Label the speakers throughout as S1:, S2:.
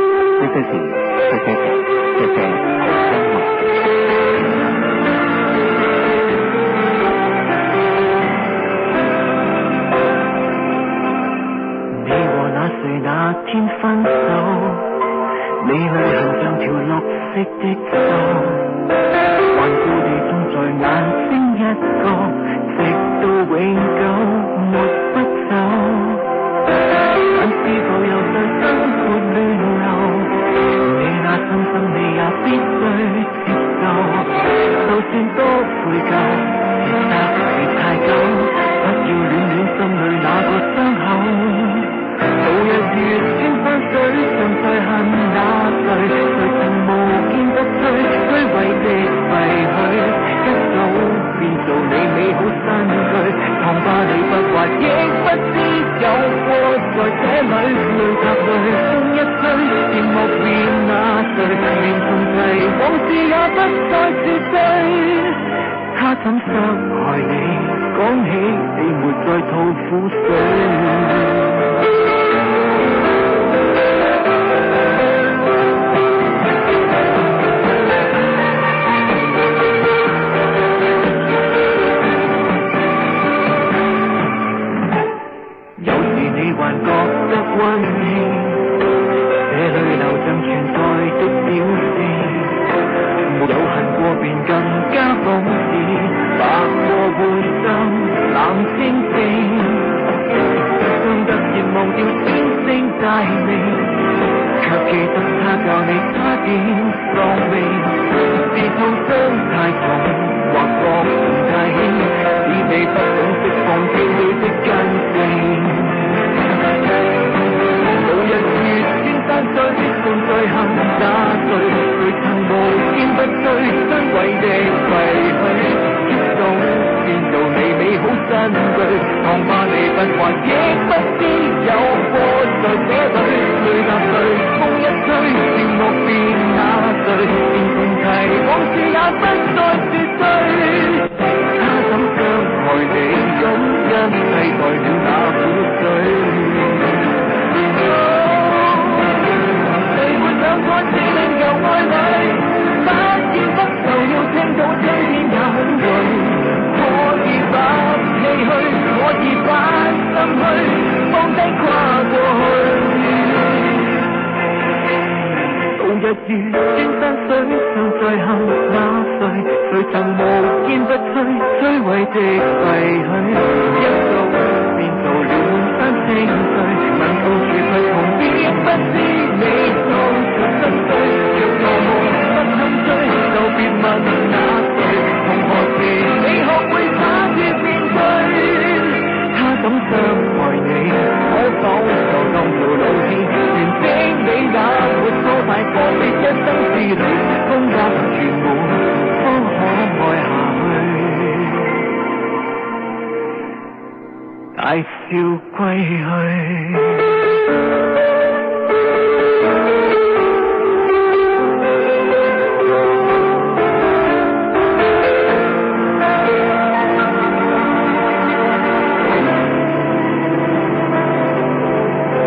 S1: 時佢隻隻隻好生猛，
S2: 你和那誰那天分手，你去行像條綠色的銹，頑固地種在眼睛一角，直到永久抹不走。但是浮游在生活亂流，你那心生你也必須接受，就算多悔疚，跌得越太久，不要戀戀心裏那個傷口。度日月穿山水，尚在恨那誰？誰曾無堅不摧，虛偽的廢墟，一早變做你美好新居。糖吧裏不滑，亦不知有過在這裏，淚答淚風一吹，寂寞變那誰？連同提往事也不再是對。他怎傷害你？講起你沒再吐苦水。有時你還覺得溫馨，這裏流像存在的表示，沒有恨過便更加諷刺，白過會心冷清靜，相得亦忘掉天星大美，卻記得他教你差點喪命，是痛傷太重或覺悟太輕，使你不懂釋放天地的根性。度日月穿山水，伴在恨那誰？誰曾無堅不摧，虛偽的廢墟，一早變做你美好新居。糖吧你不還，亦不知有過在這裏，淚答淚，風一吹，寂寞變那誰？連同提往事也不再是對。他怎傷害你，總因替代了那苦水。你會想開始領舊愛侶，不見不就要聽到青天有淚。可以不唏噓，可以反心虛，放低跨過去。度日月穿山水，尚在恨那誰？誰曾無堅不摧，摧毀的廢墟，一早變做了滿山清水。問到處不同，必不知你到出身衰。若有夢不肯追，就別問那誰。同學時，你學會灑脱面對。他怎傷害你？可否就當做老天？完整你也沒拖大過你一生之旅，風格全滿，方可愛下去。大笑歸去。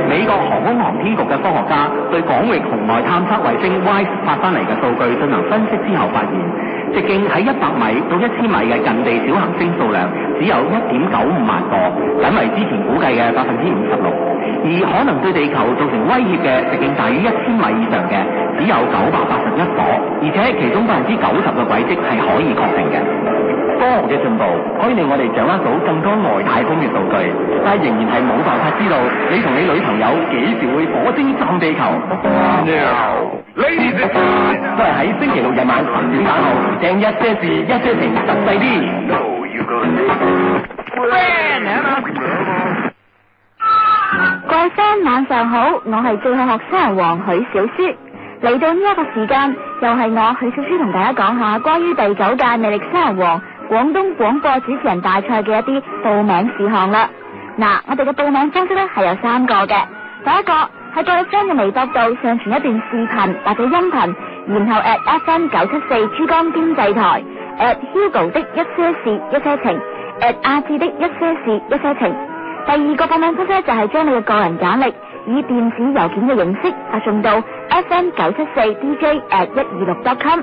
S3: 美國航空航天局嘅科學家對廣域紅外探測衛星 WISE 發翻嚟嘅數據進行分析之後，發現直徑喺一百米到一千米嘅近地小行星數量只有一點九五萬個，僅為之前估計嘅百分之五十六。而可能對地球造成威脅嘅直徑大於一千米以上嘅只有九百八十一個，而且其中百分之九十嘅軌跡係可以確定嘅。科學嘅進步可以令我哋掌握到更多外太空嘅數據，但係仍然係冇辦法知道你同你女朋友幾時會火星撞地球。
S1: Ladies and
S3: 都係喺星期六日晚十點打後，訂一些事一些情實際啲。
S4: 各位 friend 晚上好，我係最好學生王許小舒。嚟到呢一個時間，又係我許小舒同大家講下關於第九屆魅力新人王廣東廣播主持人大賽嘅一啲報名事項啦。嗱，我哋嘅報名方式咧係有三個嘅。第一個喺各位 friend 嘅微博度上傳一段視頻或者音頻，然後 at FM 九七四珠江經濟台 at Hugo 的一些事一些情 at 阿志的一些事一些情。第二個報名方式就係將你嘅個人簡歷以電子郵件嘅形式發送到 FM 九七四 DJ at 一二六 dot com。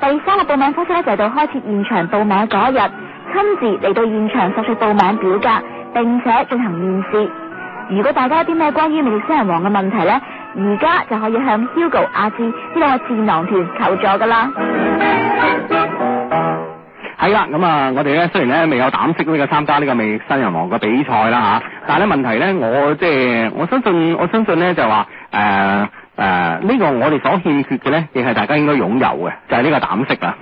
S4: 第三個報名方式咧就係到開設現場報名嗰一日，親自嚟到現場索取報名表格，並且進行面試。如果大家有啲咩關於魅力新人王嘅問題呢，而家就可以向 Hugo 阿志呢兩個智囊團求助噶啦。
S5: 係啦，咁啊，我哋咧雖然咧未有膽識呢個參加呢個魅力新人王嘅比賽啦吓，但係咧問題咧，我即係我相信，我相信咧就話誒誒呢個我哋所欠缺嘅咧，亦係大家應該擁有嘅，就係、呢個膽 識啦。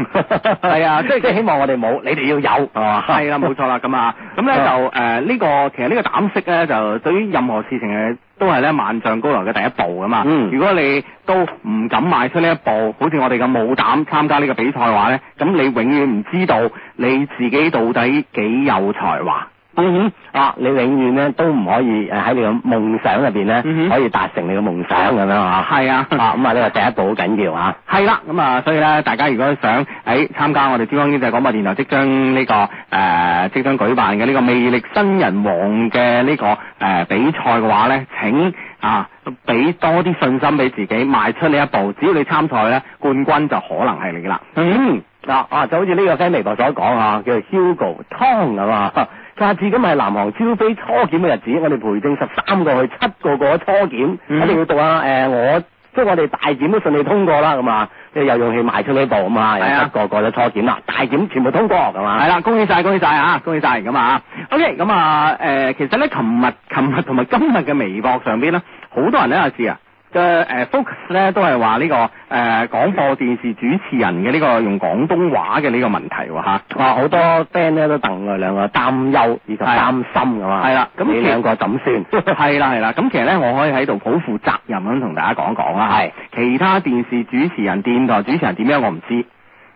S3: 係啊，即係即係希望我哋冇，你哋 要有，係嘛？
S5: 係啦，冇錯啦，咁啊，咁咧就呃誒呢、個其實呢個膽識咧，就對於任何事情嘅都係咧萬丈高樓嘅第一步噶嘛。
S3: 嗯
S5: 如果你都唔敢邁出呢一步，好似我哋咁冇膽參加呢個比賽嘅話咧，咁你永遠唔知道你自己到底幾有才華。
S3: 嗯哼，啊，你永遠咧都唔可以呃誒喺你嘅夢想入邊咧，
S5: 嗯哼
S3: 可以達成你嘅夢想咁樣啊。
S5: 係啊
S3: 啊咁啊呢個第一步好緊要啊。
S5: 係啦，咁啊，所以咧，大家如果想喺參加我哋珠江經濟廣播電台即將呢、個誒、呃即將舉辦嘅呢個魅力新人王嘅呢、個誒、呃比賽嘅話咧，請啊俾多啲信心俾自己，邁出呢一步。只要你參賽咧，冠軍就可能係你啦。
S3: 嗯，嗱啊，就好似呢個 friend 微博所講啊，叫做 Hugo 湯咁啊。 佢話至今係南航招飛初檢嘅日子，我哋培正十三個去七個過咗初檢，
S5: 嗯
S3: 一定要讀啊！誒、我即係我哋大檢都順利通過啦，咁啊，即係有勇氣邁出呢步咁啊，有
S5: 係啊
S3: 七個過咗初檢啦，大檢全部通過咁啊
S5: 係。啦，恭喜晒，恭喜晒啊，恭喜晒咁啊！OK，咁啊，誒、其實咧，琴日、琴日同埋今日嘅微博上邊咧，好多人咧阿志啊嘅誒 focus 咧都係話呢個誒、廣播電視主持人嘅呢個用廣東話嘅呢個問題喎嚇。
S3: 哇！好多 friend 咧都戥啊佢兩個擔憂以及
S5: 係啊
S3: 擔心噶嘛。
S5: 係啦咁
S3: 你
S5: 其
S3: 兩個怎 算？
S5: 係啦係啦，咁其實咧，我可以喺度好負責任咁同大家講講啦。
S3: 係
S5: 其他電視主持人、電台主持人點樣我唔知，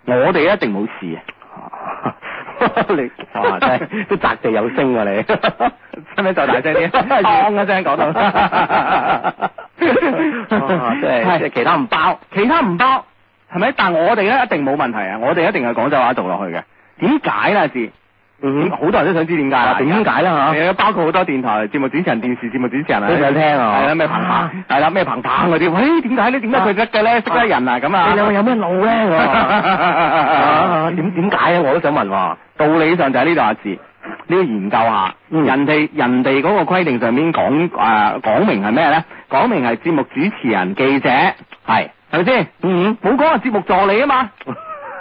S5: 我哋一定冇事啊。
S3: 你哇真係都擲地有聲啊你！
S5: 使唔使再大聲啲？
S3: 當
S5: 一聲講到，
S3: 哇即係哦即係其他唔包，
S5: 其他唔包，係咪？但我哋咧一定冇問題啊！我哋一定係廣州話做落去嘅。點解咧？字
S3: 嗯
S5: 好多人都想知點解
S3: 啊
S5: 啦。
S3: 點解啦
S5: 係啊，包括好多電台節目主持人、電視節目主持人啊，
S3: 都想聽啊
S5: 係啦，咩彭
S3: 啊
S5: 彭，係啦，咩彭彭嗰啲，喂，點解咧？點解佢得嘅咧？識得人啊，咁
S3: 嚇？
S5: 啊
S3: 你兩。個有咩路咧？ 咁 啊點點解咧？我都想問喎。
S5: 道理上就係呢度阿字，你要研究下，
S3: 嗯
S5: 人哋人哋嗰個規定上面講誒講明係咩咧？講明係節目主持人、記者，係係咪先？
S3: 嗯，
S5: 冇講係節目助理啊嘛。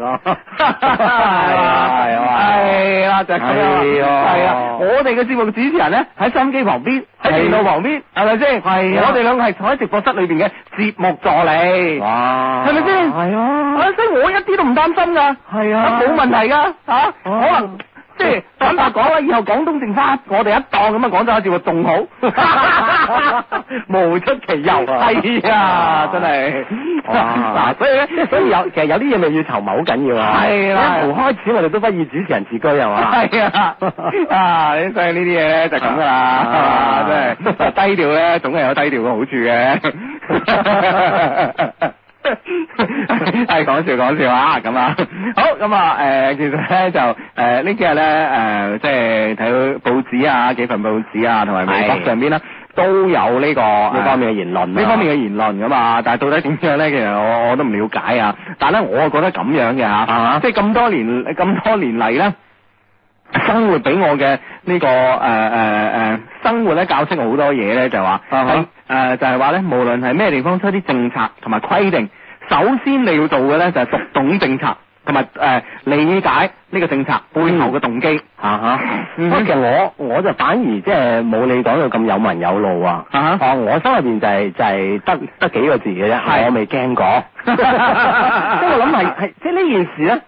S5: 係
S3: 喎，
S5: 啊
S3: 係啊
S5: 係啦，就係咁樣啦
S3: 係啊
S5: 係啊，我哋嘅節目主持人咧喺心機旁邊，喺電腦旁邊，係咪先？係
S3: 啊
S5: 我哋兩個係坐喺直播室裏邊嘅節目助理，
S3: 哇
S5: 係咪先？
S3: 係啊，
S5: 啊，所以我一啲都唔擔心㗎。
S3: 係啊，
S5: 冇問題噶嚇、可
S3: 哦
S5: 能即係坦白講啦，以後廣東剩翻我哋一檔咁樣廣州一節目仲好，
S3: 無出其右啊
S5: 係啊，真係
S3: 哇
S5: 嗱，所以咧，
S3: 所以有其實有啲嘢咪要籌謀好緊要啊！
S5: 係啦
S3: 一無開始我哋都不以主持人自居係嘛？
S5: 係 啊，啊，所以呢啲嘢咧就咁噶啦
S3: 啊，
S5: 真係低調咧，總係有低調嘅好處嘅。係講笑講笑啊，咁啊，好咁啊，誒、其實咧就誒、呢幾日咧誒，即係睇到報紙啊，幾份報紙啊，同埋微博
S3: 係
S5: 上邊咧都有呢、個
S3: 呢方面嘅言論啊
S5: 呢方面嘅言論噶嘛，但係到底點樣咧？其實我我都唔了解啊。但係咧，我覺得咁樣嘅嚇，
S3: 啊
S5: 即係咁多年咁多年嚟咧。生活俾我嘅呢、個誒誒誒生活咧教識我好多嘢咧，就話
S3: 啊哈
S5: 係誒就係話咧，無論係咩地方出啲政策同埋規定，首先你要做嘅咧就係讀懂政策同埋誒理解呢個政策背後嘅動機。
S3: 啊哈！
S5: 嗯
S3: 不過其實我我就反而即係冇你講到咁有文有路啊！
S5: 啊哈
S3: 啊我心入邊就係就係得得幾個字嘅
S5: 係
S3: 啫，我未驚 過。即係我諗係係即係呢件事咧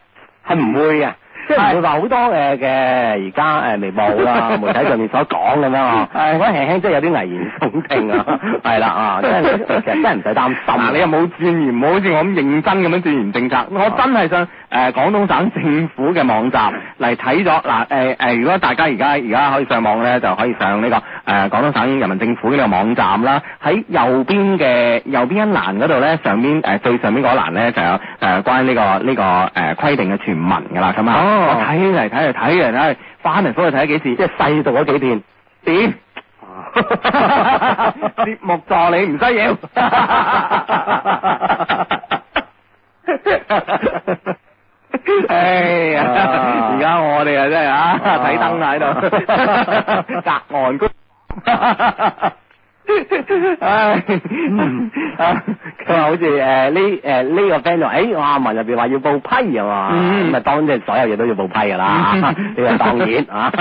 S3: 係唔會嘅。即係唔會話好多誒嘅而家誒微博 啦，媒體上面所講咁樣啊，
S5: 係
S3: 我覺得輕輕即係有啲危言聳聽 啊，係啦啊，真係其實真係唔使擔心啊。
S5: 嗱，你又冇鑽研，唔好好似我咁認真咁樣鑽研政策。
S3: 哦
S5: 我真係上誒廣東省政府嘅網站嚟睇咗嗱誒誒，如果大家而家而家可以上網咧，就可以上呢、個誒、呃、廣東省人民政府呢個網站啦。喺右邊嘅右邊一欄嗰度咧，上邊誒、呃最上邊嗰欄咧就有誒、呃、關於呢、個呢、個誒、呃、規定嘅全文㗎啦。咁 啊，
S3: 哦
S5: 我睇嚟睇去睇嚟睇去，翻嚟覆去睇咗幾次，
S3: 即係細讀嗰幾遍。
S5: 點？節目助理唔需要。哎呀！而家我哋啊真係啊睇燈啊喺度，隔岸觀。唉，
S3: Ừ.
S5: 啊佢話好似誒呢誒呢個 friend 話，誒哇文入邊話要報批啊嘛，
S3: 嗯
S5: 咁啊當然即係所有嘢都要報批 噶 啦，呢
S3: 嗯
S5: 個當然 啊。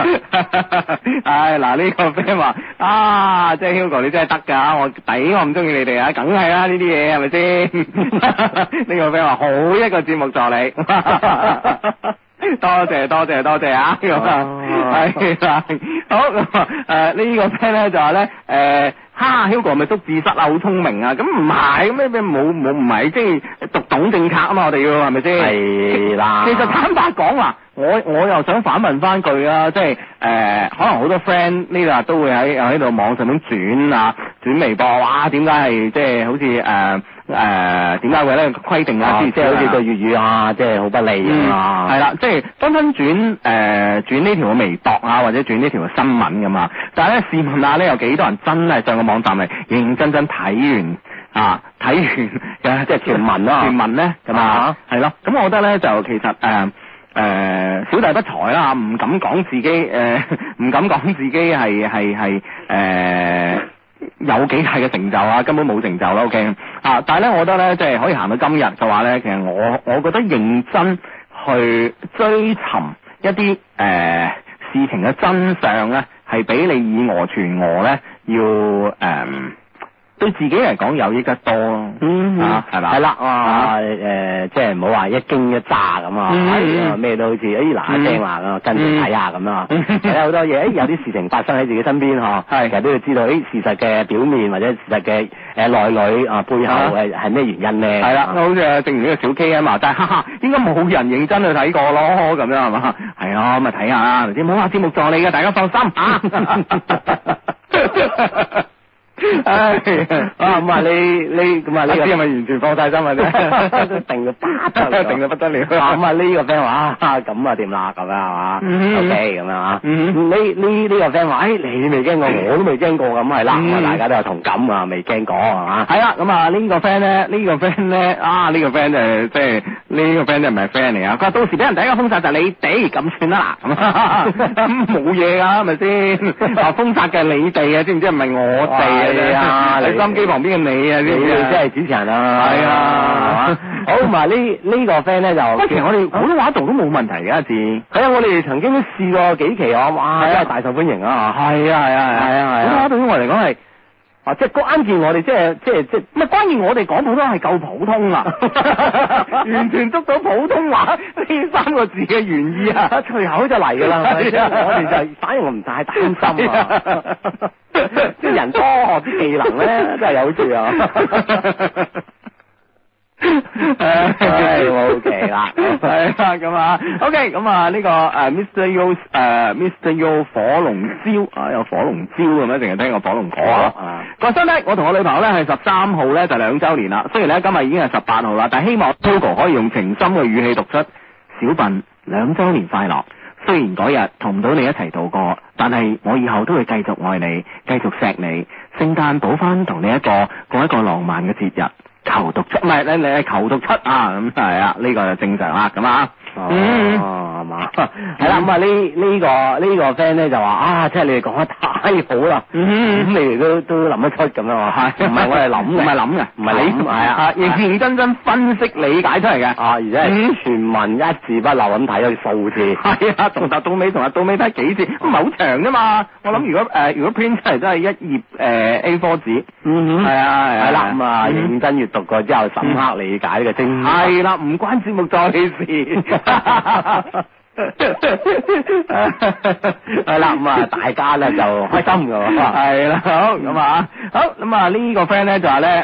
S5: 唉嗱呢個 friend 話啊，即係 Hugo 你真係得㗎，我抵我唔中意你哋啊，梗係啦呢啲嘢係咪先？呢個 friend 話好一個節目助 理。多謝多謝多謝啊！咁啊，係啦，好咁啊，誒呢個 friend 咧就話咧，誒哈 Hugo 係咪捉字蝨啊，好聰明啊！咁唔係，咁咩咩冇冇唔係，即係讀懂政策啊嘛，我哋 要係咪先？
S3: 係啦
S5: 其實坦白講啦，我我又想反問翻句啊，即係誒、可能好多 friend 呢度都會喺喺度網上面轉啊，轉微博啊，點解係即係好似誒誒點解會咧規定啊，
S3: 即係好似對
S5: 粵語啊，即係好不利
S3: 啊
S5: 嗯係啦，即係紛紛轉誒轉呢條嘅微博啊，或者轉呢條嘅新聞咁啊，但係咧試問下咧，有幾多人真係上個網站嚟認認真真睇完？啊，睇完 即係全文啦，全文咧咁啊
S3: 啊，
S5: 係咯，咁我覺得咧就其實誒。誒小弟不才啦，唔敢講自己誒， 唔、敢講自己係係係誒有幾大嘅成就啊，根本冇成就啦，OK 啊！但係咧，我覺得咧，即係可以行到今日嘅話咧，其實我我覺得認真去追尋一啲誒、呃事情嘅真相咧，係比你以訛傳訛咧要誒、呃、對自己嚟講有益得多咯。
S3: 嗯
S5: 啊，係嘛？
S3: 係啦，
S5: 啊
S3: 啊誒，即係唔好話一驚一乍咁啊，
S5: 嗯
S3: 哎咩都好似，哎嗱一聲話咁啊，跟住睇下咁啊，
S5: 嗯
S3: 睇下好多嘢，哎有啲事情發生喺自己身邊嗬，
S5: 係
S3: 其實都要知道，哎事實嘅表面或者事實嘅誒內裏啊背後
S5: 啊
S3: 係係咩原因咧？
S5: 係啦，好似啊正如呢個小 K 啊嘛，但係哈哈，應該冇人認真去睇過咯，咁樣係嘛？係啊，咁啊睇下啦，唔好話節目助理嘅，大家放 心啊。唉，
S3: 啊咁啊你你咁啊呢
S5: 阿
S3: 個
S5: 芝係咪完全放晒心啊？
S3: 都
S5: 你
S3: 定到不得了
S5: 定到不得了
S3: 啊咁啊呢個 friend 話啊咁啊掂啦咁啊係
S5: 嗯
S3: 嘛，OK 咁樣啊，
S5: 嗯
S3: 呢呢呢個 friend 話，誒你未驚過，我都未驚過咁係啦，咁啊
S5: 嗯
S3: 大家都有同感啊，未驚過係嘛，
S5: 係啦，咁啊呢個 friend 咧，呢個 friend 咧，啊呢個 friend 就即係呢個 friend 就唔係 friend 嚟啊！佢話到時俾人第一個封殺就係你哋咁算啦嗱， 咁冇嘢㗎，係咪先？話封殺嘅係你哋啊，知唔知？唔係我哋啊，
S3: 係啊
S5: 你心機旁邊嘅你啊，
S3: 你
S5: 知唔知
S3: 哋
S5: 啊？
S3: 真係主持人啊，
S5: 係啊
S3: 係嘛好咁啊呢呢個 friend 咧就
S5: 喂，其實我哋普通話度都冇問題㗎，阿志。
S3: 係啊，我哋曾經都試過幾期啊，哇
S5: 係啊
S3: 真係大受歡迎啊嚇。
S5: 係啊係啊
S3: 係啊係啊
S5: 普通話對於我嚟 講係。
S3: 啊，即係關鍵我哋即係即係即係
S5: 唔係，關鍵我哋講普通係夠普通 啦，完全捉到普通話呢三個字嘅 原意啊！
S3: 啊，隨口就嚟㗎 啦，係咪
S5: 係啊
S3: 先我哋就反而我唔
S5: 哎
S3: 太擔心啊，即係人多學啲技能咧，真係有住啊。
S5: 唉
S3: ，OK 啦
S5: 係啦，咁啊，OK，咁啊，呢個誒 Mr. U 誒 Mr. U 呃火龍椒啊，有火龍椒咁樣，淨係聽過火龍果啊。
S3: 啊
S5: 個相低，我同我女朋友咧係十三號咧就兩周年啦。雖然咧今日已經係十八號啦，但希望 Hugo 可以用情深嘅語氣讀出小笨兩周年快樂。雖然嗰日同唔到你一齊度過，但係我以後都會繼續愛你，繼續錫你。聖誕補翻同你一個過一個浪漫嘅節日，求讀出，唔係你你係求讀出啊，咁係啊，呢、個就正常啦，咁啊，
S3: 哦，係嘛？係啦，咁啊呢呢個呢個 friend 咧就話啊，即係你哋講得太好啦，咁
S5: 嗯
S3: 你哋都都諗得出咁樣啊？唔係我哋諗
S5: 唔
S3: 嘅，
S5: 係諗嘅，
S3: 唔係諗，
S5: 你
S3: 係啊，
S5: 認認真真分析理解出嚟嘅。
S3: 啊，而且
S5: 嗯
S3: 係全文一字不漏咁睇咗 數字。
S5: 係啊，從頭到尾同埋到尾睇幾次，唔係好長啫嘛。我諗如果誒、呃如果 print 出嚟都係一頁誒、呃 A4 紙，
S3: 嗯
S5: 係啊係啊
S3: 係啦，咁啊
S5: 嗯
S3: 認真閱讀過之後，深刻理解呢個精華
S5: 係啊啦，唔關節目助理事。
S3: 係啦，咁啊，大家咧就開心噶喎。嗯
S5: 係啦，好咁啊，好咁啊，呢個 friend 咧就話咧，誒、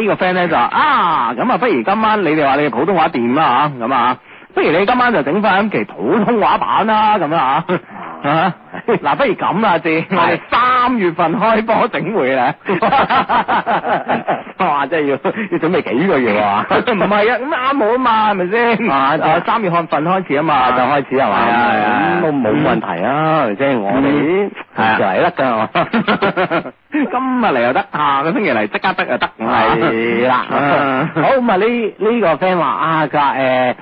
S5: 呢、個 friend 咧就話啊，咁啊，不如今晚你哋話你哋普通話掂啦嚇，咁啊，不如你今晚就整翻
S3: 哦
S5: 期普通話版啦，咁啊嚇，啊嗱，不如咁啦，阿志，我哋三三月份開波整會 啦。哇！真係要要準備幾個月 啊？唔係啊，咁啱好啊嘛，係咪先？
S3: 啊
S5: 就係三月份開始啊嘛，
S3: 就開始係嘛
S5: 係啊係啊
S3: 咁都冇
S5: Ừ.
S3: 問題啊，即係我哋
S5: 係啊
S3: 就係啊得㗎，
S5: 今日嚟又得，下個星期嚟即刻得又 得，
S3: 係啦。好
S5: 好
S3: 咁啊，呢呢個 friend 話啊，佢話誒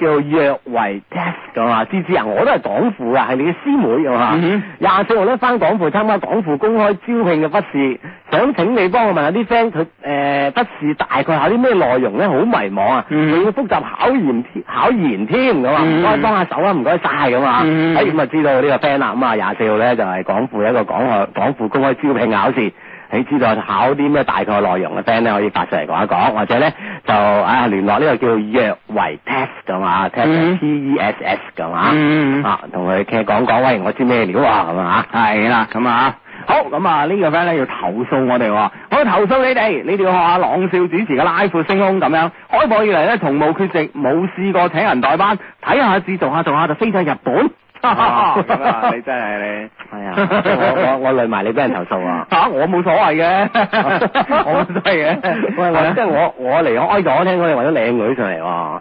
S3: 叫約為 test 咁啊，芝芝啊，我都係港府啊，係你嘅師妹咁啊
S5: 嗯哼。
S3: 廿四號咧翻港府參加港府公開招聘嘅筆試，想請你幫我問下啲 friend 佢誒筆試大概考啲咩內容咧，好迷茫啊，
S5: 嗯
S3: 仲要複雜考研添考研添咁啊，
S5: 嗯
S3: 唔該幫下手啊，唔該晒咁啊，
S5: 嗯
S3: 哎咁啊知道呢個 friend 啦，咁啊廿四號咧就係港府一個港外港府公開招聘考試。你知道考啲咩大概內容嘅 friend 咧，可以發上嚟講一講，或者咧就啊聯絡呢個叫約為 test 咁啊
S5: 嗯
S3: ，test T E S S 咁啊，
S5: 嗯
S3: 啊同佢傾講講，喂，我知咩料啊咁啊，
S5: 係啦，咁啊。好咁啊！呢、個 friend 咧要投訴我哋喎，我要投訴你哋，你哋要學下朗少主持嘅拉闊星空咁樣。開播以嚟咧，從冇缺席，冇試過請人代班，睇下字做下做下就飛咗日本。！
S3: 哦 Ờ, dạ 真係你，係啊，即係我我我累埋你俾人投訴啊
S5: 嚇我冇所謂嘅，
S3: Ờ.
S5: 我冇
S3: 我
S5: 所謂嘅。
S3: 喂，我即係 我我離開咗，聽講你揾咗靚女上嚟喎。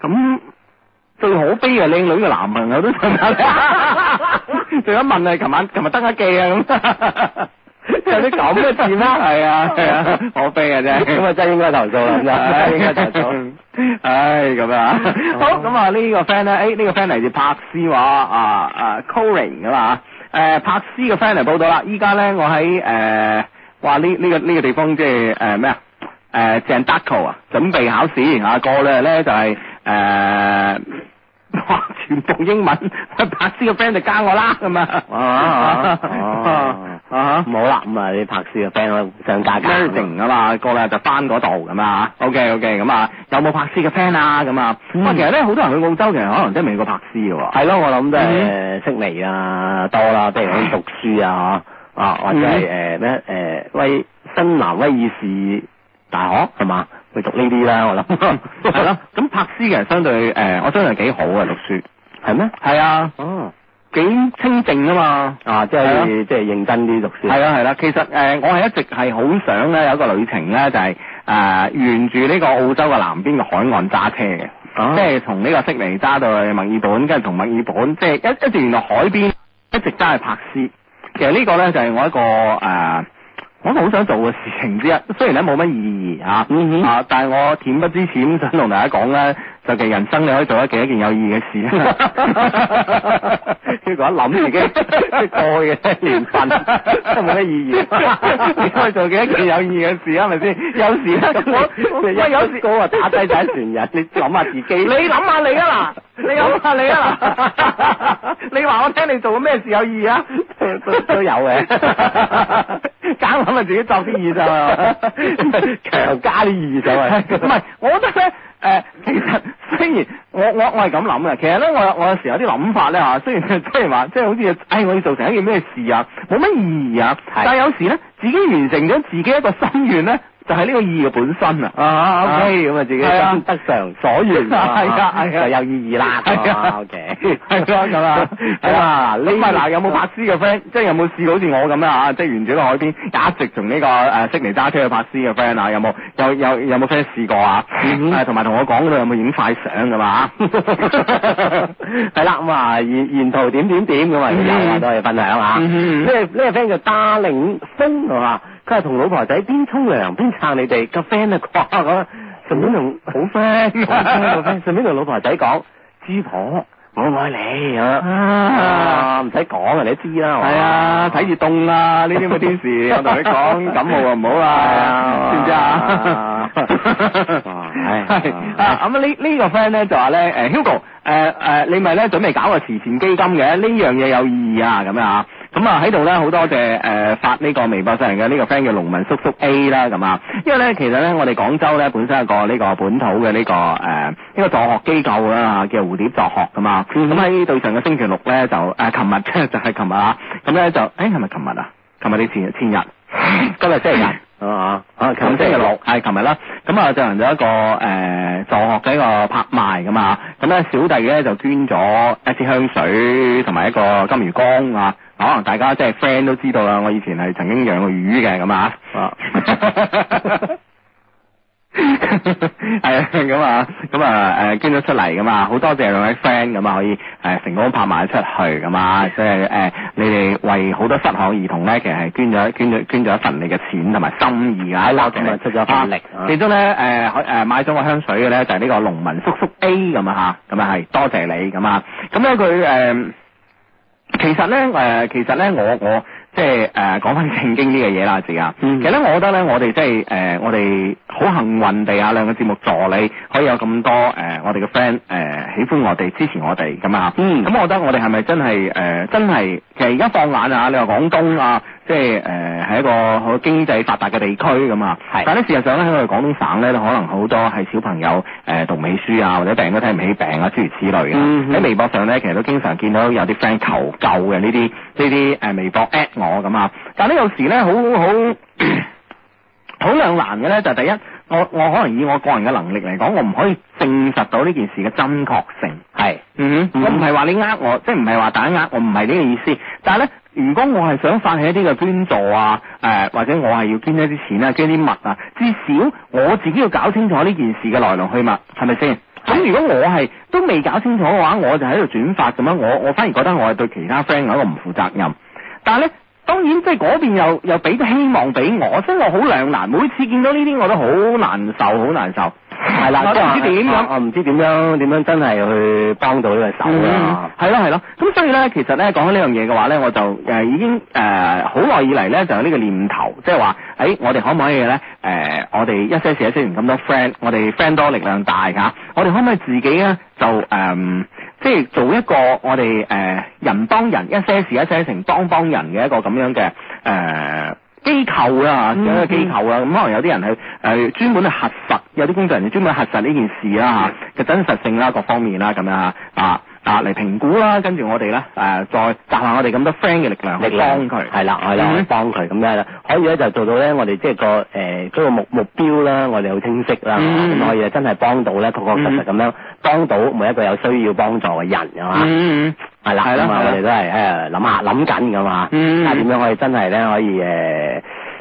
S5: 咁最可悲嘅靚女嘅男朋友都上埋 嚟，仲有問係琴晚琴日得一記啊咁， 有啲咁嘅事咩？係啊係啊，可悲啊真係 哎
S3: 咁。啊真係應該投訴啦，
S5: 唉
S3: 真係應該 投 訴。。
S5: 唉，咁啊，好
S3: 好
S5: 咁啊，呢個 friend 咧，誒呢個 friend 嚟自柏斯話啊啊 c o r i n 噶嘛，誒柏斯嘅 friend 嚟報道啦，依家咧我喺誒話呢呢個呢個地方即係誒咩啊？誒鄭德球啊，準備考試啊，過兩日咧就係誒。 哇！全部英文，柏斯嘅 friend 就加我啦咁啊！
S3: 啊啊 啊
S5: 啊
S3: 咁好啦，咁啊你拍攝嘅 friend 可以互相加加。
S5: Merging 啊嘛，過兩日就翻嗰度咁啊。OK OK，咁啊，有冇柏斯嘅 friend 啊？咁啊，
S3: 嗯
S5: 哇，其實咧好多人去澳洲，其實可能真係未去過柏斯嘅喎。
S3: 係咯，我諗都
S5: 嗯
S3: 係悉尼啊多啦，譬如講讀書啊 嚇啊，或者
S5: 嗯
S3: 係誒咩誒威新南威爾士大學係嘛，去讀呢啲啦，我諗
S5: 係咯，咁柏斯其實相對誒、呃我相信係幾好啊，讀書
S3: 係咩？
S5: 係啊，
S3: 哦
S5: 幾清靜啊嘛。
S3: 啊，即
S5: 係咯
S3: 係即係認真啲讀書。
S5: 係啦啊係啦，其實誒、呃我係一直係好想咧有一個旅程咧，就係、呃沿住呢個澳洲嘅南邊嘅海岸揸車嘅。
S3: 啊，
S5: 即係從呢個悉尼揸到去墨爾本，跟住從墨爾本即係一一直原來海邊一直揸去柏斯。其實呢個呢，就係、我一個誒、呃我都好想做嘅事情 之一。雖然咧冇乜意義嚇，啊
S3: 嗯哼
S5: 啊，但係我恬不知恥咁想同大家講呢，就其實人生你可以做得幾多件有意義嘅事。啊
S3: 呢個一諗自己即係過去嘅年份都冇乜意義
S5: 你可以做幾多件有意義嘅事啊？係咪先？有時咧，我我
S3: 你
S5: 喂有時
S3: 高啊打低第一船人，你諗下自己。
S5: 你諗下你啊嗱，你諗下你 啊嗱，你話我聽你做過咩事有意義啊？
S3: 都都都
S5: 啊
S3: 有 嘅
S5: 搞諗咪自己作啲意咋 嘛，
S3: 強加啲意就係
S5: 哎唔係，我覺得咧。誒、其實雖然我我我係咁諗嘅，其實咧我我有時有啲諗法咧嚇，雖然即係話即係好似，唉、我要做成一件咩事啊，冇乜意義啊，
S3: 係
S5: 但係有時咧自己完成咗自己一個心願咧，就係、呢個意義嘅本身啊。
S3: 啊，OK，咁啊自己
S5: 係啊
S3: 心得償所 願，
S5: 係啊係啊
S3: 就有意義啦，
S5: 係啊
S3: 啊，OK，
S5: 係咯咁 啊，
S3: 咁啊，
S5: 你
S3: 呢
S5: 咪嗱有冇拍斯嘅 friend，即係有冇試過好似我咁樣啊？即係沿住個海邊一直從呢個誒悉尼揸車去拍斯嘅 friend 啊？有冇有有有冇 friend 試過啊？
S3: 嗯
S5: 誒同埋同我講嗰度有冇影快相㗎嘛？
S3: 係啦，咁啊沿沿途點點點咁啊，
S5: 嗯
S3: 有啊都可以分享啊。
S5: 嗯嗯嗯
S3: 呢個呢個 friend 叫 Darling 峰係嘛，佢係同老婆仔邊沖涼邊撐你哋個 friend 啊啩咁，順便同好 friend 好 friend 個 friend，順便同老婆仔講，豬婆我愛你咁啊，唔使講啊，你都知啦，嘛
S5: 係啊，睇住凍啦，呢啲咁嘅天時， 我同你講感冒啊唔好啦，知唔知啊？ 係啊，咁呢呢個 friend 咧就話咧，誒 Hugo，誒誒，你咪咧準備搞個慈善基金嘅，呢樣嘢有意義啊，咁樣啊。咁啊喺度咧好多謝誒發呢個微博上嚟嘅呢個 friend 叫農民叔叔 A 啦咁啊，因為咧其實咧我哋廣州咧本身有個呢個本土嘅呢個誒呢個助學機構啦叫蝴蝶助學噶嘛，咁喺對上嘅星期六咧就誒琴日即係就係琴日啊，咁咧就誒係咪琴日啊？琴日定前前日？今日星期日。
S3: 啊啊，
S5: 琴日星期六係琴日啦，咁啊進行咗一個誒、呃助學嘅一個拍賣咁啊，咁咧小弟咧就捐咗一支香水同埋一個金魚缸啊，可能大家即係 friend 都知道啦，我以前係曾經養過魚嘅咁啊。 係啊，咁啊，咁啊，誒捐咗出嚟咁啊，好多謝兩位 friend 咁啊，可以誒成功拍賣出去咁 啊，即係誒你哋為好多失學兒童咧，其實係捐咗捐咗捐咗一份你嘅錢同埋心意啊，
S3: 係啦
S5: 多謝你
S3: 咁啊出咗一份力
S5: 啊
S3: 啊
S5: 其中咧誒可誒買咗個香水嘅咧就係呢個農民叔叔 A 咁啊嚇，咁啊係多謝你咁啊，咁咧佢誒。其實咧，誒、其實咧，我我即係誒講翻正經啲嘅嘢啦，自己啊。
S3: 嗯
S5: 其實咧，我覺得咧，我哋即係誒，我哋好幸運地啊，兩個節目助理可以有咁多誒、我哋嘅 friend 誒喜歡我哋、支持我哋咁啊。
S3: 嗯
S5: 咁我覺得我哋係咪真係誒、呃真係其實而家放眼啊，你話廣東啊，即係誒係一個好經濟發達嘅地區咁啊。
S3: 係
S5: 但咧事實上咧，喺我哋廣東省咧，可能好多係小朋友誒讀唔起書啊，或者病都睇唔起病啊，諸如此類啊。
S3: 嗯
S5: 喺微博上咧，其實都經常見到有啲 friend 求救嘅呢啲呢啲誒微博 at 我咁啊，但係咧有時咧好好好兩難嘅咧，就係第一，我我可能以我個人嘅能力嚟講，我唔可以證實到呢件事嘅真確性。
S3: 係
S5: 嗯哼，
S3: 嗯
S5: 我唔係話你呃我，即係唔係話大家呃我，唔係呢個意思。但係咧，如果我係想發起一啲嘅捐助啊，誒、或者我係要捐一啲錢啊，捐啲物啊，至少我自己要搞清楚呢件事嘅來龍去脈，係咪先？咁如果我係都未搞清楚嘅話，我就喺度轉發咁樣，我我反而覺得我係對其他 friend 有一個唔負責任。但係咧，當然即係嗰邊又又俾咗希望俾我，所以我好兩難。每次見到呢啲我都好難受，好難受。
S3: 係啦，啊
S5: 我
S3: 即
S5: 都唔
S3: 係
S5: 知點
S3: 我
S5: 樣。
S3: 我唔知點樣點樣真係去幫到呢個
S5: Ừ.
S3: 手啦。
S5: 係咯係咯，咁所以咧，其實咧講起呢樣嘢嘅話咧，我就誒、呃已經誒好耐以嚟咧就有呢個念頭，即係話誒我哋可唔可以咧誒、呃我哋一些事一些情咁多 friend，我哋 friend 多力量大嚇，我哋可唔可以自己咧就誒、嗯即係做一個我哋誒、呃人幫人一些事一些情幫幫人嘅一個咁樣嘅誒。呃機構啦嚇，有一個機構啊啦，咁可能有啲人係誒、呃、專門去核實，有啲工作人員專門去核實呢件事啦嚇嘅真實性啦，各方面啦咁樣嚇啊啊嚟評估啦，跟住我哋咧誒再集下我哋咁多 friend 嘅力量去
S3: 力量
S5: 幫佢，
S3: 係啦，係啦，
S5: 嗯
S3: 去幫佢咁樣啦，可以咧就做到咧，我哋即係個誒嗰個目目標啦，我哋好清晰啦，
S5: 嗯
S3: 咁可以咧真係幫到咧，確確實實咁樣幫到每一個有需要幫助嘅人啊嘛，
S5: 嗯嗯
S3: 係啦，
S5: 係啦
S3: 咁啊
S5: 係啦
S3: 我哋都係誒諗下諗緊噶嘛，
S5: 嗯
S3: 睇下點樣可以真係咧可以誒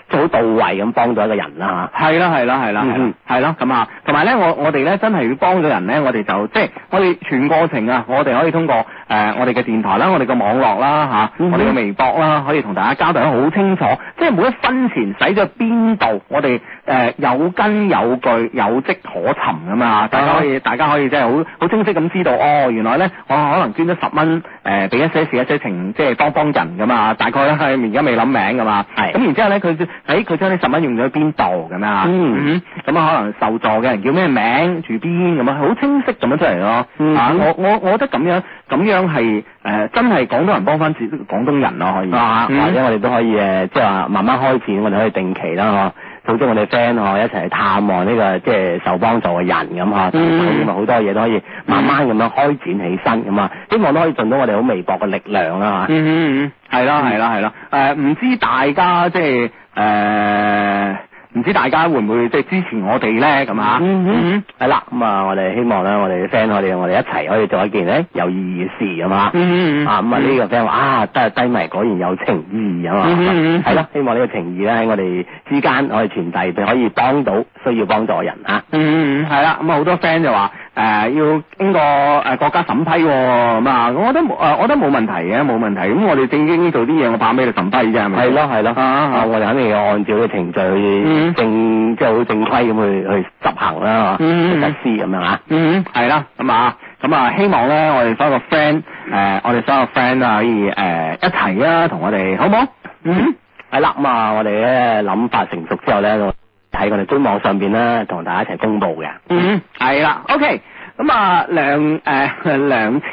S3: 即係好到位咁幫到一個人啦嚇。
S5: 係啦，係啦，係啦，係啦
S3: 嗯
S5: 係啦，咁啊，同埋咧，我我哋咧真係要幫咗人咧，我哋就即係我哋全過程啊，我哋可以通過誒、呃我哋嘅電台啦，我哋嘅網絡啦吓，
S3: 嗯哼
S5: 我哋嘅微博啦，可以同大家交代得好清楚，即係每一分錢使咗邊度，我哋誒、呃有根有據有跡可尋咁啊，大家可以大家可以即係好好清晰咁知道，哦，原來咧我可能捐咗十蚊誒俾一些事一些情，即係幫幫人咁啊，大概咧而家未諗名噶嘛，
S3: 係
S5: 咁然之後咧佢誒佢將呢十蚊用咗去邊度咁啊，
S3: 嗯
S5: 嗯咁啊，可能受助嘅人叫咩名、住邊咁啊，好清晰咁樣出嚟咯。
S3: 嗯
S5: 啊，我我我覺得咁樣咁樣係誒、呃真係廣東人幫翻自己廣東人咯，可以。
S3: 啊，
S5: 嗯
S3: 或者我哋都可以誒，即係話慢慢開展，我哋可以定期啦，嗬，組織我哋 friend 嗬，一齊去探望呢個即係受幫助嘅人咁嗬，
S5: 嗯
S3: 咁啊好多嘢都可以慢慢咁樣開展起身咁啊，希望都可以盡到我哋好微薄嘅力量啊啦嚇。
S5: 嗯嗯嗯，係啦係啦係啦，誒呃唔、知大家即係誒。呃唔知大家會唔會即係支持我哋咧咁啊？嗯
S3: 嗯哼，係啦，咁啊，我哋希望咧，我哋嘅 friend 我哋我哋一齊可以做一件咧有意義嘅事咁啊。
S5: 嗯嗯
S3: 啊咁啊呢個 friend 話啊，低低迷果然有情義啊嘛，
S5: 嗯嗯嗯
S3: 係咯，希望呢個情義咧喺我哋之間可以傳遞，可以幫到需要幫助嘅人啊。
S5: 嗯，嗯係啦，咁啊好多 friend 就話誒、要經過誒、國家審批喎、咁啊，我覺得冇誒、我覺得冇問題嘅，冇問題。咁我哋正經做啲嘢，我怕咩你審批啫，係咪？
S3: 係咯係咯，
S5: 啊啊
S3: 啊我哋肯定要按照呢個程序
S5: 嗯
S3: 去正即係好正規咁去去執行啦，
S5: 嗯
S3: 去實施咁樣啊。
S5: 嗯，係啦，咁啊，咁啊，希望咧，我哋所有嘅 friend，誒，我哋所有 friend 啊，可以誒、一齊啊，同我哋好唔好？嗯，
S3: 係啦，咁啊，我哋咧諗法成熟之後咧，就喺我哋官網上邊咧，同大家一齊 公佈嘅。
S5: 嗯，係啦，OK，咁啊，梁誒、梁車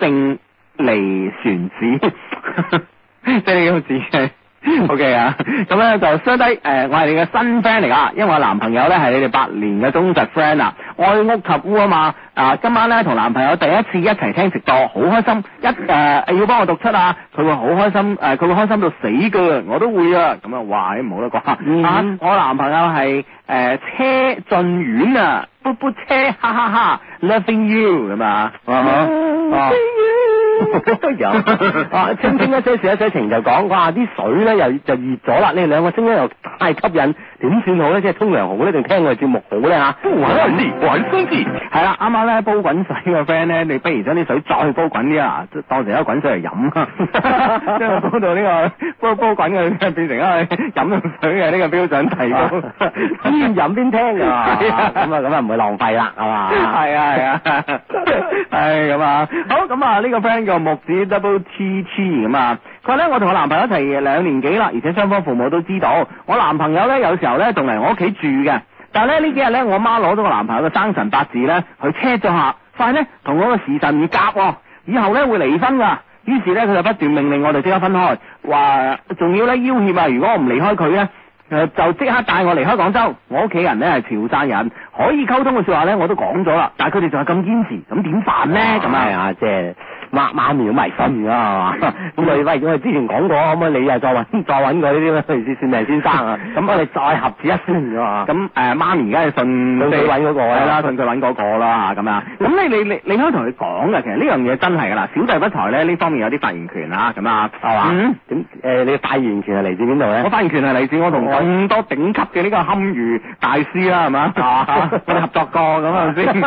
S5: 正離船子， 即係呢個字嘅。O K 啊，咁咧就相低誒、我係你嘅新 friend 嚟噶，因為我男朋友咧係你哋八年嘅忠實 friend 啊，愛屋及烏啊嘛，啊今晚咧同男朋友第一次一齊聽直播，好開心，一誒、要幫我讀出啊，佢會好開心，誒、佢會開心到死噶，我都會啊，咁啊，哇，唔好啦啩，
S3: 嗯
S5: 啊我男朋友係誒、車俊遠啊，噗噗車，哈哈哈，loving 哦 you 咁啊，
S3: 啊哈啊
S5: Loving you
S3: 哎
S5: 有啊，清清一些事一些情就講，哇！啲水咧又就熱咗啦，呢兩個聲音又太吸引，點算好咧？即係沖涼好咧，定聽我哋節目好咧嚇？不玩你玩先知。係啦，啱啱咧煲滾水嘅 friend 咧，你不如將啲水再煲滾啲啊，當成一個滾水嚟飲 啊，將煲到呢、個煲煲滾嘅變成一個飲用水嘅呢個標準提高， 邊飲邊聽
S3: à.
S5: 㗎嘛，咁啊咁啊唔會浪費啦，係嘛？係啊係啊，係咁啊， 好咁啊呢個 friend 叫木子 double T T 咁啊，佢話咧我同我男朋友一齊兩年幾啦，而且雙方父母都知道，我男朋友咧有時候咧仲嚟我屋企住嘅，但係咧呢幾日咧我媽攞咗我男朋友嘅生辰八字咧去 check 咗下，發現咧同我個時辰唔夾喎，以後咧會離婚㗎。於是咧，佢就不斷命令我哋即刻分開，話仲要咧要挾啊！如果我唔離開佢咧，誒就即刻帶我離開廣州。我屋企人咧係潮汕人，可以溝通嘅説話咧我都講咗啦，但係佢哋仲係咁堅持，咁點辦咧？咁啊，
S3: Ờ,
S5: 啊，即係媽媽咪好迷信㗎係嘛？ 咁你喂，我哋之前講過，可唔可以你啊再揾再揾佢呢啲咩算命先生啊？咁我哋再合指一算㗎嘛？咁誒媽咪而家係信
S3: 信佢
S5: 揾嗰個啊啦，信佢揾嗰個啦咁啊。咁你你你你可以同佢講嘅，其實呢樣嘢真係㗎啦，小弟不才咧呢方面有啲發言權啊，咁啊係嘛？嗯
S3: 咁誒，你嘅發言權係嚟自邊度
S5: 我
S3: 咧？
S5: 發言權係嚟自我同咁多頂級嘅呢個堪輿大師啦，係嘛？
S3: 啊
S5: 我哋合作過咁啊係咪先？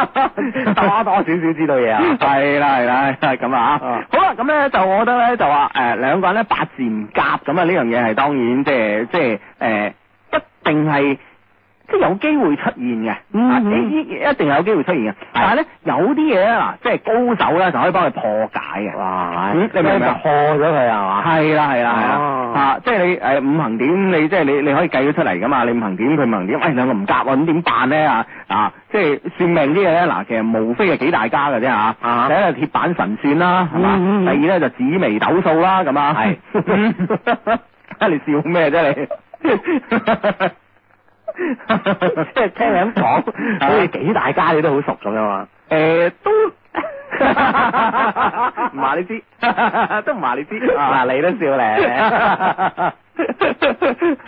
S3: 多多少少知道嘢啊！
S5: 係啦係啦係啦咁啊
S3: 啊！
S5: 好啦，咁咧就我覺得咧就話誒兩個人咧八字唔夾咁啊，呢樣嘢係當然即係即係誒一定係。即係有機會出現嘅，
S3: 嗯
S5: 啊一一一定有機會出現嘅。但係咧有啲嘢咧嗱，即係高手咧就可以幫佢破解嘅。
S3: 哇！
S5: 嗯你明唔明啊
S3: 破咗佢係嘛？
S5: 係啦係啦係
S3: 哦
S5: 啦，啊，即係你誒五行點，你即係你你可以計咗出嚟噶嘛？你五行點，佢五行點，喂兩個唔夾啊，咁點辦咧啊？啊，即係算命啲嘢咧，嗱，其實無非係幾大家嘅啫嚇，
S3: 啊
S5: 第一係鐵板神算啦，係嘛？
S3: 嗯嗯嗯
S5: 第二咧就紫微斗數啦，咁啊，
S3: 係
S5: 嗯， 你笑咩啫你？
S3: 即係聽你咁講，好似幾大家你都好熟咁樣啊！
S5: 啊誒、 都唔話你知，都唔話你知。
S3: 嗱，你都 笑咧。
S5: 係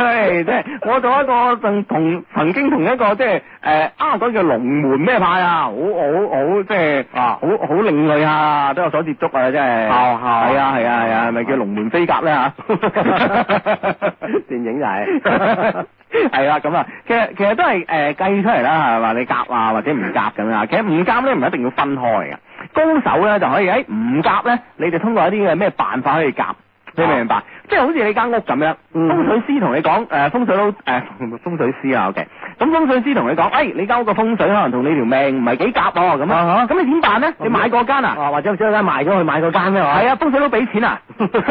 S5: 哎即係我做一個曾同曾經同一個即係誒啊嗰叫龍門咩派啊，好好好即係啊好好另類啊，都有所接觸啊，真係。
S3: 係係
S5: 係啊係啊係啊，係咪叫龍門飛甲咧啊 嚇？
S3: 電影就係
S5: 係啦，咁啊，其實其實都係誒計出嚟啦，係嘛？你夾啊，或者唔夾咁啊。其實唔夾咧，唔一定要分開嘅。高手咧就可以喺唔夾咧，你哋通過一啲嘅咩辦法可以夾。你明唔明白？即係好似你間屋咁樣，
S3: 嗯
S5: 風水師同你講，誒、風水佬，誒、風水師啊，OK，咁風水師同你講，誒、你間屋個風水可能同你條命唔係幾夾喎，咁啊，咁你點辦咧？你買嗰間啊？
S3: 啊，或者將間賣咗去買嗰間咩話？
S5: 係啊，風水佬俾錢啊，
S3: 唔得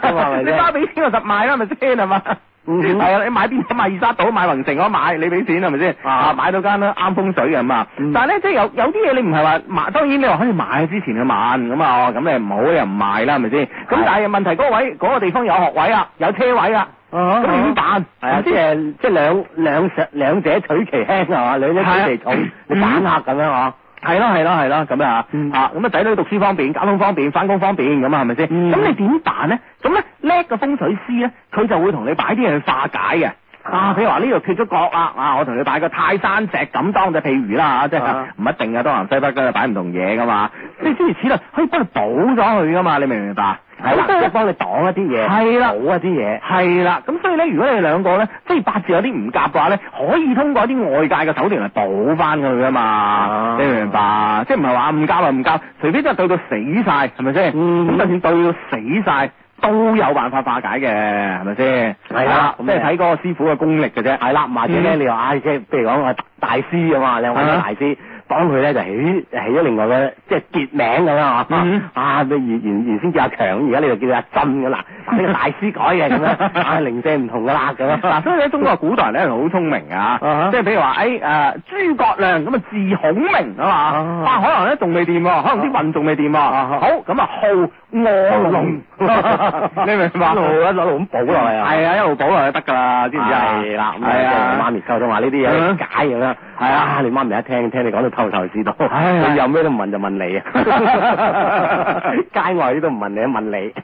S3: 㗎嘛係咪
S5: 你
S3: 先
S5: 媽俾錢我實啊買啦，係咪先係嘛？
S3: 嗯哼
S5: 係啊，你買邊度買二沙島，買宏城，我買，你俾錢係咪先？
S3: 啊
S5: 啊，買到間啦，啱風水嘅咁啊。
S3: 嗯
S5: 但係咧，即係有有啲嘢你唔係話買，當然你話可以買之前去問咁啊，哦咁你唔好你又唔買啦，係咪先？咁
S3: 係
S5: 但係問題嗰個位嗰個地方有學位啊，有車位啊，咁你點辦？
S3: 哦係啊，即係即係兩兩者兩者取其輕係嘛，兩者取 其重
S5: 係啊，
S3: 你揀客咁樣啊。
S5: 係咯係咯係咯，咁啊
S3: 嗯
S5: 啊咁啊仔女讀書方便，交通方便，翻工方便咁啊，係咪先？
S3: 嗯
S5: 咁你點辦咧？咁咧叻嘅風水師咧，佢就會同你擺啲嘢去化解嘅。啊，譬如話呢度缺咗角啦，啊，我同你擺個泰山石咁當就譬如啦，啊即係
S3: 啊
S5: 唔一定嘅，東南西北嘅擺唔同嘢噶嘛，即係諸如此類，可以幫你補咗佢噶嘛，你明唔明白？
S3: 係啦，即係幫你擋一啲嘢，
S5: 係啦
S3: 補一啲嘢，
S5: 係啦，咁所以咧，如果你哋兩個咧，即係八字有啲唔夾嘅話咧，可以通過一啲外界嘅手段嚟補翻佢噶嘛，
S3: 啊
S5: 你明唔明白？即係唔係話唔夾就唔夾，除非真係對到死晒，係咪先？咁、
S3: 嗯
S5: 就算對到死晒，都有辦法化解嘅，係咪先？啊
S3: 係啦
S5: 即係睇嗰個師傅嘅功力嘅啫。
S3: 係啦，或者咧
S5: 嗯
S3: 你話唉，即係譬如講我大師啊嘛，你揾
S5: 係
S3: 個
S5: 啊
S3: 大師幫佢咧就起起咗另外嘅即係傑名咁樣啊
S5: 嗯，
S3: 啊你原原原先叫阿強，而家你就叫阿真㗎啦，呢個大師改嘅咁樣， 啊零舍唔同㗎啦咁
S5: 嗯嗱，
S3: 樣，
S5: 所以咧，中國古代咧好聰明啊
S3: 哈，
S5: 即係譬如話，誒誒諸葛亮咁啊，字孔明啊嘛，
S3: 啊
S5: 啊，可能咧仲未掂喎，可能啲運仲未掂喎，
S3: 啊哈
S5: 好咁啊，號
S3: 啊
S5: 卧龍， 你明唔明 白？
S3: 一路一路咁補落嚟啊，
S5: 係啊，一路補落去得㗎啦，知唔知啊？
S3: 係啦，咁
S5: 係
S3: 啊，
S5: 啊
S3: 媽，咪溝通話呢啲
S5: 嗯
S3: 嘢解咁樣，
S5: 係啊
S3: 你媽咪一聽聽你講到頭頭是道，
S5: 唉
S3: 佢有咩都唔 啊問就問你啊，街外啲都唔問你，問你，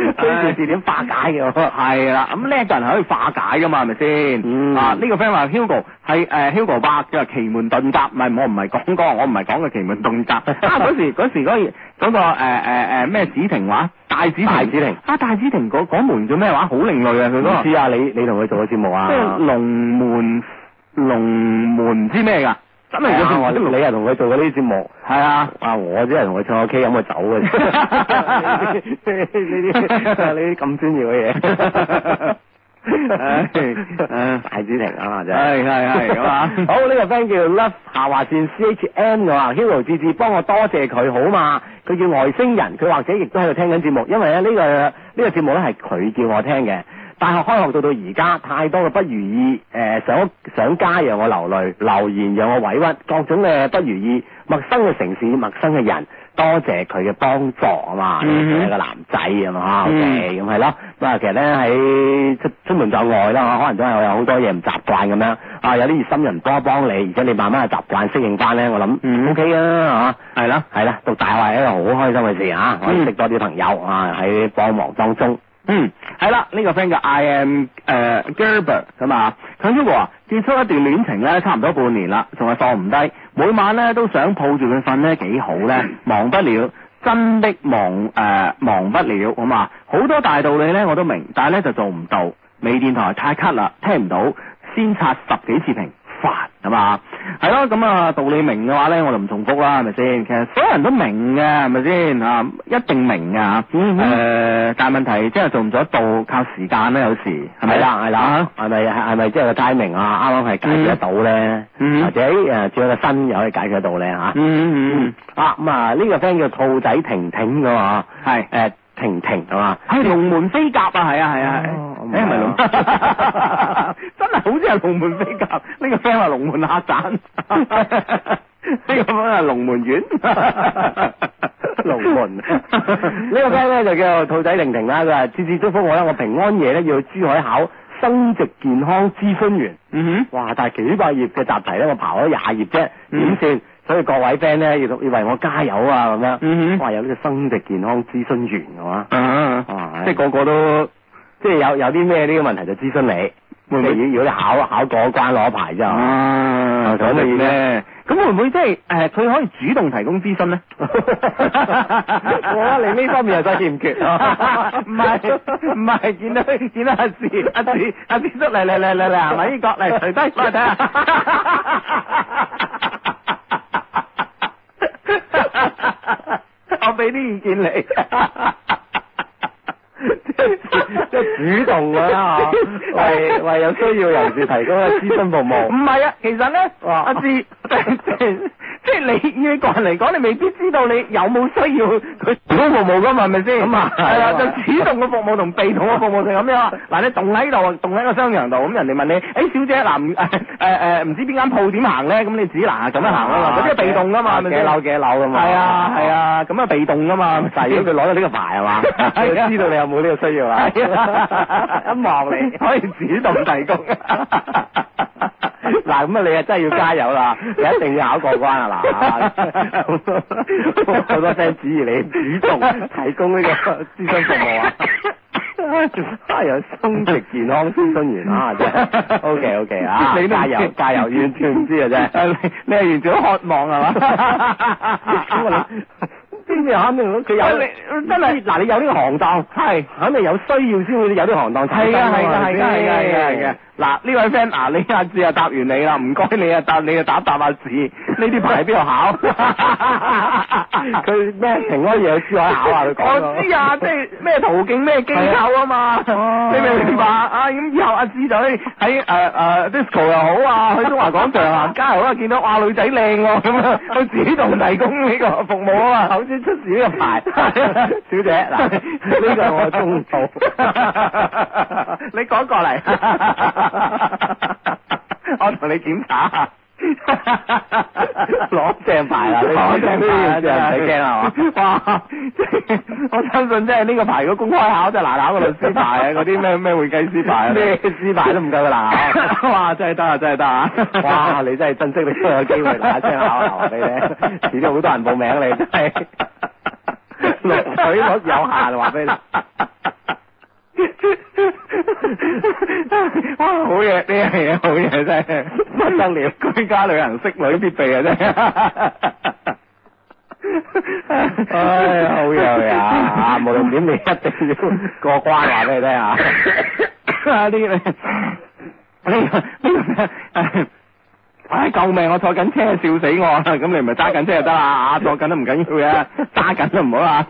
S5: 呢件事點化解 嘅？係啦，咁叻嘅人係可以化解噶嘛，係咪先？
S3: 嗯
S5: 啊，呢個 friend 話 Hugo 係誒呃 Hugo 伯嘅奇門遁甲，唔係我唔係講嗰個，我唔係講嘅奇門遁 甲。啊，嗰時嗰時嗰嗰、個誒誒誒咩子婷話大子
S3: 大子庭
S5: 啊，大子婷嗰嗰門叫咩話？好另類啊，佢嗰、個
S3: 唔知啊，你你同佢做嘅節目啊
S5: 即？係龍門龍門唔知咩㗎，真係
S3: 係
S5: 叫
S3: 啊我
S5: 龍門
S3: 你係同佢做嗰啲節目，
S5: 係啊。
S3: 啊我只係同佢唱下 K 飲個酒嘅啫。呢啊啲呢啲咁專業嘅嘢。
S5: 唉唉
S3: 大子庭啊嘛，真
S5: 係係係咁 啊
S3: 好呢、個 friend 叫 Love 下劃線 C H N 嘅話，Hugo 志志幫我多謝佢好嘛？佢叫外星人，佢或者亦都喺度聽緊節目，因為咧呢、個呢、個節目咧係佢叫我聽嘅。大學開學到到而家，太多嘅不如意，誒、想想家讓我流淚，留言讓我委屈，各種嘅不如意，陌生嘅城市，陌生嘅人，多謝佢嘅幫助啊嘛，佢係、
S5: 嗯哼
S3: 一個男仔咁啊
S5: 嗯
S3: ，OK。咁係咯，咁啊其實咧喺出出門在外啦，可能都係有好多嘢唔習慣咁樣，啊有啲熱心人幫一幫你，而且你慢慢係習慣適應翻咧，我諗
S5: 嗯
S3: O K 啊
S5: 係啦，
S3: 嚇，係啦，讀大學係一個好開心嘅事啊，可以
S5: 嗯
S3: 識多啲朋友啊喺幫忙當中，
S5: 嗯，係啦，呢、個 friend 叫 I am 誒、Gerber 咁啊，佢 Hugo 啊，結束一段戀情咧，差唔多半年啦，仲係放唔低，每晚咧都想抱住佢瞓咧，幾好咧，忘不了。真的忘誒、呃忘不了咁啊！好多大道理咧我都明，但係咧就做唔到。美電台太咳啦，聽唔到，先刷十幾次屏，煩係嘛？係咯，咁啊道理明嘅話咧，我就唔重複啦，係咪先？其實所有人都明嘅，係咪先啊？一定明嘅嚇。
S3: 嗯哼
S5: 誒誒，但係問題即係做唔做得到，靠時間咧，有時係咪
S3: 係啦係啦
S5: 啊，
S3: 係咪係係咪即係個 timing 啊？啱啱係解決得到咧，
S5: 嗯
S3: 或者誒轉一個新又可以解決得到咧嚇。
S5: 嗯嗯
S3: 啊咁啊呢個 friend 叫兔仔婷婷嘅嘛，
S5: 嗯，係
S3: 誒婷婷係嘛？
S5: 係龍門飛鴿啊，係啊係啊，
S3: 哦
S5: 誒
S3: 我
S5: 唔
S3: 唔
S5: 係龍，
S3: 係啊
S5: 真係好似係龍門飛鴿，呢個 friend 話龍門客 棧，呢個 friend 話龍門苑，
S3: 龍 門呢個 friend 咧就叫兔仔玲婷啦，佢話次次祝福我啦，我平安夜咧要去珠海考生殖健康諮詢員。
S5: 嗯哼，
S3: 哇！但係幾百頁嘅習題咧，我刨咗廿頁啫，
S5: 嗯
S3: 點算？所以各位 friend 咧要要為我加油啊咁樣。
S5: 嗯哼
S3: 哇！有呢個生殖健康諮詢員係嘛？
S5: 啊
S3: 哇
S5: 即係個個都
S3: 即係有有啲咩呢個問題就諮詢你。即
S5: 會唔會
S3: 係如果你考考過關攞牌之後，
S5: 啊
S3: 咁咪
S5: 咧，咁會唔會即係誒佢可以主動提供諮詢咧？
S3: 我覺得你呢方面有所欠缺。
S5: 唔係唔係，見到見到阿志阿志阿志叔 嚟嚟嚟嚟嚟，行埋呢角嚟除低過嚟睇下。 我俾啲意見你，
S3: 即係即係主動 㗎啦為為有需要人士提供嘅諮詢服務
S5: 唔係啊，其實咧，
S3: 哇
S5: 阿志， 即係即係你以個人嚟講，你未必知道你有冇需要佢提供服務㗎嘛，係咪先？
S3: 咁啊
S5: 係啊，
S3: 係啊
S5: 就主動嘅服務同被動嘅服務就咁樣啊。嗱，你動喺度，動喺個商場度，咁人哋問你，誒小姐嗱，唔 誒誒誒唔知邊間鋪點行咧？咁你指嗱咁樣行啊嘛，嗰啲係被動㗎嘛，係咪先？
S3: 幾樓幾樓咁
S5: 係啊係。啊，咁啊被動㗎嘛，
S3: 但係如果佢攞到呢個 牌係嘛，佢就知道你有冇呢個需要啊。
S5: 啊係啊
S3: 一望你
S5: 可以主動提供
S3: 嗱咁啊，你啊真係要加油 啦！你一定要考過關 啊！ 嗱，好多好多 friend 指意你主動提供呢個諮詢服務啊！啊，有生殖健康諮詢員啊， 真係 OK OK 啊，
S5: 你都唔
S3: 加油
S5: 知
S3: 加油，完全唔知啊真係。
S5: 係你 你係完全好渴望係嘛？
S3: 咁我諗邊度肯定佢有
S5: 你真係
S3: 嗱，你有呢個行當係肯定有需要先會有啲行當產
S5: 係
S3: 生
S5: 啊
S3: 嘛
S5: 係啊係啊係啊係啊係啊！嗱呢位 friend 嗱你阿志啊答完你啦，唔該你啊答你啊答答阿志，呢啲牌邊度 考？
S3: 佢咩平安夜去珠海考啊？佢講
S5: 我知啊，即係咩途徑咩機構啊嘛，
S3: 係啊
S5: 你明唔明白啊？咁以後阿志就喺喺誒誒 disco 又好啊，去中華廣場行街又好啊，見到哇女仔靚喎咁啊，佢主動提供呢個服務啊嘛，
S3: 頭先出示呢個牌，小姐 嗱，呢個我 中到，
S5: 你講過嚟， 我同你檢查 下。
S3: 攞正牌啦你
S5: 攞正牌啦，
S3: 呢件事唔使驚啦係
S5: 嘛？哇！即係我相信，即係呢個牌個公開考就難考個律師牌啊，嗰啲咩咩會計師牌啊，
S3: 咩師牌都唔夠佢難考。
S5: 哇！真係得啊，真係得啊！
S3: 哇！你真係珍惜你都有機會打聲考流你咧，始終好多人報名你真係。
S5: 錄取率有限，話俾你。 哇！好嘢，呢樣嘢好嘢真係不得了，居家旅行識女必備啊真係。 唉，好嘢好嘢啊！無論點你一定要過關話俾你聽啊！ 啊呢個呢個呢個咩？唉，哎救命！我坐緊車，笑死我啦！咁你咪揸緊車就 得啦，啊坐緊都唔緊要嘅，揸緊都唔好 啦。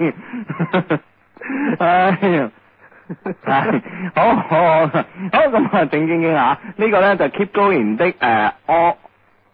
S5: 唉呀！唉好好好，好咁啊，正正經啊，呢個咧就 Keep Going 的誒 O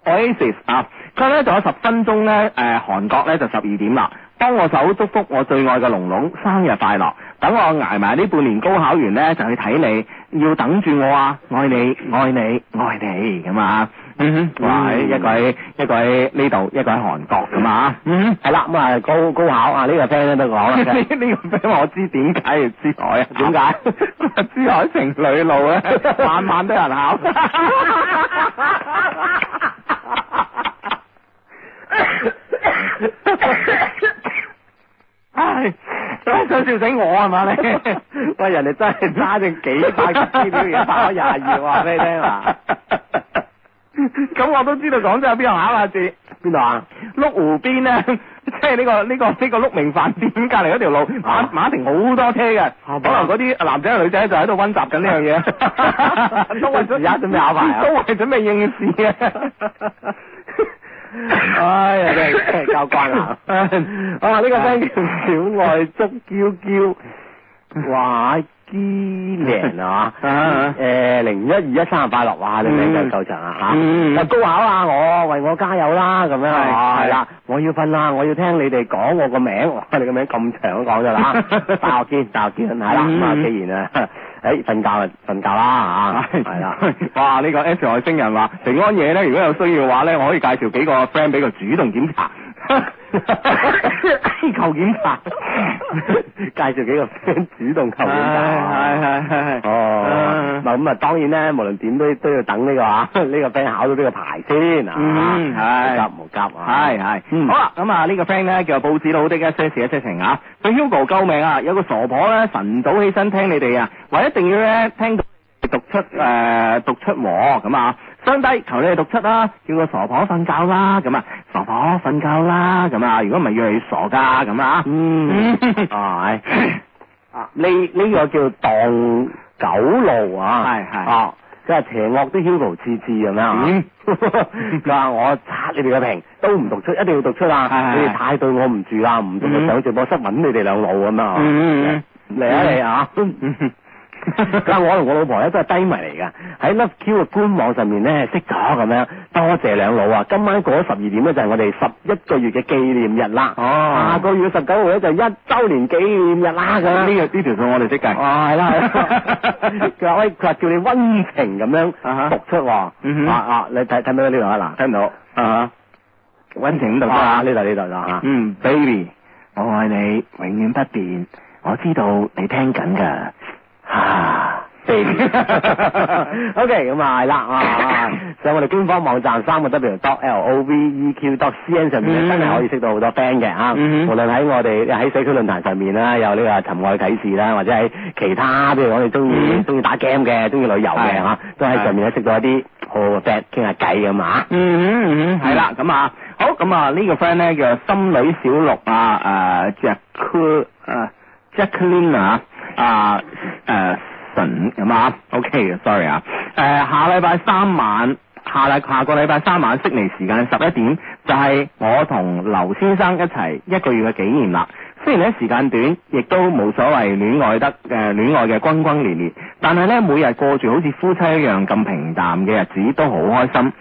S5: Oasis 啊，佢咧仲有十分鐘咧，誒韓國咧就十二點啦。幫我手祝福我最愛嘅龍龍生日快樂，等我捱埋呢半年高考完咧就去睇你，要等住我啊！愛你，愛你，愛你咁啊！嗯哼，哇！一個喺一個喺呢度，一個喺韓國咁啊！嗯，
S3: 係啦，咁啊高高考啊呢個 friend 咧都 講啦，
S5: 呢
S3: 真係
S5: 呢個 friend 我知點解要珠 海啊？
S3: 點解？
S5: 珠海情侶路咧，晚晚都有人 考。唉，想笑死我啊係嘛你？
S3: 喂人哋真係揸正幾百個資料嘢打咗廿二，話俾你 聽啊！
S5: 咁我都知道廣州有邊度考啊？字
S3: 邊度啊？
S5: 麓湖邊咧， 即係呢個呢、個呢、個鹿鳴飯店隔離嗰條路，
S3: 哦
S5: 馬馬停好多車嘅，可
S3: 啊
S5: 能嗰啲男仔女仔就喺度温習緊呢樣嘢，
S3: 都為 咗而家準備考牌啊
S5: 都為準備應試 啊！
S3: 唉哎呀真 係真係交關啊啊呢個 friend 叫小愛竹嬌嬌，哇！基年啊，
S5: 啊啊嗯
S3: 誒零一二一三十八六，哇！你名真係夠長啊嚇！就高考啊！我為我加油啦，咁樣
S5: 係
S3: 啊，
S5: 係
S3: 係啦，我要瞓啦，我要聽你哋講我個名，哇！你個名咁長都講咗 啦，大學見，大學見，係啦，咁啊，
S5: 嗯
S3: 既然啊， 誒瞓覺啊，瞓覺 啦嚇，係啊啦，
S5: 啊哇！呢、個 S 外星人話平安夜咧，如果有需要嘅話咧，我可以介紹幾個 friend 俾佢主動檢查， 求檢 查，
S3: 介紹幾個 friend 主動 求戀
S5: 係
S3: 㗎。
S5: 係係係
S3: 哦，嗱咁啊，當然咧，無論點都都要等呢 個啊，呢個 friend 考到呢個牌先啊，
S5: 嗯係
S3: 冇急冇急啊，
S5: 係係，
S3: 嗯
S5: 好啦，咁啊呢個 friend 咧叫報紙佬的一些事一些情啊，佢 Hugo 救命啊！有個傻婆咧晨早起身聽你哋啊，話一定要咧聽到你讀出誒、呃、讀出和咁啊，相低求你哋讀出啦，叫個傻婆瞓覺啦咁啊，傻婆瞓覺啦咁啊，如果唔係要你傻噶咁啊，
S3: 嗯，
S5: 哎
S3: 啊，係啊，呢呢個叫蕩九路啊，
S5: 係係
S3: 啊，即係邪惡的 Hugo 次次咁樣啊
S5: 嗯，
S3: 佢話我刷你哋嘅屏都唔讀出，一定要讀出啊，
S5: 係係
S3: 你哋太對我唔住啦，唔讀
S5: 嗯
S3: 就上直播室揾你哋兩老咁樣啊，
S5: 嗯嗯嗯
S3: 嚟啊嚟啊！佢話我同我老婆咧都係低迷嚟㗎，喺 Love Q 嘅官網上面咧識咗咁樣，多謝兩老啊！今晚過咗十二點咧就係我哋十一個月嘅紀念日啦，
S5: 哦
S3: 下個月十九號咧就一週年紀念日啦咁樣。
S5: 呢個呢條數我哋識計，
S3: 哦，啊係啦，係 啦佢話喂，佢話叫你温情咁
S5: 啊哈
S3: 樣讀出喎，啊
S5: 嗯哼
S3: 啊，你睇睇唔睇到呢度啊？嗱，睇唔到，
S5: 啊，温情咁讀
S3: 啊
S5: 啊，
S3: 呢度呢度啊，
S5: 嗯，baby，
S6: 我愛你，永遠不變。我知道你聽緊噶，啊
S3: O K，咁啊係啦啊，上我哋官方網站三個 W dot L O V E Q dot C N 上面
S5: 嗯
S3: 咧，真係可以識到好多 friend 嘅啊！
S5: 嗯
S3: 無論喺我哋喺社區論壇上面啦，有呢個尋愛啟示啦，或者喺其他譬如我哋中意
S5: 嗯
S3: 中意打 game 嘅，中意旅遊嘅
S5: 係
S3: 嚇，都喺上面咧識到一啲好好嘅 friend 傾下偈咁啊！
S5: 嗯嗯嗯，係啦，咁啊，好，咁啊呢個 friend 咧叫心女小六啊，誒 Jack 誒 Jacqueline 啊，啊誒神咁啊，OK，sorry 啊，誒下禮拜三晚。下禮下個禮拜三晚悉尼時間十一點，就係、我同劉先生一齊一個月嘅紀念啦。雖然咧時間短，亦都冇所謂戀愛得誒、呃、戀愛嘅轟轟烈烈，但係咧每日過住好似夫妻一樣咁平淡嘅日子都好開心，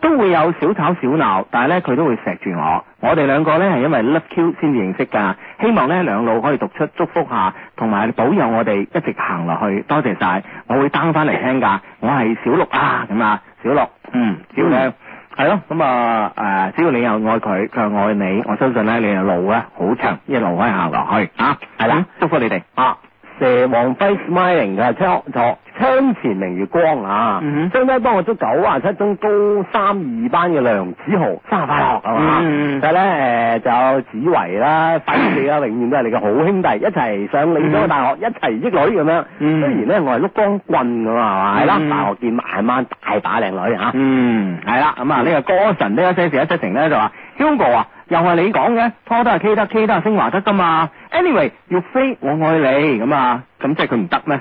S5: 都會有小吵小鬧，但係咧佢都會錫住我。我哋兩個咧係因為 Love Q 先至認識㗎，希望咧兩老可以讀出祝福下，同埋保佑我哋一直行落去。多謝晒，我會 down 翻嚟聽㗎。我係小六啊，咁啊，小六，嗯，只要咧。係咯，咁啊誒，只要你又愛佢，佢又愛你，我相信咧，你嘅路咧好長，一路啊可以行落去啊！係啦，祝福你哋。
S3: 啊，蛇王輝呃 smiling 嘅，錯錯窗前明月光啊
S5: 嗯哼！
S3: 相低幫我祝九啊七中高三二班嘅梁子豪生日快樂啊嘛！
S5: 嗯嗯嗯
S3: 就係咧誒，就有子維啦、輝 你啦，啊永遠都係你嘅好兄弟，一齊上理想嘅大學，一齊益女咁樣。
S5: 嗯
S3: 雖然咧我係碌光棍咁啊，係咪？
S5: 嗯
S3: 啦，大學見慢慢大把靚女啊嚇。
S5: 嗯，系啦，咁啊呢個歌神呢一些事一些情咧就話 Hugo 啊，又係你講嘅，拖得係 K 得，K 得係昇華得噶嘛。Anyway，要飛我愛你咁啊，咁即係佢唔得咩？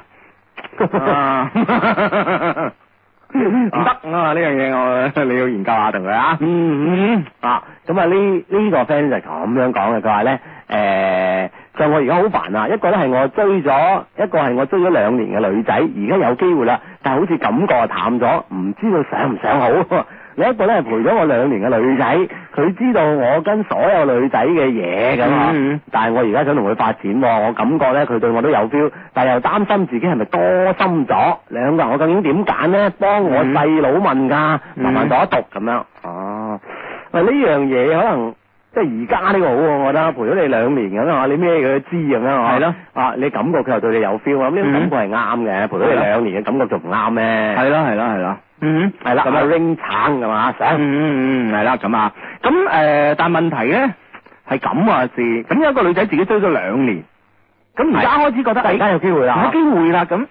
S5: 啊唔得啊！呢樣嘢我你要研究下同佢啊。嗯嗯
S3: 啊，咁啊呢呢個 friend 就咁樣講嘅，佢話咧誒，就我而家好煩啊，一個咧係我追咗，一個係我追咗兩年嘅女仔，而家有機會啦，但係好似感覺淡咗，唔知道上唔上好。 另一個咧係陪咗我兩年嘅女仔，佢知道我跟所有女仔嘅嘢咁啊
S5: 嗯嗯，
S3: 但係我而家想同佢發展喎，我感覺咧佢對我都有 feel，但係又擔心自己係咪多心咗？兩個人我究竟點揀咧？幫我
S5: 嗯
S3: 細佬問㗎，慢慢
S5: 嗯
S3: 度一讀咁樣。哦，喂，呢樣嘢可能即係而家呢個好喎，我覺得陪咗你兩年咁啊，你咩佢都知咁樣啊，
S5: 係咯，
S3: 啊，你感覺佢又對你有 feel 啊，咁呢種感覺係啱嘅，陪咗你兩年嘅感覺仲唔啱
S5: 嗯，
S3: 咩？
S5: 係啦係啦係啦。嗯，
S3: 係啦，
S5: 咁
S3: 咁
S5: 啊
S3: 啊 ring 橙㗎嘛，
S5: 嗯
S3: 想
S5: 嗯嗯，系啦咁啊，咁诶、呃但系问题咧係咁啊，是咁有一個女仔自己追咗兩年，咁而家開始覺得
S3: 突然間有機會
S5: 有
S3: 啦，
S5: 機會啦，咁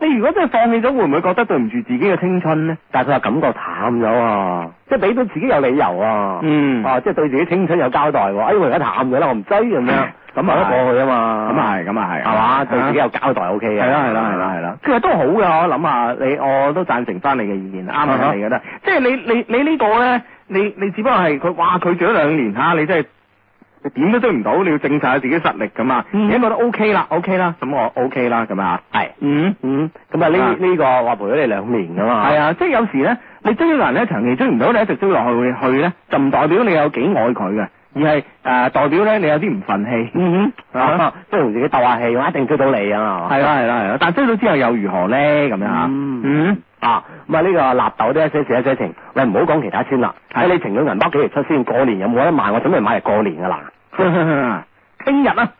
S5: 你如果真係放棄咗，會唔會覺得對唔住自己嘅青春呢？
S3: 但係佢話感覺淡咗喎，即係俾到自己有理由喎，
S5: 嗯
S3: 哦，即係對自己青春有交代喎，哎，我而家淡咗啦，我唔追咁樣，
S5: 咁
S3: 咁
S5: 啊
S3: 啊過去啊嘛，
S5: 咁啊係，咁啊係，
S3: 係嘛，對自己
S5: 啊
S3: 有交代 O K 嘅，
S5: 係啦係啦係啦係啦，其實都好嘅，我諗下你我都贊成翻你嘅意見，啱
S3: 啊
S5: 啊
S3: 哈
S5: 你覺得，即係你你你呢個咧，你你只不過係佢哇佢做咗兩年嚇，你真係。點都追唔到，你要證實下自己實力噶嘛？
S3: 嗯
S5: 你覺得 O K 啦，O K 啦，咁我 O K 啦，咁啊，
S3: 係
S5: 嗯，
S3: 嗯，咁啊
S5: 啊
S3: 呢呢個話陪咗你兩年㗎嘛，
S5: 係啊，即係有時咧，你追一個人咧，長期追唔到，你一直追落去去咧，就唔代表你有幾愛佢嘅，而係誒、呃代表咧你有啲唔憤氣。
S3: 嗯哼，
S5: 啊
S3: 啊，即係同自己鬥下氣，我一定追到你啊嘛，
S5: 係啦係啦係啦，但係追到之後又如何咧？咁樣嚇，
S3: 嗯
S5: 嗯
S3: 啊，咁啊呢個納豆都一些事一些情，喂唔好講其他先啦，睇你情侶銀包幾時出先？過年有冇得賣？我準備買嚟過年噶啦。
S5: 嗯 聽日啊，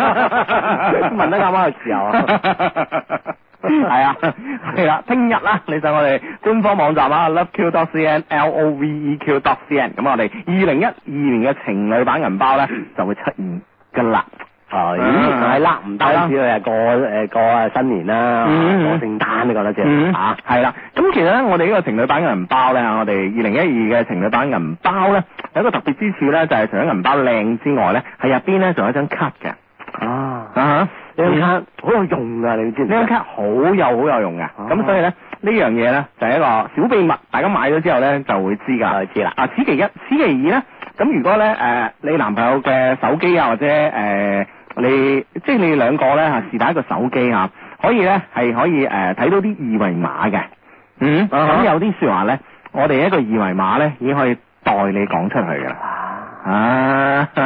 S3: 問得啱啱嘅時候啊
S5: 係啊，係啦，聽日啦，你上我哋官方網站啊，loveq.cn l o v e q dot c n，咁我哋二零一二年嘅情侶版銀包咧就會出現噶啦。
S3: 係
S5: 嗯
S3: 啊係啦，唔單止係過誒過啊新年啦，
S5: 嗯
S3: 過聖誕都覺得
S5: 嗯
S3: 正啊，
S5: 系啦。咁其實咧，我哋呢個情侶版嘅銀包咧，我哋二零一二嘅情侶版銀包咧，有一個特別之處咧，就係除咗銀包靚之外咧，係入邊咧仲有一張卡嘅。
S3: 啊，
S5: 啊
S3: 呢張卡好有用㗎，你知
S5: 呢
S3: 唔知？
S5: 張卡哦好有好有用嘅。啊
S3: 哦
S5: 咁、所以咧，呢樣嘢咧就係一個小秘密，大家買咗之後咧就會知㗎。
S3: 就知啦。
S5: 啊，此其一，此其二咧，咁如果咧誒、呃你男朋友嘅手機啊，或者誒、呃你即係你兩個咧嚇，是但一個手機啊，可以咧係可以誒睇、到啲二維碼嘅，嗯，咁、
S3: 啊哈
S5: 有啲説話咧，我哋一個二維碼咧已經可以代你講出去㗎啦。啊，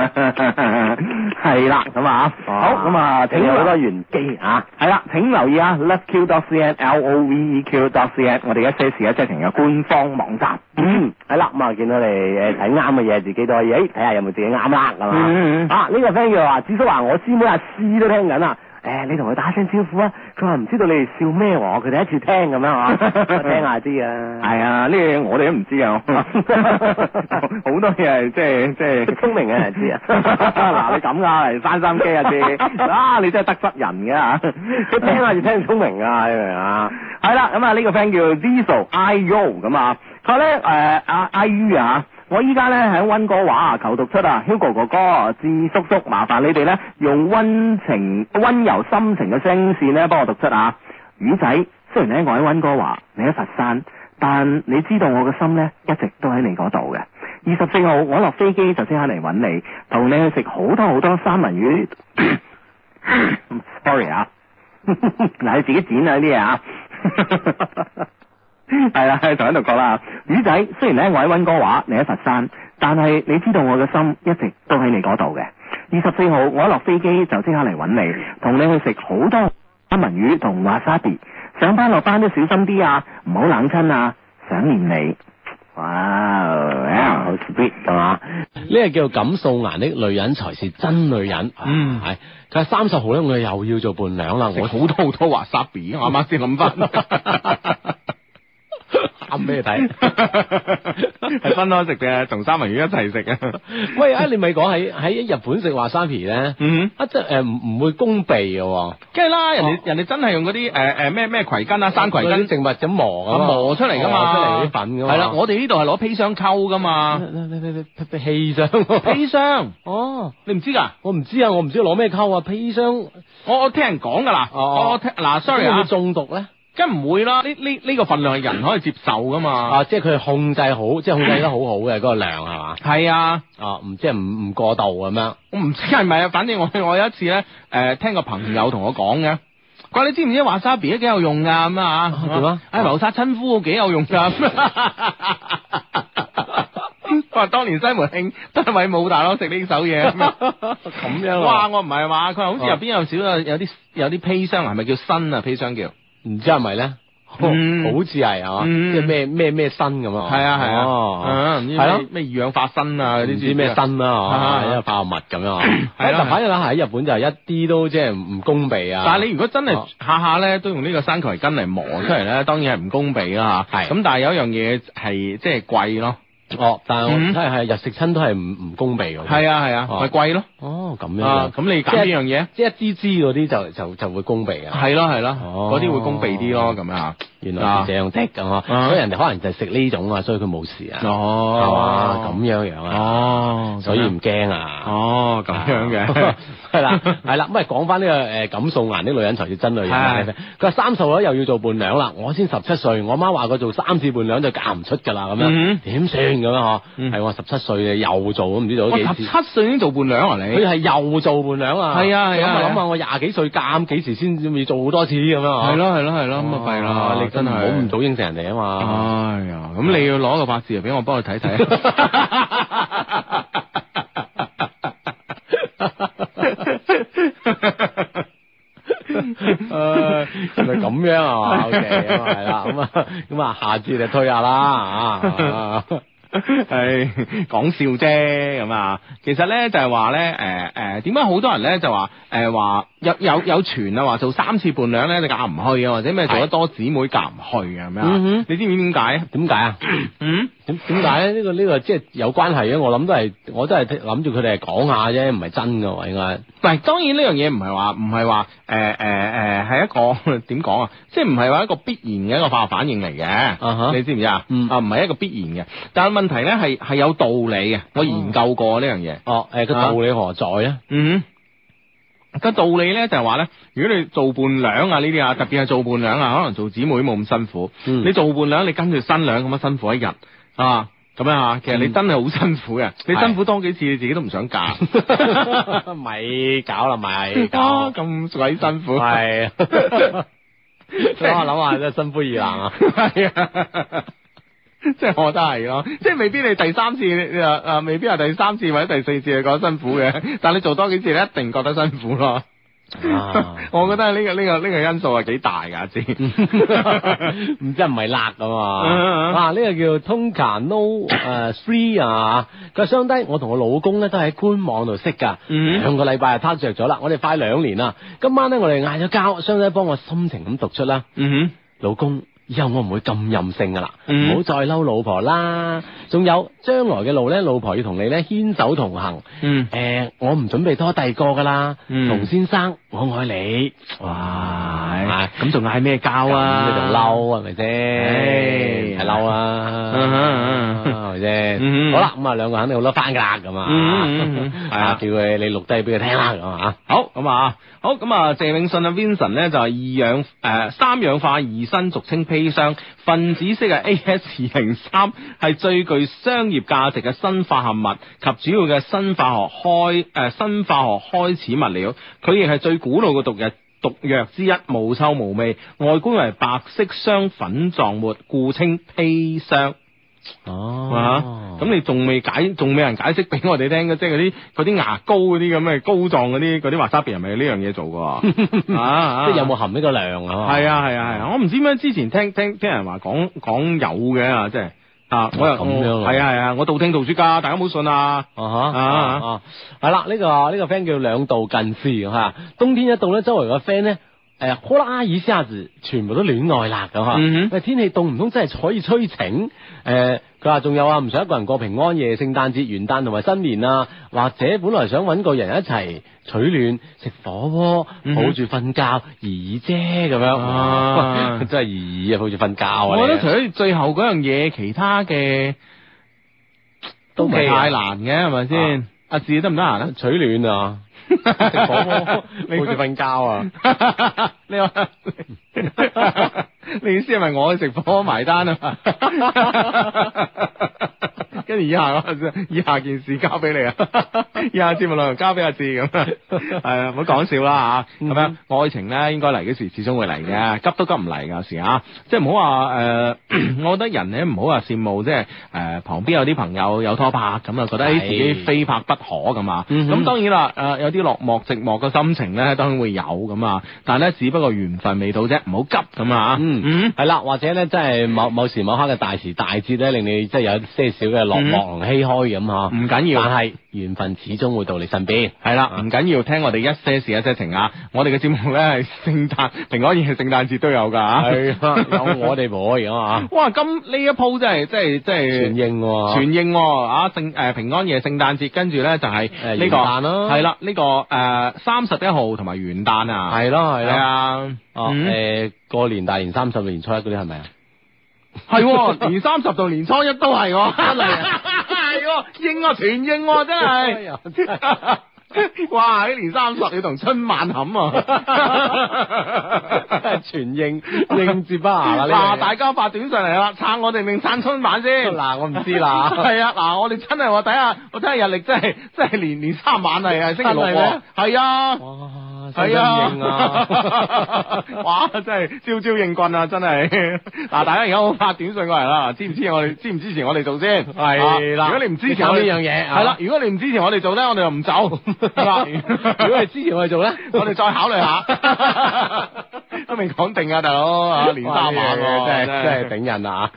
S5: 係啦，咁啊，好，咁啊，請
S3: 請有好
S5: 留
S3: 多玄機啊！
S5: 系啦，請留意啊，loveq.cn l o v e q dot c n，我哋一些事一些情嘅官方網站。
S3: 嗯，係啦，咁啊見到你誒睇啱嘅嘢，自己都可以誒睇下有冇自己啱啦，係嘛？
S5: 嗯
S3: 啊，呢、個 friend 佢話：子叔話我師妹阿師都聽緊啊。誒、你同佢打聲招呼啊！佢話唔知道你哋笑咩喎，佢第一次聽咁樣 啊，我聽下知啊。
S5: 係啊，呢樣嘢我哋都唔知啊， 好多嘢係即係即係
S3: 聰明嘅人知啊
S5: 嗱，你咁啊，嚟翻心機啊， 知啊，你真係得失人嘅啊！
S3: 佢聽下就聽聰明啊，你明唔明啊？
S5: 係啦，咁啊呢個 friend 叫 Diesel I U 咁啊，佢咧誒阿 I U 啊。我依家咧喺温哥華求讀出啊，Hugo 哥哥、智叔叔，麻煩你哋咧用温情、温柔心情嘅聲線咧幫我讀出啊。魚仔，雖然咧我喺温哥華，你喺佛山，但你知道我嘅心咧一直都喺你嗰度嘅。二十四號我落飛機就即刻嚟揾你，同你去食好多好多三文魚。Sorry 啊。 嗱，你自己剪啊呢啲嘢啊。 系啊啦，就喺度講啦。魚仔，雖然咧我喺温哥華，你喺佛山，但係你知道我嘅心一直都喺你嗰度嘅。二十四號我一落飛機就即刻嚟揾
S7: 嗯
S5: 你，同你去食好多三文魚同 wasabi。上班落班都小心啲啊，唔好冷親啊，想念你。
S3: 哇，好 sweet 㗎嘛？
S7: 嗯呢個叫感素顏的女人才是真女人。
S8: 嗯
S7: 係。佢話三十號咧，我又要做伴娘啦。
S8: 食
S7: 我
S8: 好多好多華沙比，我啱啱先諗 翻。
S7: 啱俾 你睇。
S8: 係分開食嘅，同三文魚一齊食嘅。
S7: 喂，啊，你咪講喺喺日本食華沙皮咧，
S8: 嗯，
S7: 啊，即係誒唔唔會攻鼻嘅喎，
S8: 梗係啦，人
S7: 哦
S8: 哋人哋真係用嗰啲誒誒咩咩葵根啊、山葵
S7: 嗰啲
S8: 根
S7: 植物咁磨啊嘛，
S8: 磨出嚟噶嘛，
S7: 磨出嚟啲粉噶嘛。
S8: 係啦，我哋呢度係攞砒霜溝噶嘛，
S7: 砒砒霜。
S8: 砒霜
S7: 哦，
S8: 你唔知㗎？
S7: 我唔知啊，我唔知攞咩溝啊，砒霜
S8: 我我聽人講㗎啦，
S7: 哦
S8: 我我聽嗱，sorry
S7: 會唔會
S8: 啊，
S7: 中毒咧？
S8: 梗唔會啦，呢呢呢個份量係人可以接受㗎嘛，
S7: 啊，即係佢控制好，即係控制得好好嘅嗰個量係嘛？
S8: 係啊。
S7: 啊，唔即係唔唔過度咁樣。
S8: 我唔知係咪啊，反正我 我有一次咧，誒、聽個朋友同我講嘅，佢話你知唔知華沙 B 幾有用㗎咁啊？
S7: 點啊
S8: 誒謀殺親夫幾有用㗎？咁我 話當年西門慶都係為武大佬食呢首嘢。啊
S7: 咁啊
S8: 哇！
S7: 哇！
S8: 我唔係話佢話好似入邊有少少有啲有啲砒霜，係咪叫新啊？砒霜叫
S7: 唔知係咪咧？
S8: 嗯
S7: 好似係啊，
S8: 嗯
S7: 即係咩咩咩新咁啊？
S8: 係啊係啊，
S7: 哦，
S8: 嗯唔知
S7: 係咯
S8: 咩咩二氧化鋅啊嗰
S7: 唔
S8: 啲
S7: 知咩新啦，
S8: 啊
S7: 哦，因為化學物 咁樣啊。
S8: 係啦
S7: 但反正啦，喺日本就一啲都即係唔公備啊。
S8: 但係你如果真係
S7: 哦
S8: 下下咧都用呢個山葵根嚟磨出嚟咧，當然係唔公平啦嚇。
S7: 係
S8: 咁，但係有一樣嘢係即係貴咯。
S7: 哦，但係我
S8: 嗯
S7: 睇係日食親都係唔唔公備嘅。
S8: 係啊係啊，
S7: 哦
S8: 咪貴咯。
S7: 哦，咁
S8: 啊
S7: 樣，
S8: 咁你揀
S7: 即係
S8: 邊樣嘢？
S7: 即係一支支嗰啲就就就會公備啊。
S8: 係咯係咯，
S7: 哦
S8: 嗰啲會公平啲咯，咁啊。
S7: 原來是這樣的咁啊，
S8: 啊
S7: 所以人哋可能就係食呢種啊，所以佢冇事啊。係嘛
S8: 哦，
S7: 咁樣樣啊，
S8: 哦，
S7: 所以
S8: 咁樣
S7: 唔驚啊。，
S8: 哦咁樣嘅
S7: 係啦，係啦，咁咪講翻呢個誒感素顏的女人才是真女人啊。
S8: 係
S7: 佢話三十咗又要做伴娘啦，我先十七歲，我媽話佢做三次伴娘就嫁唔出㗎啦，咁樣
S8: 嗯
S7: 點算咁樣嗬？
S8: 嗯
S7: 係我十七歲又做，唔知做
S8: 我
S7: 咗
S8: 十
S7: 幾次。
S8: 七歲已經做伴娘啊
S7: 佢
S8: 你？
S7: 係又做伴娘啊！
S8: 係啊係啊係
S7: 咁咪
S8: 啊
S7: 諗下我廿幾歲嫁，咁幾時先要做好多次咁樣嗬？
S8: 係咯係咯係咯，咁啊弊啦，
S7: 哦你真
S8: 真
S7: 係
S8: 係
S7: 唔好唔早應承人哋啊嘛。
S8: 哎呀，咁你要攞個八字嚟俾我幫佢睇睇。
S7: 唉原來咁樣啊 嘛，OK，咁啊係啦，咁啊，咁啊，下次就推下啦啊。
S8: 係講笑啫咁啊，其實咧就係話咧，誒誒，點解好多人咧就話誒話有有有傳啊話做三次伴娘咧你嫁唔去啊，或者咩做得多姊妹嫁唔去啊咁
S7: 嗯
S8: 樣
S7: 哼，
S8: 你知唔知點解啊？
S7: 點解啊？
S8: 嗯，
S7: 點點解咧？呢、個呢、個即係有關係嘅，我諗都係，我都係諗住佢哋係講下啫，唔係真嘅喎，應該。
S8: 但係當然呢樣嘢唔係話唔係話誒誒誒係一個 點講啊，即係唔係話一個必然嘅一個化學反應嚟嘅
S7: 哈
S8: 你知唔知啊？
S7: 嗯
S8: 啊唔係一個必然嘅，但係問題咧係係有道理嘅，我研究過呢樣嘢。
S7: 哦，誒、
S8: 啊
S7: 個道理何在咧？
S8: 嗯，個道理咧就係話咧，如果你做伴娘啊呢啲啊，特別係做伴娘啊，可能做姊妹冇咁辛苦。
S7: 嗯
S8: 你做伴娘，你跟住新娘咁樣辛苦一日啊，咁樣啊，
S7: 嗯
S8: 其實你真係好辛苦嘅，你辛苦多幾次，你自己都唔想 嫁。
S7: 咪搞啦，咪
S8: 啊，
S7: 搞，
S8: 咁鬼辛苦。
S7: 係。諗下諗下，真係心灰 意冷啊！
S8: 係啊。即係我覺得係咯，即係未必你第三次你啊啊，未必係第三次或者第四次你覺得辛苦 嘅，但係你做多幾次你一定覺得辛苦咯。
S7: 啊
S8: 我覺得呢、個呢、個呢、個因素係幾大㗎，知
S7: 唔知係唔係辣噶嘛？
S8: 嗯嗯
S7: 啊，呢、個叫 Tonka No 誒、Three 啊，佢話相低，我同我老公咧都喺官網度識㗎，
S8: 嗯
S7: 兩個禮拜就撻着咗啦，我哋快兩年啦。今晚咧我哋嗌咗交，相低幫我心情咁讀出啦。
S8: 嗯
S7: 老公，以後我唔會咁任性噶啦，
S8: 嗯
S7: 唔好再嬲老婆啦。仲有將來嘅路咧，老婆要同你咧牽手同行。
S8: 嗯
S7: 誒、我唔準備拖第二個噶啦，
S8: 嗯
S7: 童先生，我愛你。哇，咁仲嗌咩交啊？咁你仲嬲係咪先？
S8: 唉
S7: 係嬲
S8: 嗯
S7: 啦
S8: 哼，
S7: 係咪先？
S8: 嗯
S7: 好啦，咁啊兩個肯定好得翻噶啦，
S8: 嗯
S7: 咁
S8: 嗯
S7: 啊
S8: 嗯，
S7: 係
S8: 係
S7: 啊
S8: 啊，
S7: 叫佢你錄低俾佢聽啦，咁啊，
S8: 好咁啊，好咁啊，謝永信啊，Vincent 咧就係二氧誒、呃三氧化二砷，俗稱砒霜，分子式嘅 AS 二零三係最具商業價值嘅新化合物及主要嘅新化學開誒、呃新化學開始物料，佢亦係最古老嘅毒藥。毒藥之一，無臭無味，外觀為白色雙粉狀末，故稱砒霜。
S7: 哦
S8: 啊！，咁你仲未解，仲未人解釋俾我哋聽嘅，即係嗰啲嗰啲牙膏嗰啲咁嘅膏狀嗰啲嗰啲華沙別係咪呢樣嘢做 㗎？啊，
S7: 即係有冇含呢個量啊？
S8: 係啊係啊係啊！我唔知點解之前聽聽聽人話講講有嘅啊，即係啊，我又
S7: 咁樣啊
S8: 係啊係啊，我道聽途說㗎，大家唔好信啊。
S7: 啊
S8: 啊
S7: 哈啊，系啦，呢個呢個 friend 叫兩度近視吓，冬天一到咧，周圍個 friend 咧。誒，呼啦一下子全部都戀愛啦咁嚇
S8: 嗯哼，
S7: 喂天氣凍唔通真係可以催情？誒，佢話仲有啊，唔想一個人過平安夜、聖誕節、元旦同埋新年啊，或者本來想揾個人一齊取暖、食火
S8: 嗯哼
S7: 鍋、抱住瞓覺而已啫咁
S8: 啊
S7: 樣， 喂真係而已啊，抱住瞓覺啊！
S8: 我覺
S7: 你
S8: 得除咗最後嗰樣嘢，其他嘅都唔係太難嘅，係咪先？阿志得唔得閒啊？
S7: 取暖 啊，食火鍋、抱住瞓覺啊！
S8: 你話你意思係咪我去食火鍋埋單啊？跟住以下以下件事交俾你啊，以下節目內容交俾阿志咁啊，係啊，唔好講笑啦嚇。咁樣愛情咧應該嚟嘅時始終會嚟嘅，急都急唔嚟㗎有時啊，即係唔好話誒， 我覺得人咧唔好話羨慕，即係誒旁邊有啲朋友有拖拍咁啊，覺得
S7: 係
S8: 誒自己非拍不可咁啊。
S7: 嗯
S8: 咁、
S7: 哼
S8: 當然啦，誒、有啲落寞寂寞嘅心情咧，當然會有咁啊，但係咧只不過緣分未到啫，唔好急咁啊。
S7: 嗯，係啦，或者咧，真係某某時某刻嘅大時大節咧，令你即係有些少嘅落寞同唏噓咁嚇。
S8: 嗯唔緊要
S7: 但係緣分始終會到你身邊。
S8: 系啦，唔緊要，聽我哋一些事一些情啊！我哋嘅節目咧係 聖誕、平安夜、聖誕節都有噶吓。
S7: 係啊，有我哋冇而家嘛，
S8: 哇！咁啊呢一鋪真係真係真係
S7: 全應喎。
S8: 全應喎啊！聖誒平安夜、聖誕節，跟住咧就係呢
S7: 誒
S8: 個
S7: 元旦咯
S8: 係啦，呢個誒三十一號同埋元旦啊，
S7: 係咯係
S8: 係
S7: 咯。
S8: 啊，
S7: 哦
S8: 嗯
S7: 誒，過年大年三十年初一嗰啲係咪啊？
S8: 係喎，年三十到年初一都係喎，真係啊 係喎，應
S7: 啊
S8: 喎，全應喎，真係。哇！呢年三十要同春晚冚 啊！
S7: 全應應接 不暇
S8: 嗱，
S7: 啦呢
S8: 大家發短信嚟啦，撐我哋定撐春晚
S7: 個。
S8: 先？
S7: 嗱，我唔知 啦。
S8: 係啊，嗱，我哋真係我睇下，我睇下日曆真係 真係連連三晚係係星期六
S7: 真係咩
S8: 喎，係啊。
S7: 哇，真
S8: 係
S7: 應啊！
S8: 啊， 哇！真係招招應棍啊，真係。 嗱，大家而家好發短信過嚟啦，支唔支持我 哋？支唔支持我哋做先？
S7: 係啦
S8: 啊如果你唔支持
S7: 你搞
S8: 我哋
S7: 呢樣嘢啊
S8: 係啦。如果你唔支持我哋做咧，我哋就 唔走。
S7: 如果係之前我哋做咧，
S8: 我哋再考慮 下，都未講定啊，大佬啊，連三晚喎，
S7: 哇呢樣嘢真係真係
S8: 係。
S7: 頂人啊！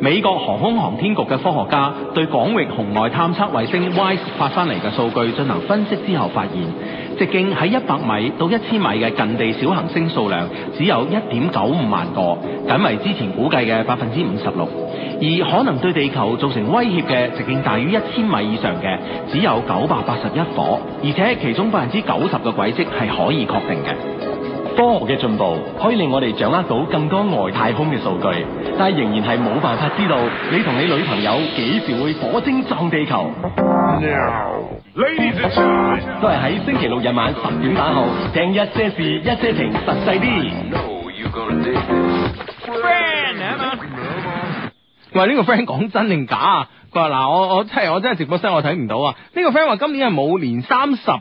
S3: 美國航空航天局嘅科學家對廣域紅外探測衛星 WISE 發翻嚟嘅數據進行分析之後，發現直徑喺一百米到一千米嘅近地小行星數量只有一點九五萬個，僅為之前估計嘅百分之五十六。而可能對地球造成威脅嘅直徑大於一千米以上嘅只有九百八十一顆，而且其中百分之九十嘅軌跡係可以確定嘅。科學嘅進步可以令我哋掌握到更多外太空嘅數據，但係仍然係冇辦法知道你同你女朋友幾時會火星撞地球。都係喺星期六日晚十點打後，聽一些事一些情實際啲。
S8: 喂，呢個 friend 講真定假啊？佢話嗱，我我真係我真係直播室我睇唔到啊。呢個 friend 話今年係冇年三十㗎。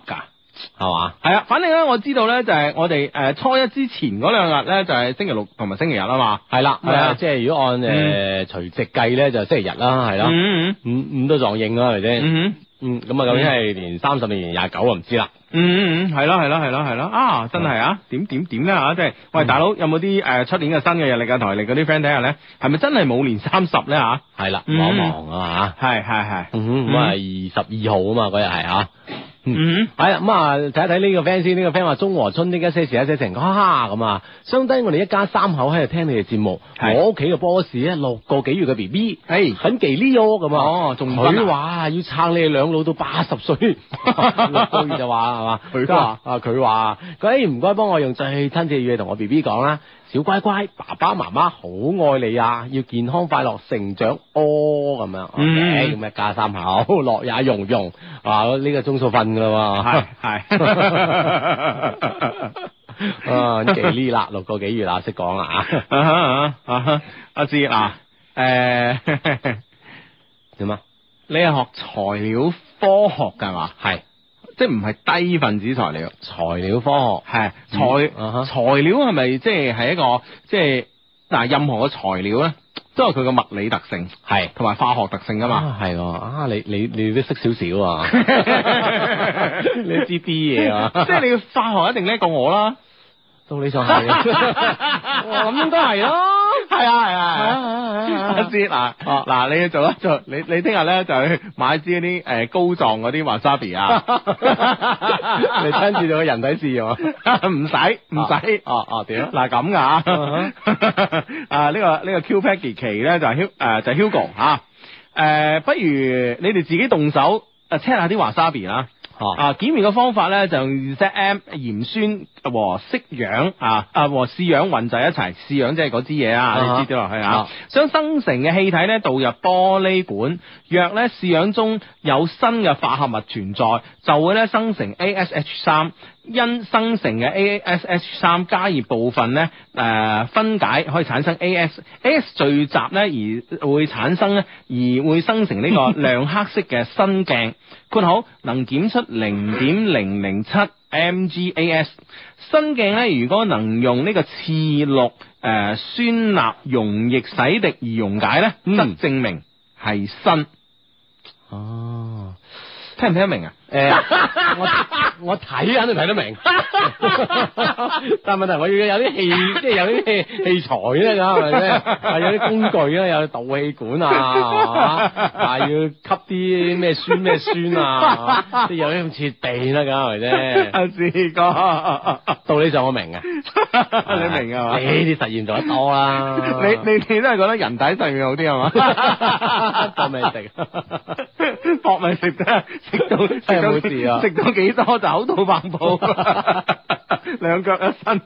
S7: 係嘛？
S8: 係啊，反正咧我知道咧就係我哋誒初一之前嗰兩日咧就係星期六同埋星期日啊嘛。
S7: 係啦，
S8: 係啊
S7: 咁誒即係如果按誒除夕計咧，就星期日啦，係啦，
S8: 嗯
S7: 五五都撞應啦，
S8: 嗯
S7: 係咪先？
S8: 嗯
S7: 嗯，咁啊，究竟係年三十定年廿九啊？唔知啦。
S8: 嗯嗯嗯，係啦係啦係啦係啦啊！真係啊，點點點咧嚇，即係喂大佬有冇啲誒出年嘅新嘅日曆啊台曆嗰啲 friend 睇下咧，係咪真係冇年三十咧嚇？
S7: 係啦，
S8: 嗯
S7: 望一望啊嚇。
S8: 係係係，
S7: 嗯哼咁啊，二十二號啊嘛，嗰日係嚇。
S8: 嗯
S7: 係啦，咁啊，睇一睇呢個 friend 先，呢個 friend 話中和春的一些事一些情，哈哈咁啊，相低我哋一家三口喺度聽你哋節目，
S8: 係
S7: 我屋企嘅 boss 咧六個幾月嘅 B B，
S8: 誒
S7: 很忌呢哦咁啊，
S8: 哦仲分啊
S7: 佢話要撐你哋兩老到八十歲，六個月就話係嘛，
S8: 佢話
S7: 啊佢話，佢誒唔該幫我用最親切嘅語氣同我 B B 講啦，小乖乖，爸爸媽媽好愛你啊，要健康快樂成長哦咁樣，
S8: 嗯
S7: OK，咁一家三口樂也融融，啊呢個鐘數瞓㗎啦喎。
S8: 係係。
S7: 啊，幾呢啦，六個幾月啦，識講啦啊，
S8: 啊哈啊哈啊哈！阿志嗱， 誒
S7: 點啊？
S8: 你係學材料科學㗎嘛？
S7: 係
S8: 即係唔係低分子材料？
S7: 材料科
S8: 係材
S7: 啊哈
S8: 材料係咪即係係一個即係嗱任何嘅材料咧，都有佢嘅物理特性
S7: 學係
S8: 同埋化學特性㗎
S7: 咁
S8: 嘛。
S7: 啊，係喎啊，你你你都識少 少啊，你都知啲嘢啊，
S8: 即係你嘅化學一定叻過我啦，
S7: 哦道理上係，我諗應該係咯，
S8: 係啊係啊係啊。阿
S7: 啊
S8: 芝嗱嗱，你要做一做，你你聽日咧就去買支嗰啲誒膏狀嗰啲 wasabi 啊，
S7: 你親自做個人體試驗 啊？
S8: 唔使唔使，
S7: 哦哦，嗯屌！
S8: 嗱咁噶啊， 啊呢個呢個 Q Packy 期咧就係 Hu 誒就係 Hugo 嚇，誒不如你哋自己動手誒 check 下啲 wasabi 啦。
S7: 哦
S8: 啊，檢驗嘅方法咧就用 ZM 鹽酸和釋氧啊啊和試氧混在一齊，試氧即係嗰支嘢啊，
S7: 啊
S8: 你知咗落去啊
S7: 啊。
S8: 將生成嘅氣體咧導入玻璃管，若咧試氧中有新嘅化合物存在，就會咧生成 ASH 三。因生成嘅 ASH 三加熱部分咧，誒、分解可以產生 AS AS 聚集咧，而會產生咧，而會生成呢個亮黑色嘅新鏡。括號能檢出零點零零七 mgas。新鏡咧，如果能用呢個次氯誒、呃酸鈉溶液洗滌而溶解咧，則證明係新。
S7: 哦，
S8: 聽唔聽得明啊？
S7: 誒，我 我睇肯定睇得明， 但係問題我要有啲器，即係有啲器器材咧，啊係咪先？係有啲工具啊，有導氣管啊， 係要吸啲咩酸咩酸啊，即係有啲咁設備啦，咁係咪先？
S8: 阿志哥，
S7: 道理上我明嘅，
S8: 你明啊嘛？
S7: 你啲實驗做得多啦，
S8: 你你你都係覺得人體實驗好啲係 嘛？
S7: 搏命食，
S8: 搏命食啫，食到食
S7: 真係
S8: 到
S7: 冇事啊
S8: 食到幾多就口吐白 沫，兩腳一伸。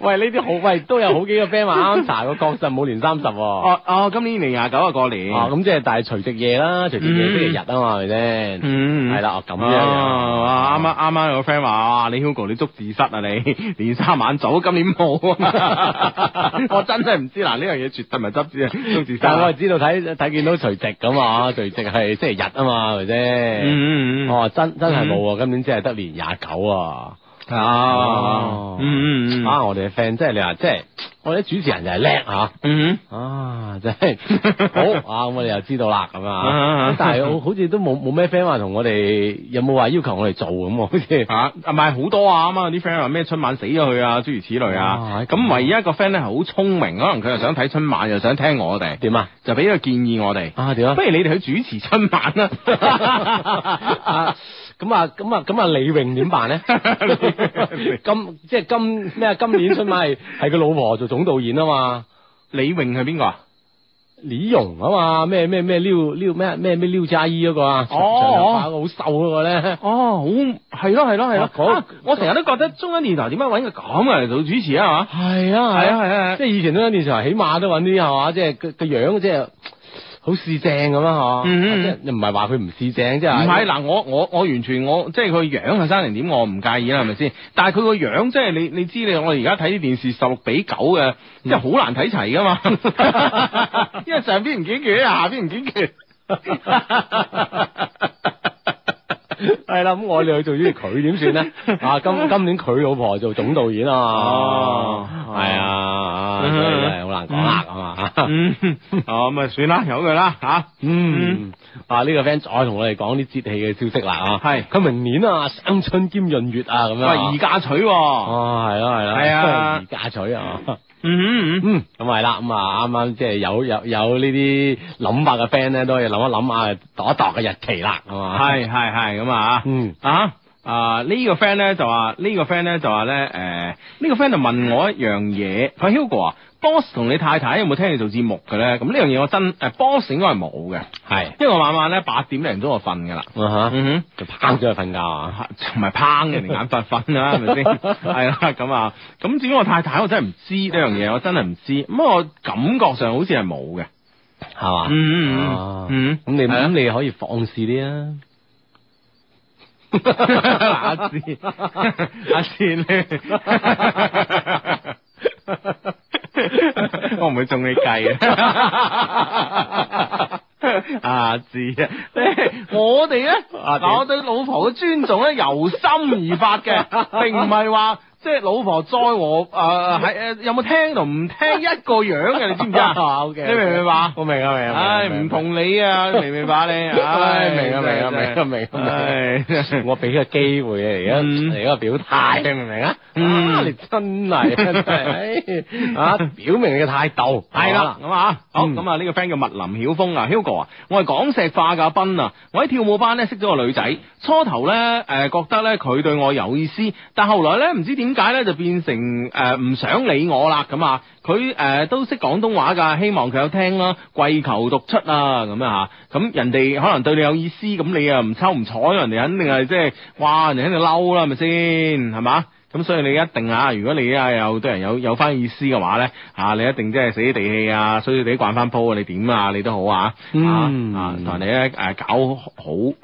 S7: 喂呢啲好，喂都有好幾個 friend 話啱查個確實冇年三十喎。
S8: 哦哦，今年年廿九啊，過年。
S7: 哦，咁即係但係除夕夜啦，除夕夜
S8: 嗯
S7: 星期日啊嘛，係咪先？
S8: 嗯
S7: 係啦，啊哦咁樣
S8: 哦哇啱
S7: 樣。
S8: 啱啱啱有個 friend 話，啊哇，你 Hugo 你捉字蝨啊你， 連三晚早，今年冇啊， 我真係唔知嗱，呢樣嘢絕對唔係執字啊，捉字蝨
S7: 但係我係
S8: 啊。
S7: 知道睇睇見到除夕咁啊，除夕係星期日啊嘛，係咪先？
S8: 嗯嗯嗯，
S7: 哦，真真係冇啊，今年只係得年廿九啊！
S8: 哦，嗯嗯嗯，
S7: 啊，我哋嘅 friend 即係你話，即係我哋啲主持人就係叻嚇。
S8: 嗯
S7: 啊，真係好啊！咁我哋又知道啦，咁
S8: 啊
S7: 啊，但係我好似都冇冇咩 friend 話同我哋有冇話要求我哋做咁喎，好似
S8: 吓，啊唔係好多啊，啱啱有啲 friend 話咩春晚死咗佢啊，諸如此類啊
S7: 哇，
S8: 咁唯一一個 friend 咧好聰明，可能佢又想睇春晚，又想聽我哋，
S7: 點啊？
S8: 就俾個建議我哋，
S7: 啊，點啊
S8: 不？如你哋去主持春晚 啦。
S7: 啊咁啊，咁啊，咁啊，李穎 點辦咧？今即係今咩啊？今年春晚係係佢老婆做總導演啊嘛，
S8: 李穎係邊個啊？
S7: 李容啊嘛，咩咩咩撩撩咩咩咩撩渣衣嗰個啊，長
S8: 哦
S7: 頭髮好瘦嗰個咧，
S8: 哦，好係咯係咯係
S7: 啊嗰
S8: 咯，啊我成日都覺得中央電台點解揾個咁嘅嚟做主持啊？
S7: 係
S8: 係
S7: 啊
S8: 嘛，係啊係啊，
S7: 即係以前都有電視台，起碼都揾啲係嘛，即係個個樣即係好市正咁啊，嗬，
S8: 嗯嗯
S7: 即係唔係話佢唔市正，即
S8: 唔
S7: 係
S8: 係嗱，我我我完全我即係佢個樣係生成點，我唔介意啦，係咪先？但係佢個樣即係你你知你我哋而家睇啲電視十六比九嘅，即係好難睇齊噶 嘛，因為上邊唔見缺，下邊唔見 缺。
S7: 係啦，咁我哋去做呢啲佢點算 咧？啊，今今年佢老婆做總導演啊
S8: 哦
S7: 嘛，係啊，所以真係好難講啦，咁啊。
S8: 嗯， 哦咁啊算啦，由佢啦嚇。
S7: 嗯，啊呢個 friend 再同我哋講啲節氣嘅消息啦啊，
S8: 係
S7: 佢明年啊生春兼闰月啊咁樣
S8: 喂，
S7: 啊，
S8: 而嫁娶喎。
S7: 哦係啦係啦，
S8: 係啊
S7: 而嫁娶啊，
S8: 嗯嗯嗯。
S7: 嗯咁係啦，咁啊啱啱即係有有有呢啲諗法嘅 friend 咧，都可以諗一諗啊，度一度嘅日期啦，係嘛，
S8: 係係係咁啊。
S7: 嗯
S8: 啊啊！呢、個 friend 咧就話，呢、個 friend 咧就話咧，誒、呢、個 friend 就問我一樣嘢，佢話 Hugo 啊，boss 同你太太有冇聽你做節目嘅咧？咁呢樣嘢我真誒、boss 應該係冇嘅，
S7: 係，
S8: 因為我晚晚咧八點零鐘就瞓㗎啦。
S7: 啊吓，
S8: 嗯
S7: 就拋咗去瞓覺啊，
S8: 哼，同埋砰人哋眼瞓瞓啦，係咪 先？係啦，咁啊，咁至於我太太，我真係唔知呢樣嘢，我真係唔知。咁我感覺上好似係冇嘅。
S7: 係嘛，
S8: 嗯嗯
S7: 啊
S8: 嗯，
S7: 咁你
S8: 係啊
S7: 咁你可以放肆啲啊，
S8: 阿志，阿志你，我唔會中你 計啊！阿志啊，我哋咧，嗱我對老婆嘅尊重咧，由心而發嘅，並唔係話。即係老婆栽我啊喺誒有冇聽同唔聽一個樣嘅，你知唔知 啊
S7: 哦 OK，OK
S8: 你明唔明白啊？
S7: 我明啊明啊，
S8: 唉，
S7: 明啊
S8: 唔。同你啊，你明唔明白你？唉，
S7: 唉明啊明啊明啊明啊明啊
S8: 明
S7: 我俾個機會你而家
S8: 嗯
S7: 嚟一個表態，你明唔明啊？
S8: 嗯
S7: 啊，你真係真係，唉 啊，表明你嘅態度
S8: 系啦，，咁啊，好
S7: 嗯
S8: 咁啊，呢個 friend 叫麥林曉峰啊，Hugo 啊，我係港石化嘅阿斌啊，我喺跳舞班咧識咗個女仔，初頭咧誒覺得咧佢對我有意思，但後來咧唔知點解咧就變成誒唔想理我啦咁啊，佢誒都識廣東話㗎，希望佢有聽啦，跪求讀出啊咁啊嚇，咁人哋可能對你有意思，咁你啊唔抽唔睬，人哋肯定係即係哇，人哋肯定嬲啦，係咪先係嘛？咁所以你一定啊，如果你啊有對人有有翻意思嘅話咧，啊你一定即係死地氣啊，衰衰地慣翻鋪啊，你點啊你都好啊，
S7: 嗯
S8: 啊啊同人哋咧誒搞好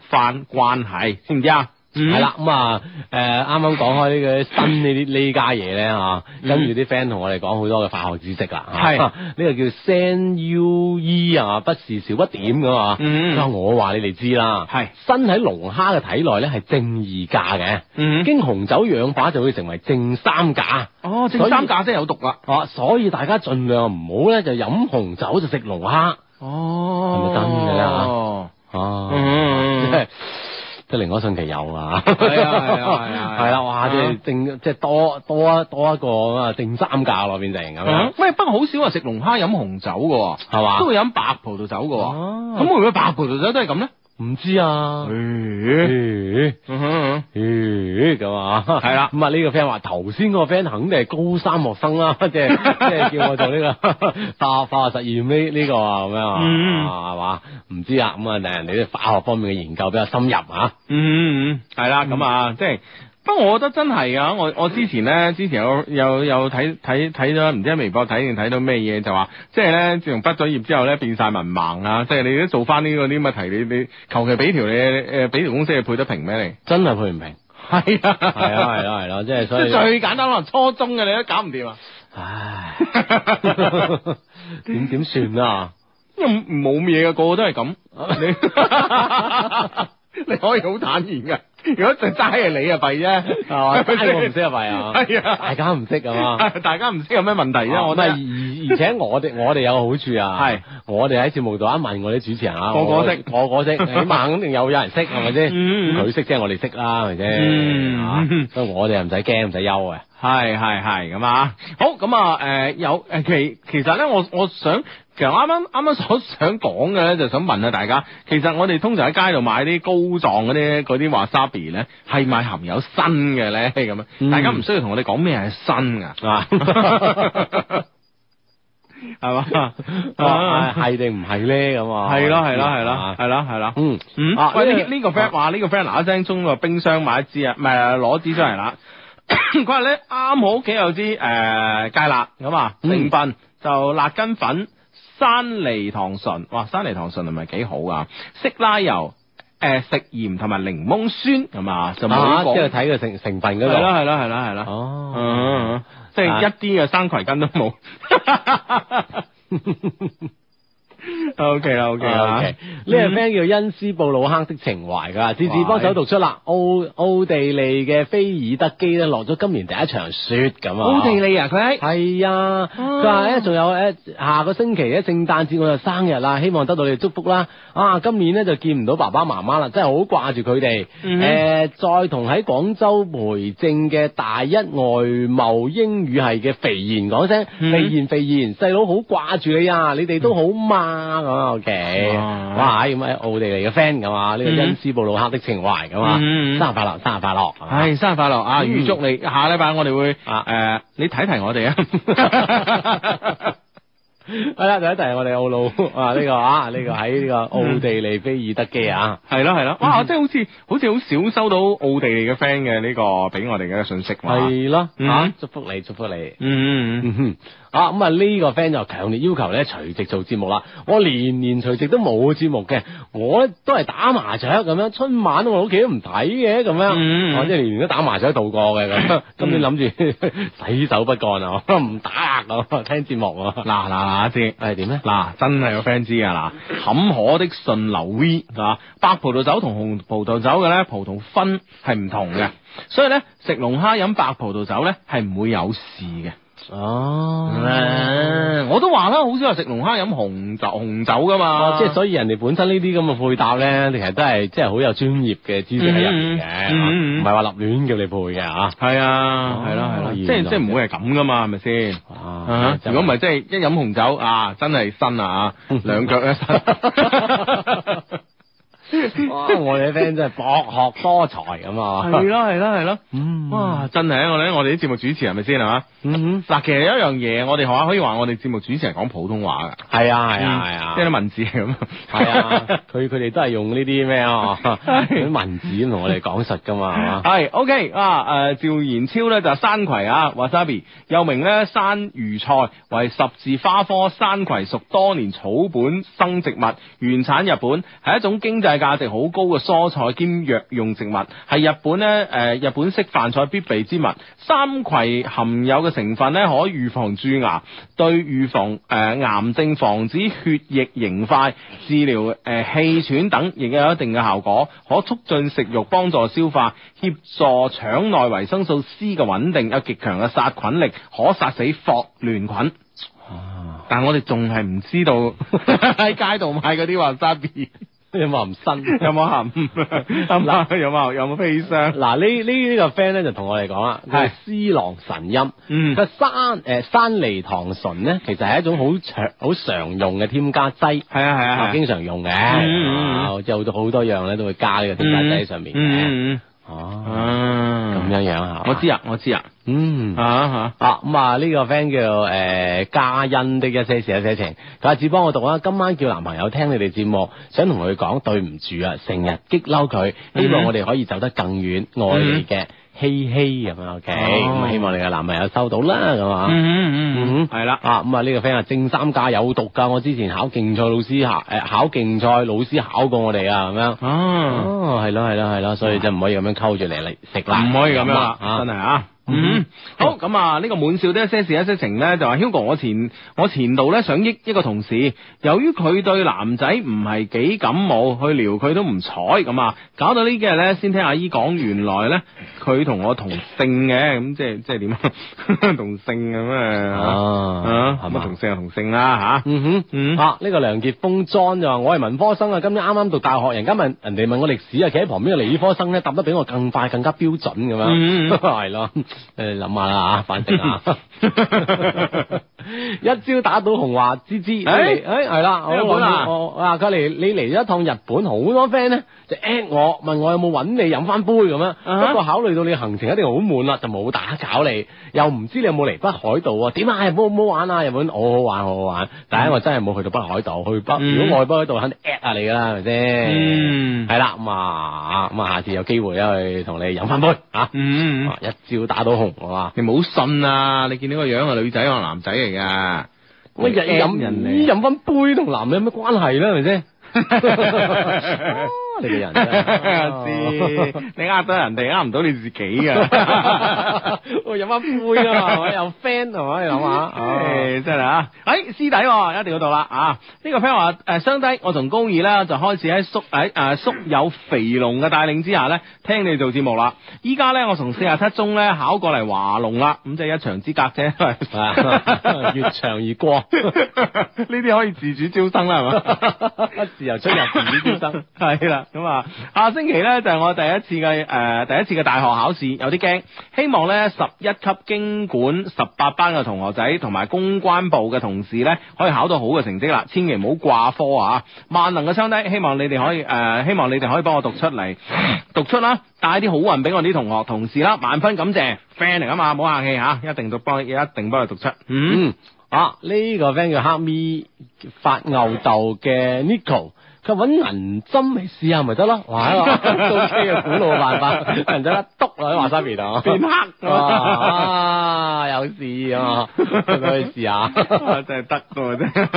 S8: 翻關係，知唔知啊？嗯
S7: 係啦，咁啊，誒啱啱講開呢個新呢啲呢家嘢咧嚇，跟住啲 friend 同我哋講好多嘅化學知識啦，
S8: 嗯
S7: 嚇
S8: 係
S7: 呢個叫 San U E 啊，不是少不點噶嘛，
S8: 嗯
S7: 啊我話你哋知啦，
S8: 係
S7: 身喺龍蝦嘅體內咧係正二價嘅，
S8: 嗯
S7: 經紅酒氧化就會成為正三價。
S8: 哦，正三價真係有毒啦，
S7: 啊，所以大家盡量唔好咧就飲紅酒就食龍蝦，
S8: 哦
S7: 係咪真㗎啦
S8: 哦，
S7: 啊，即
S8: 嗯，
S7: 係即係寧可信其有啊，
S8: 係啊係啊係啊
S7: 係啦，哇，即
S8: 啊
S7: 係正即係多多一多一個啊正三價咯，變成咁樣
S8: 嗯喂，不過好少話食龍蝦飲紅酒嘅喎，
S7: 係
S8: 都
S7: 嘛？
S8: 會飲白葡萄酒嘅喎，咁
S7: 咁
S8: 會唔會白葡萄酒都係咁咧？
S7: 唔知啊。
S8: 哦嗯
S7: 咦
S8: 嗯
S7: 咦咁啊，
S8: 係啦
S7: 咁啊呢個 friend 話頭先嗰個 friend 肯定係高三學生啊 啦，即係即係叫我做呢個 化化學實驗呢呢個啊咁樣啊，
S8: 嗯
S7: 係嘛？唔知啊，咁啊人哋啲化學方面嘅研究比較深入啊。
S8: 嗯，係啦，咁啊，即係。不過我覺得真係啊！我我之前咧，之前有有有睇睇睇咗，唔知喺微博睇定睇到咩嘢，就話即係咧，自從畢咗業之後咧，變晒文盲啊！即係你都做翻呢個啲咁嘅題，你你求其俾條你誒俾條公司你配得平咩你？
S7: 真係配唔平，
S8: 係啊，
S7: 係啊係啊係啦，即係
S8: 即
S7: 所
S8: 係
S7: 以，
S8: 最簡單可能初中嘅你都搞唔掂啊！
S7: 唉，點點算啊？
S8: 因為冇嘢嘅，個個都係咁。
S7: 啊
S8: 你你可以好坦然嘅，如果就齋係你啊弊啫，
S7: 係嘛，
S8: 係
S7: 齋我
S8: 咪
S7: 唔識入幣 啊，
S8: 係啊
S7: 大家唔識啊 嘛。啊
S8: 大家唔知有咩問題啫，我都
S7: 咪而
S8: 係
S7: 而且我哋我哋有個好處啊，
S8: 係
S7: 我哋喺節目度一問我啲主持人啊，
S8: 個個
S7: 我
S8: 識
S7: 個個識，起碼肯定有有人識係咪先？
S8: 嗯
S7: 佢識即係我哋識啦，係咪
S8: 嗯
S7: 先？啊所以我哋又唔使驚唔使憂嘅。
S8: 係係係咁啊！好咁啊，誒、有誒其其實咧，我我想其實啱啱啱啱所 想講嘅咧，就想問下大家，其實我哋通常喺街度買啲膏狀嗰啲嗰啲 wasabi 咧，係咪含有鋅嘅咧？咁啊，
S7: 嗯
S8: 大家唔需要同我哋講咩係鋅 噶，
S7: 啊，
S8: 係 嘛？
S7: 啊係定唔係咧咁啊？
S8: 係咯係咯係咯
S7: 啊
S8: 係咯係咯。
S7: 嗯
S8: 嗯，
S7: 啊
S8: 喂，呢
S7: 呢
S8: 呢個 friend 話呢個 friend 嗱一聲衝個冰箱買一支啊，唔係攞支出嚟 啦。佢話咧啱好屋企有支誒芥辣咁啊，
S7: 嗯
S8: 成分就辣根粉、山梨糖醇，哇，山梨糖醇係咪幾好啊？色拉油、誒食鹽同埋檸檬酸咁啊，就每
S7: 啊，即
S8: 個
S7: 係睇個成成分嗰
S8: 係啦係
S7: 度。
S8: 啦係啦係啦，嗯
S7: 哦，啊
S8: 嗯，嗯即係一啲嘅生葵根都 冇。O K 啦，O K 啦
S7: OK，呢個 friend 叫恩斯布魯克的情懷㗎，志志幫手讀出
S8: 哎
S7: 啦。奧奧地利嘅菲爾德基咧落咗今年第一場雪咁啊！
S8: 奧地利啊，佢喺哦
S7: 係啊，佢話咧仲有誒下個星期咧聖誕節我就生日啦，希望得到你哋祝福啦。啊，今年咧就見唔到爸爸媽媽啦，真係好掛住佢哋。誒、
S8: 嗯
S7: 再同喺廣州培正嘅大一外貿英語系嘅肥賢講聲，
S8: 嗯
S7: 肥賢肥賢，細佬好掛住你啊，你哋都好嘛咁啊，OK，
S8: 哇
S7: 哇，咁喺奧地利嘅 friend 咁啊，呢個
S8: 哦嗯
S7: 恩斯布魯克的情懷咁啊，
S8: 嗯嗯嗯
S7: 生日快樂，生日快樂，係嘛
S8: 唉，生日快樂啊！
S7: 嗯
S8: 預祝你下禮拜我哋會
S7: 啊
S8: 誒，你睇提我哋 啊。
S7: 系啦，第一題我哋奧路啊，呢、個啊，呢、個喺呢個奧地利菲爾德基啊，
S8: 係咯係咯，哇！真係好似好似好少收到奧地利嘅 friend 嘅呢個俾我哋嘅信息喎。
S7: 係咯，
S8: 嗯
S7: 啊，祝福你，祝福你，
S8: 嗯嗯嗯，
S7: 嗯哼，啊咁啊呢個 friend 就強烈要求咧隨夕做節目啦。我年年隨夕都冇節目嘅，我咧都係打麻雀咁樣，春晚我屋企都唔睇嘅咁樣，
S8: 嗯
S7: 我即係年年都打麻雀度過嘅 咁。今年諗住 洗手不幹啊， 我唔打啊咁，聽節目啊。
S8: 嗱嗱嗱知
S7: 係點咧？
S8: 嗱，真係有 friend 知啊！嗱，坎坷的順流 V 啊，白葡萄酒同紅葡萄酒嘅咧，葡萄分係唔同嘅，所以咧食龍蝦飲白葡萄酒咧係唔會有事嘅。
S7: 哦
S8: 誒我都話啦，好少話食龍蝦飲紅酒紅酒噶嘛，
S7: 哦，即係所以人哋本身呢啲咁嘅配搭咧，其實都係即係好有專業嘅知識喺入面嘅
S8: 嗯嗯嗯嗯
S7: 啊，唔係話立亂叫你配嘅嚇。
S8: 係啊，
S7: 哦
S8: 係啦係啦，即
S7: 原
S8: 係
S7: 來
S8: 即係唔會係咁噶嘛，係咪先？啊
S7: 啊
S8: 如果唔係，即係一飲紅酒啊，真係新 啊，兩腳一伸。
S7: 哇！我哋啲 friend 真係博學多才咁啊！
S8: 係哦咯係咯係咯，
S7: 嗯
S8: 哇！真係啊我哋我哋啲節目主持係咪先係嘛？
S7: 嗯，
S8: 嗱，其實有一樣嘢，我哋學校可以話我哋節目主持係講普通話㗎，
S7: 係
S8: 嗯
S7: 啊係啊係啊，
S8: 即係啲文字係咁。
S7: 係啊，佢佢哋都係用呢啲咩 啊，啲文字咁同我哋講述噶嘛，係嘛？
S8: 係 OK 啊！誒、趙延超咧就係山葵啊，wasabi，又名咧山榆菜，為十字花科山葵屬多年草本生植物，原產日本，係一種經濟價值好高嘅蔬菜兼藥用植物，係日本咧誒、日本式飯菜必備之物。山葵含有嘅成分咧可預防蛀牙，對預防誒、呃癌症、防止血液凝塊、治療誒、氣喘等亦有一定嘅效果，可促進食慾，幫助消化，協助腸內維生素 C 嘅穩定，有極強嘅殺菌力，可殺死霍亂菌。但我哋仲係唔知道喺街度買嗰啲話沙 B
S7: 有冇唔新？
S8: 有冇含，有冇有冇砒霜？
S7: 嗱呢呢呢個 friend 咧就同我哋講啦，
S8: 係
S7: 佢係思郎神音。
S8: 嗯
S7: 個山誒山梨糖醇咧，其實係一種好常好常用嘅添加劑，
S8: 係啊係啊係啊
S7: 經常用嘅，
S8: 嗯嗯
S7: 啊即係好多好多樣咧都會加呢個添加劑喺上面嘅。
S8: 嗯嗯
S7: 哦，
S8: 嗯，
S7: 咁樣樣嚇，
S8: 我知啊，我知啊，
S7: 嗯。
S8: 啊吓。
S7: 啊咁啊！呢、個 friend 叫誒、呃嘉欣的一些事一些情，佢話只幫我讀啊。今晚叫男朋友聽你哋節目，想同佢講對唔住啊，成日激嬲佢，希望我哋可以走得更遠，愛你嘅希希咁樣 OK，咁啊希望你嘅男朋友收到啦咁啊。
S8: 哦嗯嗯嗯，係啦，
S7: 啊咁啊！呢個 friend 啊，正三甲有讀㗎，我之前考競賽老師考誒、考競賽老師考過我哋啊，咁樣。
S8: 哦，
S7: 哦，係咯係咯係咯，所以真係唔可以咁樣溝住嚟嚟食啦，
S8: 唔可以咁樣啦，
S7: 啊
S8: 真係啊。嗯，好咁啊！呢個滿少的一些事一些情呢，就話 Hugo，我前我前度呢，想益一個同事，由於佢對男仔唔係幾感冒，去撩佢都唔睬咁啊，搞到呢幾日呢，先聽阿姨講，原來呢，佢同我同姓嘅，咁即係即係點啊？ 同姓咁啊？啊，
S7: 啊
S8: 咁
S7: 係
S8: 啊
S7: 嘛
S8: 同？姓就同姓啦吓。
S7: 嗯哼，
S8: 嗯
S7: 啊，呢、個梁傑峰 John 就話：我係文科生啊，今年啱啱讀大學，人家問人哋問我歷史啊，企喺旁邊嘅理科生咧答得比我更快、更加標準咁
S8: 嗯
S7: 樣，係咯、誒諗下啦嚇，反 正啊， 一朝打倒紅華之之，
S8: 誒
S7: 誒誒係啦，
S8: 日哎
S7: 我
S8: 本啊
S7: 我我啊，佢嚟你嚟咗一趟日本，好多 friend 咧就 at 我問我有冇揾你飲翻杯咁樣，
S8: 哈
S7: 不過考慮到你行程一定好滿啦，就冇打攪你，又唔知你有冇嚟北海道啊？點啊？日本好唔好玩啊？日本好好玩，好好玩，但係我真係冇去到北海道，去北
S8: 嗯
S7: 如果我去北海道，肯定 at 下你㗎啦，係咪先？
S8: 嗯，
S7: 係啦，咁啊，咁啊，下次有機會啊，去同你飲翻杯啊！
S8: 嗯，
S7: 啊一朝打到紅，係嘛？
S8: 你唔好信啊！你見到個樣係女仔，可能男仔嚟噶。
S7: 乜日
S8: 你
S7: 啊飲
S8: M 人
S7: 咦
S8: 嚟？
S7: 飲翻杯同男人有咩關係咧？係咪先？啊
S8: 哦
S7: 你個人真哦 係
S8: 知你呃得人哋，呃唔到你自己啊噶。
S7: 我飲翻杯 啊嘛，係咪有嗯 friend 係咪？你諗下，唉
S8: 唉，真係啊！哎，師弟喎一定要到啦啊！呢個 friend 話誒，相低，我從高二咧就開始喺宿喺誒宿友肥龍嘅帶領之下咧，聽你做節目啦。依家咧，我從四十七中咧考過嚟華龍啦，咁即係一牆之隔啫。
S7: 啊 越長越過，
S8: 呢啲可以自主招生啦，係嘛？
S7: 自由出入自己招 生。
S8: 系啦，咁啊，下星期呢，就係我第一次嘅誒、呃第一次嘅大學考試，有啲驚。希望呢，十一級經管十八班嘅同學仔同埋公關部嘅同事呢，可以考到好嘅成績啦，千祈唔好掛科啊！萬能嘅相低，希望你哋可以誒、呃希望你哋可以幫我讀出嚟，讀出啦，帶啲好運俾我啲同學同事啦，萬分感謝，friend 嚟噶嘛，唔好客氣嚇、一定讀幫，一定幫佢讀出，嗯。
S7: 嗯，啊呢、個 friend 叫黑咪發牛豆嘅 Nico，佢佢揾銀針嚟試下咪得咯，哇！都 OK 嘅古老辦法， 人哋一篤落喺華沙邊 啊，
S8: 變黑
S7: 啊，有事啊， 可以試下。
S8: 啊真係得噶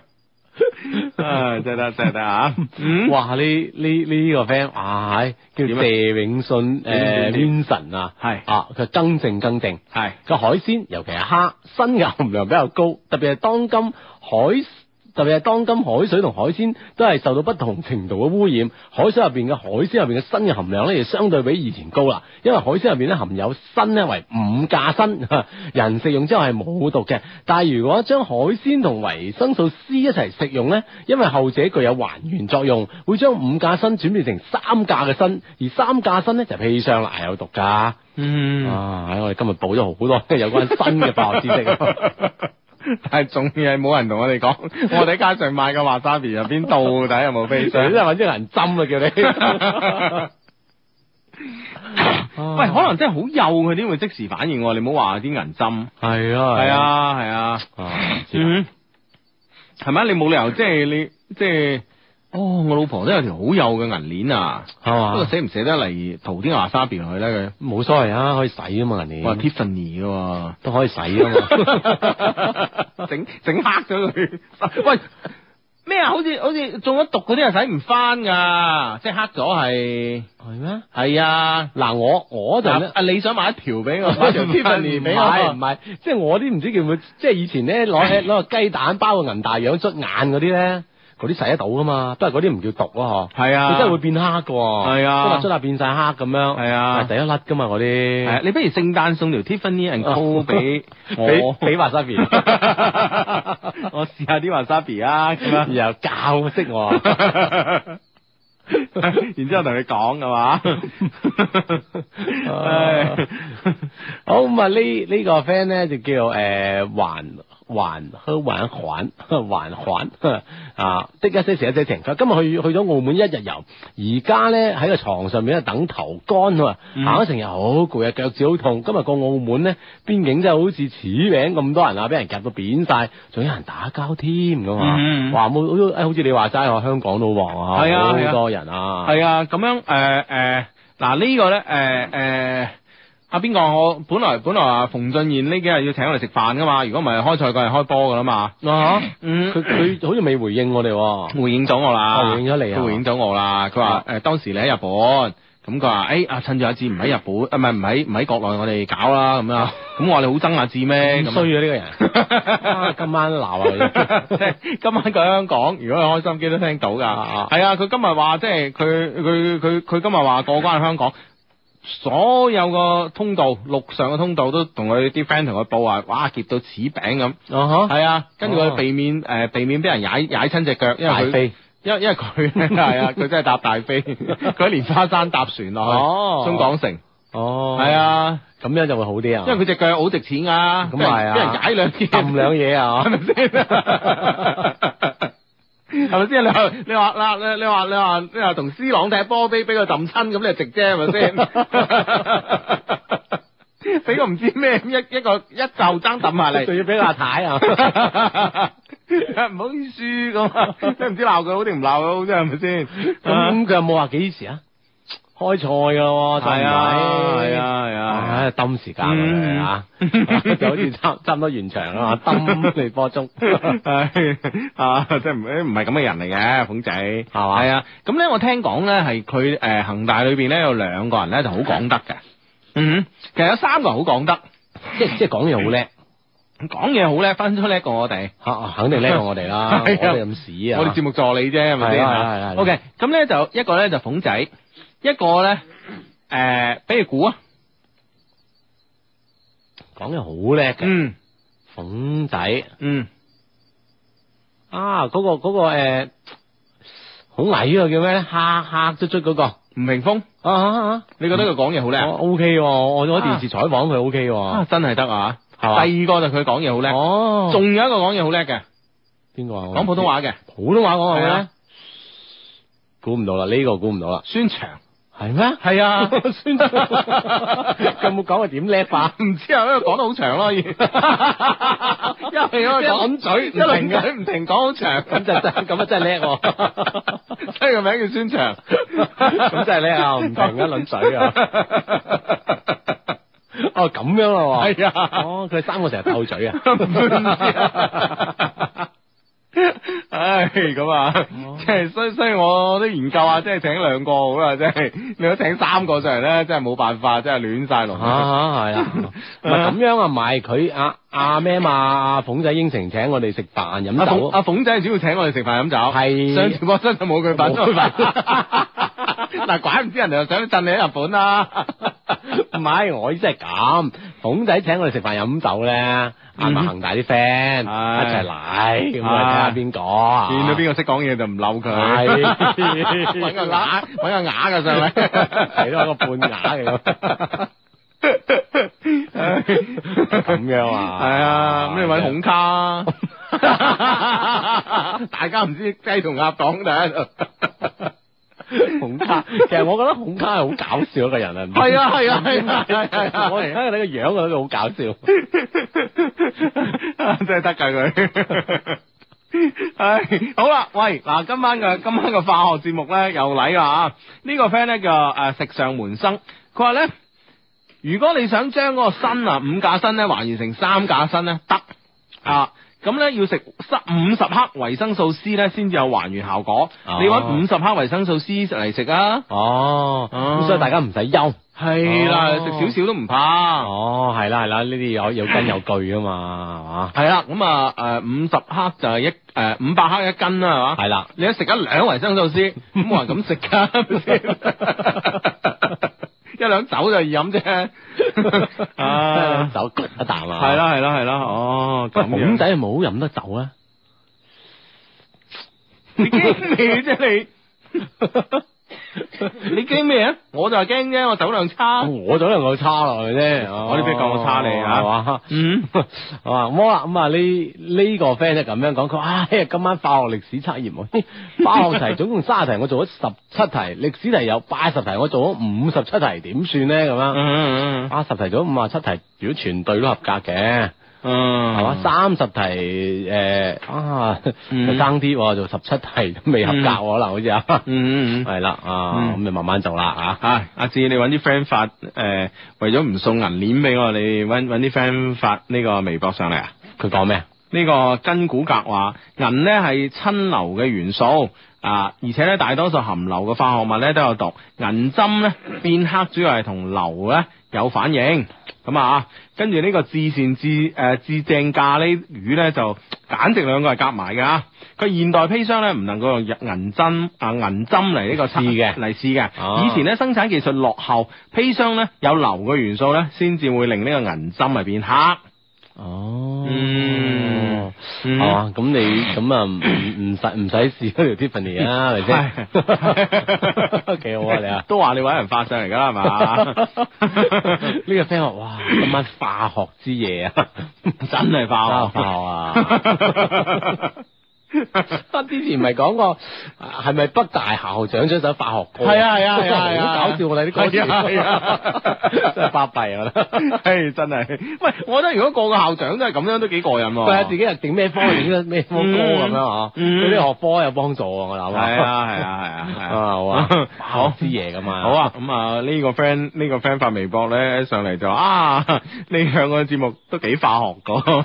S8: 真係，啊真係得真係得啊！ 嗯，
S7: 哇！呢呢呢個 friend 啊，叫
S8: 點啊
S7: 謝永信誒
S8: 點點點
S7: Vincent 啊，
S8: 係
S7: 啊，佢更正更正，
S8: 係
S7: 個海鮮，尤其係蝦，鋅嘅含量比較高，特別係當今海。特別係當今海水同海鮮都係受到不同程度嘅污染，海水入邊嘅海鮮入邊嘅鋅嘅含量咧，亦相對比以前高啦。因為海鮮入邊咧含有鋅咧為五價鋅，人食用之後係冇毒嘅。但係如果將海鮮同維生素 C 一齊食用咧，因為後者具有還原作用，會將五價鋅轉變成三價嘅鋅，而三價鋅咧就係砒霜啦，係有毒㗎。
S8: 嗯，
S7: 啊！唉我哋今日補咗好多有關新嘅化學知 識。
S8: 但係仲要係冇人同我哋講，我哋喺街上買嘅華沙比入邊到底有冇飛
S7: 你真
S8: 水？
S7: 係揾啲銀針 啊！叫你。
S8: 啊喂，可能真係好幼，佢啲會即時反應喎。你唔好話啲銀針。
S7: 係啊，
S8: 係，啊，係啊。
S7: 啊知啦
S8: 嗯，係咪？你冇理由即係你即係，哦，我老婆都有條好幼嘅銀鏈啊，
S7: 係
S8: 不過
S7: 嘛，
S8: 捨唔捨得嚟塗啲牙沙邊落去咧？
S7: 冇所謂啊，可以洗啊嘛，人
S8: 佢哇
S7: 哋
S8: Tiffany 嘅 喎。
S7: 都可以洗啊嘛。
S8: 整整黑 咗佢。喂，咩啊？好似好似中咗毒嗰啲人洗唔翻噶，即係黑咗係
S7: 係咩？
S8: 係啊。
S7: 嗱，我我就
S8: 啊
S7: 咧。
S8: 啊！你想買一條俾我，買條 Tiffany 俾
S7: 唔係唔
S8: 我。
S7: 係，即係我啲唔知叫唔叫，即係以前咧 攞起攞個雞蛋包個銀大洋捽眼嗰啲咧，嗰啲洗得到噶嘛，不過嗰啲唔叫毒咯嗬。
S8: 係啊，
S7: 佢真係會變黑噶喎，
S8: 係啊
S7: 捽下捽下變晒黑咁樣，
S8: 係啊
S7: 但係第一粒噶嘛嗰啲，
S8: 係 啊。你不如聖誕送條 Tiffany and
S7: 哦
S8: Co 俾
S7: 俾
S8: 我，
S7: 俾華沙 面，
S8: 我試下啲 wasabi 啊，咁樣。
S7: 然後教識我，
S8: 然之後同你講嘅 話，唉
S7: 好咁啊呢呢個 friend 咧就叫誒還還去還還還還啊的一些事一些情，佢話今日去去咗澳門一日遊，而家咧喺個床上面咧等頭乾喎，
S8: 嗯
S7: 行咗成日好攰啊，腳趾好痛。今日個澳門咧邊境真係好似柿餅咁多人啊，俾人夾到扁晒，仲有人打交添咁啊！
S8: 嗯
S7: 哇冇好似誒好似你話齋喎，香港都旺啊，
S8: 係啊係啊
S7: 好多人啊，
S8: 係啊，咁樣誒誒，呃嗱、呢個咧誒誒，阿邊個我本來本來話馮俊賢呢幾日要請我哋食飯噶嘛，如果唔係開賽季係開波噶啦嘛，
S7: 啊
S8: 嗯
S7: 佢佢好似未回應我哋喎。
S8: 回應咗我啦，
S7: 哦回應咗你啊哦
S8: 佢回應咗我啦。佢話誒當時你喺日本，咁佢話誒啊趁住阿志唔喺日本，啊唔係唔喺唔喺國內，我哋搞啦咁樣。咁我話你好憎阿志咩？
S7: 哦咁
S8: 咁
S7: 衰
S8: 樣
S7: 啊呢個人，啊今晚鬧啊
S8: 即係 今晚佢喺香港，如果佢開心機都聽到㗎。
S7: 啊啊
S8: 係啊，佢今日話即係佢佢佢佢今日話過關香港。所有個通道，陸上嘅通道都同佢啲 friend 同佢報話，哇，劫到柿餅咁，
S7: 你，啊哈，
S8: 係啊，跟住佢
S7: 哦
S8: 避免誒、呃避免俾人踩踩親只腳，因為
S7: 大
S8: 佢
S7: 飛，
S8: 因為因為佢 係啊，佢真係搭大飛，佢喺蓮花山搭船落去、
S7: 哦
S8: 中港城，
S7: 哦，
S8: 係，啊，
S7: 咁樣就會好啲啊，
S8: 因為佢隻腳好值錢啊，
S7: 咁係啊
S8: 俾人踩兩件，
S7: 抌兩嘢啊，
S8: 係咪先？係咪先？你話你話嗱，你你話你話你話同 C 朗踢波俾俾佢抌親，咁你係值啫，係咪 先？俾個唔知咩一一個一就爭抌下
S7: 仲
S8: 嚟，
S7: 要俾個阿太 啊，
S8: 唔好意思咁啊，你唔知鬧佢好定唔鬧佢好啫，係咪先？啊
S7: 咁佢有冇話幾時啊？開賽㗎咯喎，
S8: 係啊係啊嗯係啊係啊
S7: 唉抌時間啊你啊，就好似差差唔多完場啊嘛，抌你 波鐘，
S8: 係啊，即係唔唔係咁嘅人嚟嘅，鳳仔係
S7: 嘛
S8: 係啊，咁咧我聽講咧係佢誒恒大裏邊咧有兩個人咧就好講得嘅，嗯哼，其實有三個人好講得，
S7: 即即係講嘢好叻
S8: 講嘢好叻，分出叻過我哋。
S7: 啊，肯定叻過我哋啦，我
S8: 係啊
S7: 哋咁屎啊，
S8: 我哋節目助理啫，係咪
S7: 係啊係啊係啊
S8: 先？O K，咁咧就一個咧就鳳仔，一個咧誒，俾你估啊，
S7: 講嘢好叻嘅，
S8: 嗯
S7: 鳳仔。
S8: 嗯，
S7: 啊，嗰、個嗰、個呃誒，好、矮啊，叫咩咧？嚇嚇卒卒嗰個啊
S8: 吳明峰，
S7: 啊啊！
S8: 你覺得佢講嘢好叻
S7: 我
S8: 啊
S7: O K 喎，我我電視採訪佢 O K
S8: 啊？
S7: 喎，
S8: 真係得啊！第
S7: 係嘛
S8: 二個就佢講嘢好叻，
S7: 哦，
S8: 仲有一個講嘢好叻嘅，
S7: 邊個啊？我唔知
S8: 講普通， 話嘅，
S7: 普通話講係
S8: 係
S7: 咪咧
S8: 啊？
S7: 估唔到啦，呢、個估唔到啦，
S8: 孫翔。
S7: 系咩？
S8: 係啊
S7: 宣傳啊佢冇講佢點叻法，
S8: 唔知啊，因為講得好長 咯，已經因為因為講
S7: 嘴
S8: 一輪嘴唔停講好長，
S7: 咁就真咁啊真係叻喎，
S8: 所以個名叫宣長，
S7: 咁真係叻啊！唔停一輪嘴啊！ 哦，咁樣咯喎，
S8: 係啊
S7: 哦，佢三個成日鬥嘴 啊，
S8: 啊唉，咁啊，
S7: 哦
S8: 即係所以所以我都研究啊下，即係請兩個好啦，即係你都請三個上嚟咧，真係冇辦法，真係亂晒龍。
S7: 啊係 啊， 唔係咁樣啊，唔係佢阿阿咩啊嘛，阿鳳仔應承請我哋食飯飲
S8: 阿鳳
S7: 酒，啊
S8: 阿鳳仔主要請我哋食飯飲酒，啊
S7: 係
S8: 上直播室就冇佢份，
S7: 冇佢份
S8: 嗱，怪唔知人哋又想震你喺日本啦。
S7: 唔係，我意思係咁，鳳仔請我哋食飯飲酒咧，嗌埋恒大啲 friend
S8: 係
S7: 一齊嚟，咁我哋睇下邊個啊，
S8: 見到邊個識講嘢就唔嬲佢，
S7: 係
S8: 揾個啞揾個啞嘅上嚟，
S7: 係咯，一個半啞嘅咁，咁樣啊，
S8: 係啊，咁你揾孔卡啊， 大家唔知雞同鴨講就喺度。
S7: 孔卡，其實我覺得孔卡係好搞笑一個人啊，唔知
S8: 係啊係啊係啊 係啊
S7: 我睇下你個樣，我覺得佢好搞笑。
S8: 啊 真系得噶佢。 唉，好啦，喂，嗱，今晚嘅今晚嘅化學節目咧又嚟啦啊！呢、個 friend 咧叫誒食上門生，佢話咧，如果你想將嗰個身啊五架身咧還原成三架身咧，得啊。咁咧要食五十克維生素 C 咧，先至有還原效果。
S7: 哦
S8: 你揾五十克維生素 C 嚟食啊，
S7: 哦，
S8: 哦
S7: 咁所以大家唔使憂。
S8: 係啦，
S7: 哦
S8: 食少少都唔怕。
S7: 哦，係啦係啦，呢啲有有根有據啊嘛，
S8: 系啦，咁啊诶五十克就係一诶五百克一斤啦，
S7: 係嘛？
S8: 係嘛？
S7: 係啦，
S8: 你一食咗兩維生素 C，咁冇人咁食噶，係咪先 一兩酒就易飲啫。啊，
S7: 手焗一啖啊！
S8: 係，啦係啦係啦，哦
S7: 喂，
S8: 咁樣
S7: 孔仔冇飲得酒啊？
S8: 你驚咩啫 你？你驚咩啊？我就係驚啫，我酒量差。
S7: 哦我酒量夠差落去啫，
S8: 我呢邊夠我差你啊
S7: 係嘛？
S8: 嗯，
S7: 好啊，咁好啦，咁啊呢呢個 friend 咧咁樣講，佢話唉今晚化學歷史測驗喎， 化學題總共三十題，我做咗十七題，歷史題有八十題，我做咗五十七題，點算咧咁
S8: 嗯
S7: 樣？
S8: 嗯嗯
S7: 八十題做咗五十七題，如果全對都合格嘅，
S8: 嗯，
S7: 係嘛？三十題誒啊，
S8: 嗯
S7: 就爭啲喎，做十七題都未合格喎可能好似啊，
S8: 嗯嗯嗯。
S7: 係啦啊，
S8: 嗯
S7: 咁就慢慢做啦啊。
S8: 啊，阿志，你揾啲 friend 發誒、呃，為咗唔送銀鏈俾我，你揾揾啲 friend 發呢個微博上嚟啊？
S7: 佢講咩啊？
S8: 呢、個根古格話銀呢係親硫嘅元素啊，而且咧大多數含硫嘅化學物咧都有毒。銀針咧變黑主要係同硫咧有反應。咁啊，跟住呢個至善至誒、呃至正價呢魚咧就簡直兩個係夾埋㗎啊。佢現代砒霜咧唔能夠用銀針啊銀針嚟呢個試
S7: 嘅
S8: 嚟試嘅。
S7: 哦
S8: 以前咧生產技術落後，砒霜咧有硫嘅元素咧先至會令呢個銀針係變黑。
S7: 哦，
S8: 嗯
S7: 係
S8: 嗯
S7: 嘛？咁你咁啊，唔唔唔使唔使試嗰條 Tiffany 啊，係咪
S8: 係
S7: 先？ 幾好啊你啊！
S8: 都話你揾人發上嚟㗎啦，係 嘛？
S7: 呢個 friend 話：哇，今晚化學之夜啊，
S8: 真係爆
S7: 化學 啊！ 之前啊咪講過，啊係咪北大校長出首化學歌？
S8: 係啊係啊 係啊係啊
S7: 好搞笑我哋啲歌詞，
S8: 係啊係啊
S7: 真係巴閉我覺得。
S8: 係真係，喂！我覺得如果個個校長都係咁樣，都幾過癮
S7: 佢係
S8: 喎。
S7: 自己又整咩科，整咩科歌咁樣啊？
S8: 嗯
S7: 對啲學科有幫助啊！我諗
S8: 係啊係啊係啊係
S7: 啊，好啊，好之嘢噶嘛，
S8: 好，啊，咁啊呢個 friend 呢個 friend 發微博咧上嚟就話啊， 你兩個節目都幾化學 噶。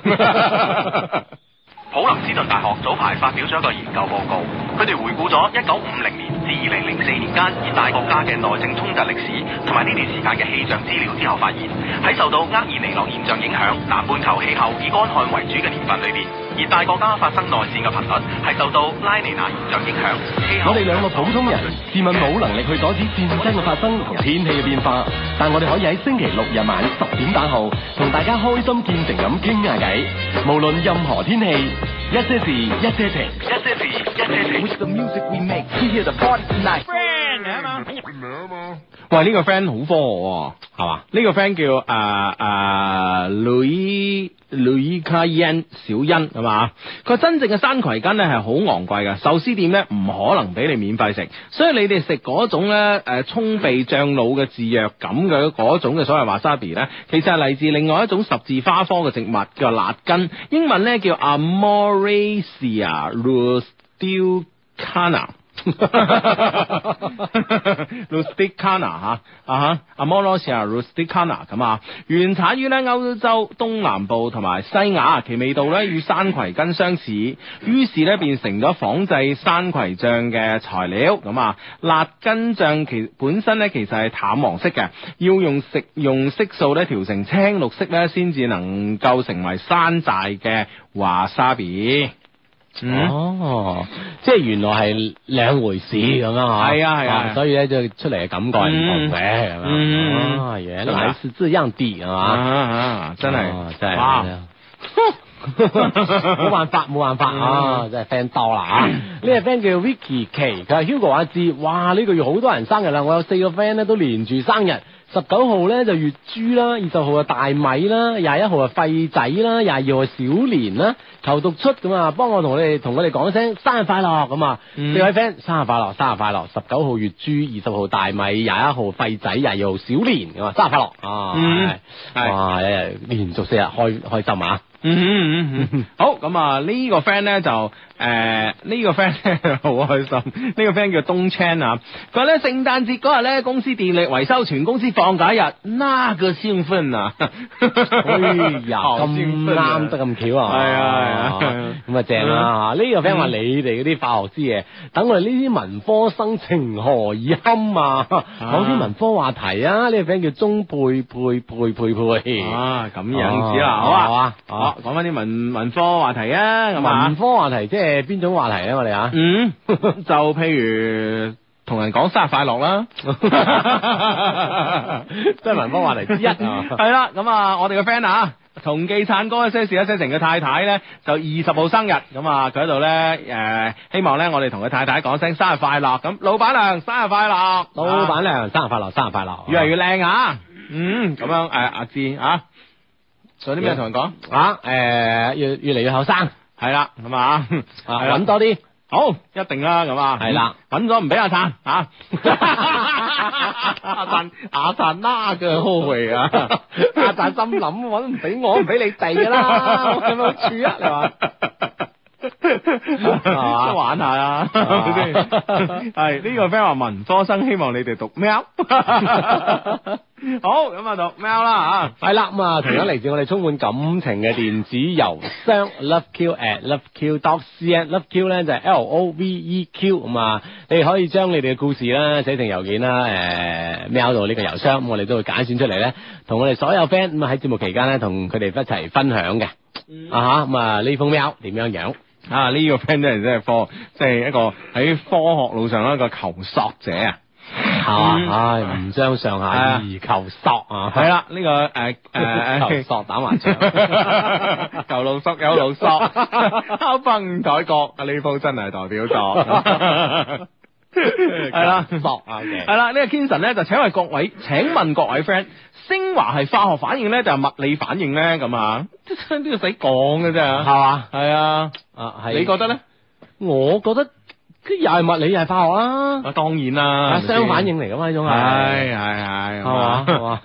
S9: 普林斯頓大學早排發表咗一個研究報告，佢哋回顧咗一九五零年至二零零四年間熱帶國家嘅內政衝突歷史，同埋呢段時間嘅氣象資料之後，發現喺受到厄爾尼諾現象影響，南半球氣候以乾旱為主嘅年份裏邊，熱帶國家發生內戰嘅頻率係受到拉尼娜現象影響。
S7: 我哋兩個普通人，自問冇能力去阻止戰爭嘅發生同天氣嘅變化，但我哋可以喺星期六日晚十點打後，同 大家開心見誠咁傾下偈。無論任何天氣，一些事，一些
S9: 一
S7: 情。
S9: 些事，一些情。
S8: 喂，喂，呢、個 friend 好科學喎。
S7: 系嘛？
S8: 呢個 friend 叫啊啊女女卡恩小欣係嘛？佢話真正嘅山葵根咧係好昂貴嘅，壽司店咧唔可能俾你免費食，所以你哋食嗰種咧誒葱鼻醬腦嘅自虐感嘅嗰種嘅所謂 wasabi 咧，其實係嚟自另外一種十字花科嘅植物叫辣根，英文咧叫 Amoracia rusticana。rusticana 吓啊哈，Amorosia rusticana 咁啊，原產於咧歐洲東南部同埋西亞，其味道咧與山葵根相似，於是咧變成咗仿製山葵醬嘅材料咁啊。辣根醬其本身咧其實係淡黃色嘅，要用食用色素咧調成青綠色咧，先至能夠成為山寨嘅華沙比。嗯。
S7: 哦，即係原來係兩回事咁樣嗬，
S8: 係啊係啊係啊
S7: 所以咧就出嚟嘅感覺係唔同嘅咁
S8: 嗯
S7: 樣，哦，原來是這樣的係
S8: 啊
S7: 嘛，
S8: 啊！真係
S7: 哦，真係
S8: 哇
S7: 真係 冇辦法，冇辦法啊！真係 friend 多啦啊！呢個 friend 叫 Vicky 奇，佢話 Hugo 阿志，哇！呢個月好多人生日啦，我有四個 friend 咧都連住生日。十九號咧就月豬啦，二十號啊大米啦，廿一號啊廢仔啦，廿二號啊小蓮啦，求讀出咁啊，幫我同你哋同佢哋講聲生日快樂咁啊！四位 friend 生日快樂，生日快樂！十九號月豬，二十號大米，廿一號廢仔，廿二號小蓮咁啊，生日快樂啊！
S8: 嗯
S7: 係
S8: 係
S7: 哇！一日連續四日開開心啊！
S8: 嗯嗯嗯，好咁啊！呢個 friend 咧就誒呢個 friend 咧好開心， 呢個 friend 叫東 Chan 啊，佢話咧聖誕節嗰日咧公司電力維修，全公司放假一日，那個興奮啊！
S7: 哎 呀，
S8: 好
S7: 咁
S8: 興奮啊
S7: 啱得咁巧啊！
S8: 係啊係啊係嗯啊
S7: 咁啊正啦嚇！呢個 friend 話你哋嗰啲化學之嘢，等我哋呢啲文科生情何以堪啊！講啲文科話題啊！呢個 friend 叫鍾佩佩佩佩佩，
S8: 啊咁樣子啦，好啊，
S7: 啊，係嘛
S8: 好講翻啲文文科話題啊，咁
S7: 文
S8: 啊，
S7: 科話題即係邊種話題咧？我哋啊，
S8: 嗯， 就譬如同人講生日快樂 啦。
S7: 都係文科話題之 一啊！
S8: 系啦，咁啊，我哋嘅 friend 啊，同記撐歌一些事一些情嘅太太咧，就二十號生日，咁啊，佢喺度咧，诶、希望咧，我哋同佢太太講聲生日快樂，咁老闆娘生日快樂，
S7: 老
S8: 啊
S7: 闆娘生日快樂，生日快樂！
S8: 越嚟越靚啊，嗯，咁樣诶，阿志啊，仲有啲咩同人講？
S7: 啊誒，越越嚟越後生，
S8: 係啦，咁 啊，
S7: 啊
S8: 係啦
S7: 揾多啲。
S8: 好，一定啦，咁啊，
S7: 係啦，
S8: 揾咗唔俾阿灿 啊，阿灿阿灿啦嘅好味啊， 阿灿心諗揾唔俾我，唔俾你哋噶啦，我有冇處啊？你話？
S7: 嘛
S8: 都啊玩下啦，係咪先係呢個 friend 話文科生希望你哋讀喵， 好咁啊讀喵啦
S7: 系啦，咁啊，同樣嚟自我哋充滿感情嘅電子郵箱 loveq at loveq dot cn。loveq 咧就係 L O V E Q 咁啊，你可以將你哋嘅故事啦寫成郵件啦，诶 mail 到呢個郵箱，咁我哋都會揀選出嚟咧，同我哋所有 friend 咁啊喺節目期間咧，同佢哋一齊分享嘅。啊吓，咁啊呢封 mail 點樣樣？
S8: 吓，啊呢個 friend 真係真係科，即係一個喺科學路上一個求索者啊。
S7: 係
S8: 嗯
S7: 嘛，唉，唔將上
S8: 係
S7: 下
S8: 啊
S7: 而求索啊，
S8: 系啦，呢 個诶诶
S7: 求索打麻 雀。
S8: 舊老叔有老叔，敲崩台角，呢鋪真係代表 作。係啦，
S7: 索啊，OK
S8: 係啦，呢個 Kinson 咧就請問各位，請問各位 friend，升華係化學反應咧，定係物理反應咧？咁啊，呢個使講嘅啫，
S7: 係嘛？
S8: 係啊，
S7: 啊，係
S8: 你覺得咧？
S7: 我覺得佢又係物理又係化學啦，
S8: 啊，當然啦
S7: 啊，相反應嚟噶嘛呢種
S8: 係
S7: 係。
S8: 係係，
S7: 係嘛係
S8: 哦
S7: 嘛，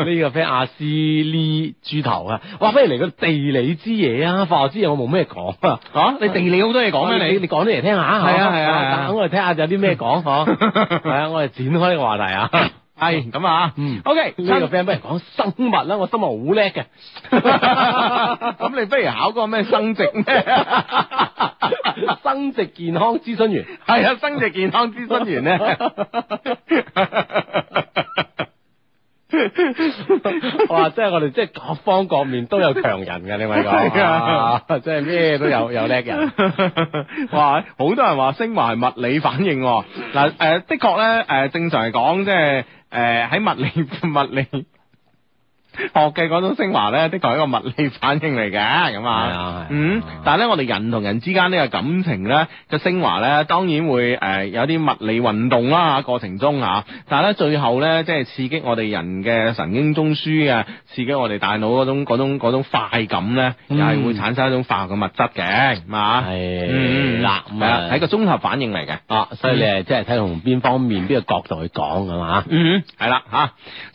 S7: 呢個 friend 阿斯呢豬頭啊，哇！不如嚟個地理之嘢啊，化學之嘢我冇咩講啊，
S8: 啊，你地理好多嘢講咩
S7: 你
S8: 你
S7: 你？講啲嚟聽
S8: 係
S7: 下，
S8: 啊係
S7: 嗬
S8: 啊係啊
S7: 等我哋睇下有啲咩 講嗬，係啊，我哋展開呢個話題啊，
S8: 係咁啊
S7: 嗯
S8: ，OK，
S7: 呢個 friend 不如講生物啦，我生物好叻嘅，
S8: 咁你不如考個咩生殖 咩？係
S7: 生殖健康諮詢員。
S8: 啊，生殖健康諮詢 員咧。
S7: 哇！即係我哋即係各方各面都有強人嘅，你咪
S8: 係
S7: 講
S8: 啊
S7: 啊，即係咩都有有叻人。
S8: 哇！好多人話升華係物理反應喎。嗱誒、 的確咧誒、正常嚟講，即係誒喺物理物理。 學嘅嗰種升華咧，的確係一個物理反應嚟嘅，咁
S7: 係啊係啊
S8: 啊，嗯，但係咧，我哋人同人之間呢個感情咧嘅升華咧，當然會誒、呃有啲物理運動啦過程中嚇，但係咧最後咧，即係刺激我哋人嘅神經中樞嘅，刺激我哋大腦嗰種嗰種嗰種快感咧，又係會產生一種化學嘅物質嘅，係嘛？
S7: 嗯係
S8: 嗯
S7: 啦，咁
S8: 係啊，係一個
S7: 啊，
S8: 綜合反應嚟嘅。
S7: 啊，所以你係即係睇同邊方面、邊個角度去講咁 啊？
S8: 嗯，系啦吓，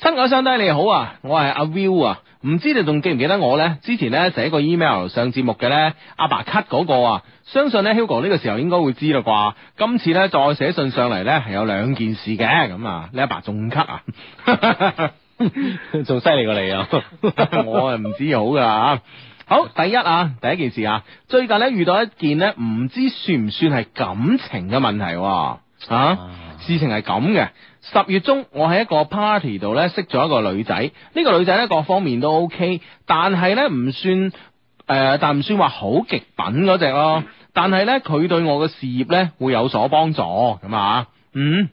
S8: 親愛相低你好啊，我係阿 Will 啊，唔知你仲記唔記得我呢？之前呢寫個 email 上節目嘅呢，阿白咳嗰個啊，相信呢 Hugo 呢個時候應該會知啦啩。今次呢，再寫信上嚟呢，係有兩件事嘅，咁啊，你阿爸仲咳啊？
S7: 仲犀利過你啊！
S8: 我啊唔知好噶吓。好，第一啊，第一件事啊，最近呢，遇到一件呢，唔知算唔算係感情嘅問題喎啊事情係咁嘅。十月中，我喺一個 party 度咧識咗一個女仔，呢、個女仔咧各方面都 OK，但係咧唔算誒、呃但唔算話好極品嗰只咯。但係咧佢對我嘅事業咧會有所幫助咁啊，嗯。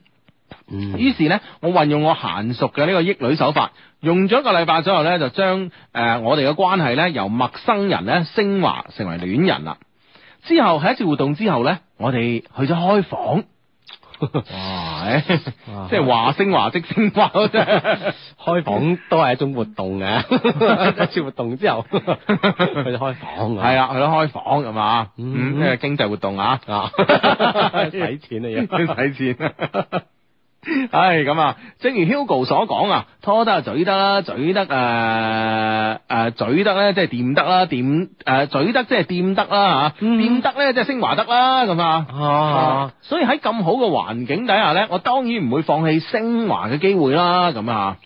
S8: 於是呢，我運用我娴熟嘅呢個益女手法，用咗一個禮拜左右呢，就將誒、呃我哋嘅關係呢，由陌生人呢升華成為戀人啦。之後喺一次活動之後呢，我哋去咗開房。哇！哎
S7: 啊
S8: 即係話升華即升華嗰隻。
S7: 開房都係一種活動 嘅， 一次活動之後去開房啊咁
S8: 係啦，去咗開房咁啊，嗯，
S7: 嗯
S8: 因為經濟活動啊，
S7: 啊，使錢啊要，
S8: 使錢。唉，咁啊，正如 Hugo 所講啊，拖得就嘴得啦，嘴得誒誒、呃呃嘴得咧，即係掂得啦，掂誒、呃嘴得即係掂得啦嚇，
S7: 嗯
S8: 掂得咧即係升華得啦，咁啊。
S7: 啊，
S8: 所以喺咁好嘅環境底下呢，我當然唔會放棄升華嘅機會啦。咁啊，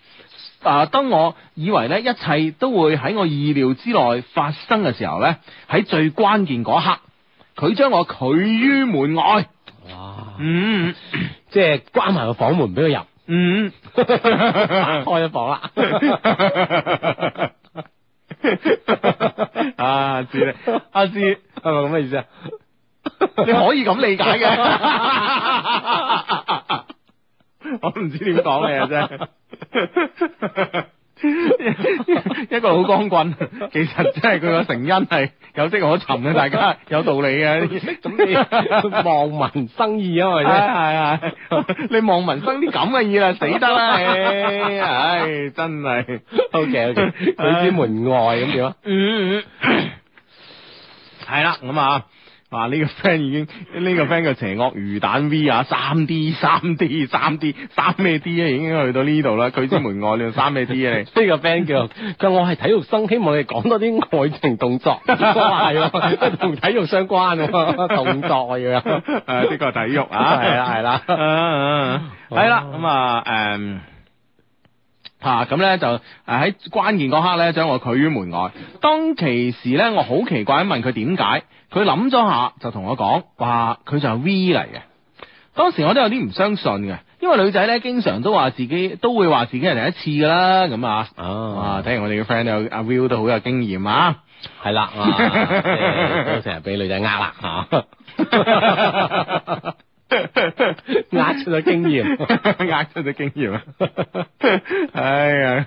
S8: 啊，當我以為呢一切都會喺我意料之內發生嘅時候呢，喺最關鍵嗰一刻，佢將我拒於門外。
S7: 哇，
S8: 嗯
S7: 即係關埋個房門俾佢入，
S8: 嗯，
S7: 開咗房啦，
S8: 啊，知啦，阿知。
S7: 係咪咁嘅意思啊？
S8: 你可以咁理解嘅。 我唔知點講你啊，真 係。一個老光棍，其實真係佢個成因係有跡可尋嘅，大 家有道理嘅。 咁
S7: 望民生意啊嘛，
S8: 係係係，你望民生啲咁嘅嘢啦，死得啦，唉，唉真 係。
S7: O K O K，佢之門外咁點啊？
S8: 嗯， 系啦，咁啊，哇！呢、個 friend 已經呢、個 friend 嘅邪惡魚蛋 V 啊，三 D 三 D 三 D 三咩 D 啊，已經去到呢度啦，拒之門外，你用三咩 D 啊你？
S7: 呢個 friend 叫佢話我係體育生，希望你講多啲愛情動 作，我話係喎，同體育相關喎，動作我要有，
S8: 诶，的確係體育啊，
S7: 係啦係啦
S8: 啊啊啊係啦，咁啊，誒。啊，咁咧就誒喺關鍵嗰刻咧，將我拒於門外。當其時咧，我好奇怪咁問佢點解，佢諗咗下就同我講話，佢就係 V 嚟嘅。當時我都有啲唔相信嘅，因為女仔咧經常都話自己都會話自己係第一次噶啦，咁啊，啊，
S7: 啊，
S8: 睇嚟我哋嘅 friend 有阿 Will 都好有經驗啊。
S7: 係啦， 啊即係都成日俾女仔呃啦嚇， 呃出咗經驗，
S8: 呃出咗經驗啊！哎呀，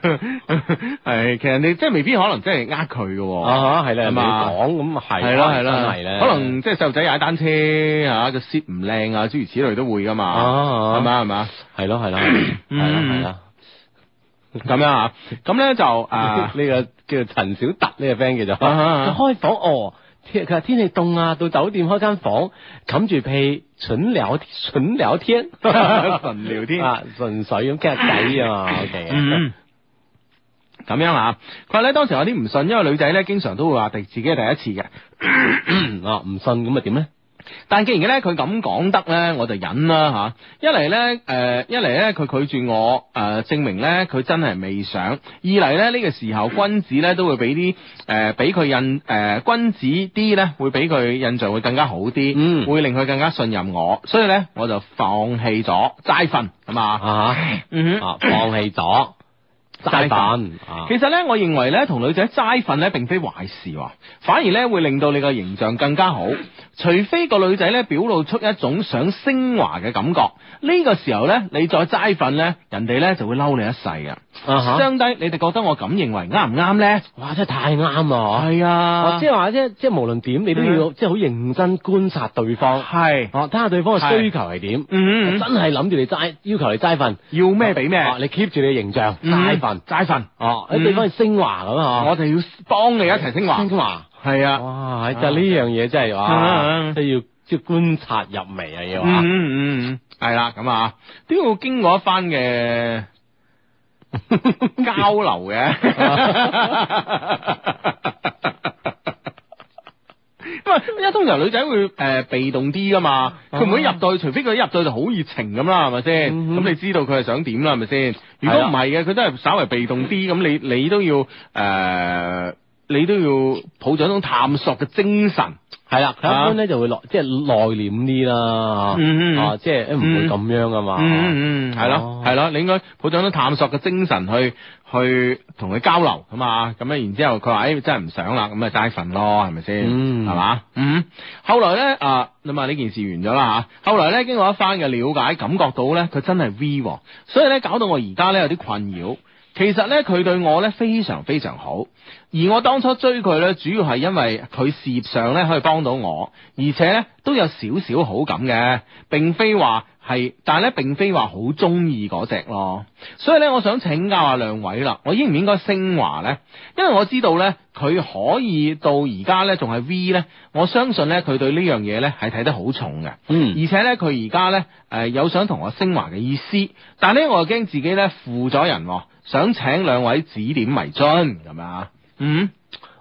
S8: 係其實你即係未必可能真係呃佢嘅喎。
S7: 啊係啦，
S8: 係
S7: 你
S8: 嘛
S7: 講咁係，
S8: 係啦係
S7: 可能真
S8: 啦
S7: 係咧，，
S8: 可能即係細路仔踩單車嚇個 seat 唔靚啊，諸如此類都會噶嘛，
S7: 啊
S8: 係咪啊係咪啊？
S7: 係嗯咯係咯係啦係啦。
S8: 咁樣啊，咁咧就
S7: 呢
S8: 啊，
S7: 個叫做陳小特呢個 friend 叫做，
S8: 啊啊啊
S7: 佢開房哦，天佢話天氣凍啊，到酒店開間房，冚住被，純聊純 聊天，
S8: 純聊天
S7: 啊，純粹咁傾下 偈啊嘛，OK，
S8: 嗯。咁樣啊，佢話咧當時有啲唔信，因為女仔咧經常都會話第自己係第一次嘅，
S7: 嗯 啊，唔信咁咪點咧？
S8: 但既然咧佢咁講得咧，我就忍啦吓。一嚟咧，誒、一嚟咧佢拒絕我，誒、呃證明咧佢真係未想；二嚟咧呢、呢個時候君子咧都會俾啲誒俾佢印誒、君子啲咧會俾佢印象會更加好啲，
S7: 嗯
S8: 會令佢更加信任我，所以咧我就放棄咗齋瞓咁啊，
S7: 啊，
S8: 嗯哼
S7: 啊，放棄咗，齋
S8: 齋飯
S7: 飯啊
S8: 其實咧，我認為咧，同女仔齋瞓咧並非壞事喎，反而咧會令到你個形象更加好。除非個女仔咧表露出一種想升華嘅感覺，呢、個時候咧你再齋瞓咧，人哋咧就會嬲你一世嘅。
S7: 啊哈
S8: 相低，你哋覺得我咁認為啱唔啱咧？
S7: 哇，真係太啱啦！
S8: 係
S7: 哦
S8: 啊，嗯
S7: 即係話，即係即係無論點，你都要即係好認真觀察對方，
S8: 係，
S7: 哦，睇下對方嘅
S8: 係
S7: 需求係點。
S8: 嗯，
S7: 真係諗住你齋要求你齋瞓，
S8: 要咩俾咩，
S7: 哦你 keep 住你嘅形象
S8: 嗯
S7: 齋瞓，
S8: 齋瞓，
S7: 哦，
S8: 嗯
S7: 喺對方係升華咁啊，
S8: 我哋要幫你一齊升華
S7: 升。華，
S8: 係啊。
S7: 哇，係就呢樣嘢真係哇，
S8: 啊
S7: 即係要即係觀察入微啊要
S8: Ừ.
S7: 啊，
S8: 嗯嗯嗯，系啦，咁啊，都要經過一番嘅交流嘅。 因為一通常女仔會誒、呃被動啲噶嘛，佢唔會入到去，除非佢一入到去就好熱情咁啦，係咪先？咁、你知道佢係想點啦，係咪先？如果唔係嘅，佢都係稍為被動啲，咁你你都要誒、呃你都要抱住一種探索嘅精神。
S7: 係啦，佢一般咧就會內即係內斂啲啦，
S8: 嗯嗯嗯
S7: 啊，即係唔會咁樣噶嘛，
S8: 嗯嗯嗯，係
S7: 哦
S8: 咯係咯，你應該抱咗種探索嘅精神去去同佢交流咁啊，咁啊，然之後佢話誒真係唔想啦，咁咪齋瞓咯，係咪先？
S7: 嗯
S8: 係嘛？嗯，後來咧啊，咁啊呢件事完咗啦嚇，後來咧經過一番嘅了解，感覺到咧佢真係 V 喎，所以咧搞到我而家咧有啲困擾。其實咧，佢對我咧非常非常好，而我當初追佢咧，主要係因為佢事業上咧可以幫到我，而且咧都有少少好感嘅，並非話係，但係咧並非話好中意嗰只咯。所以咧，我想請教下兩位啦，我應唔應該升華呢？因為我知道咧，佢可以到而家咧仲係 V 咧，我相信咧佢對呢樣嘢咧係睇得好重嘅。
S7: 嗯
S8: 而且咧，佢而家咧誒有想同我升華嘅意思，但係咧我又驚自己咧負咗人喎，想請兩位指點迷津咁樣啊。嗯，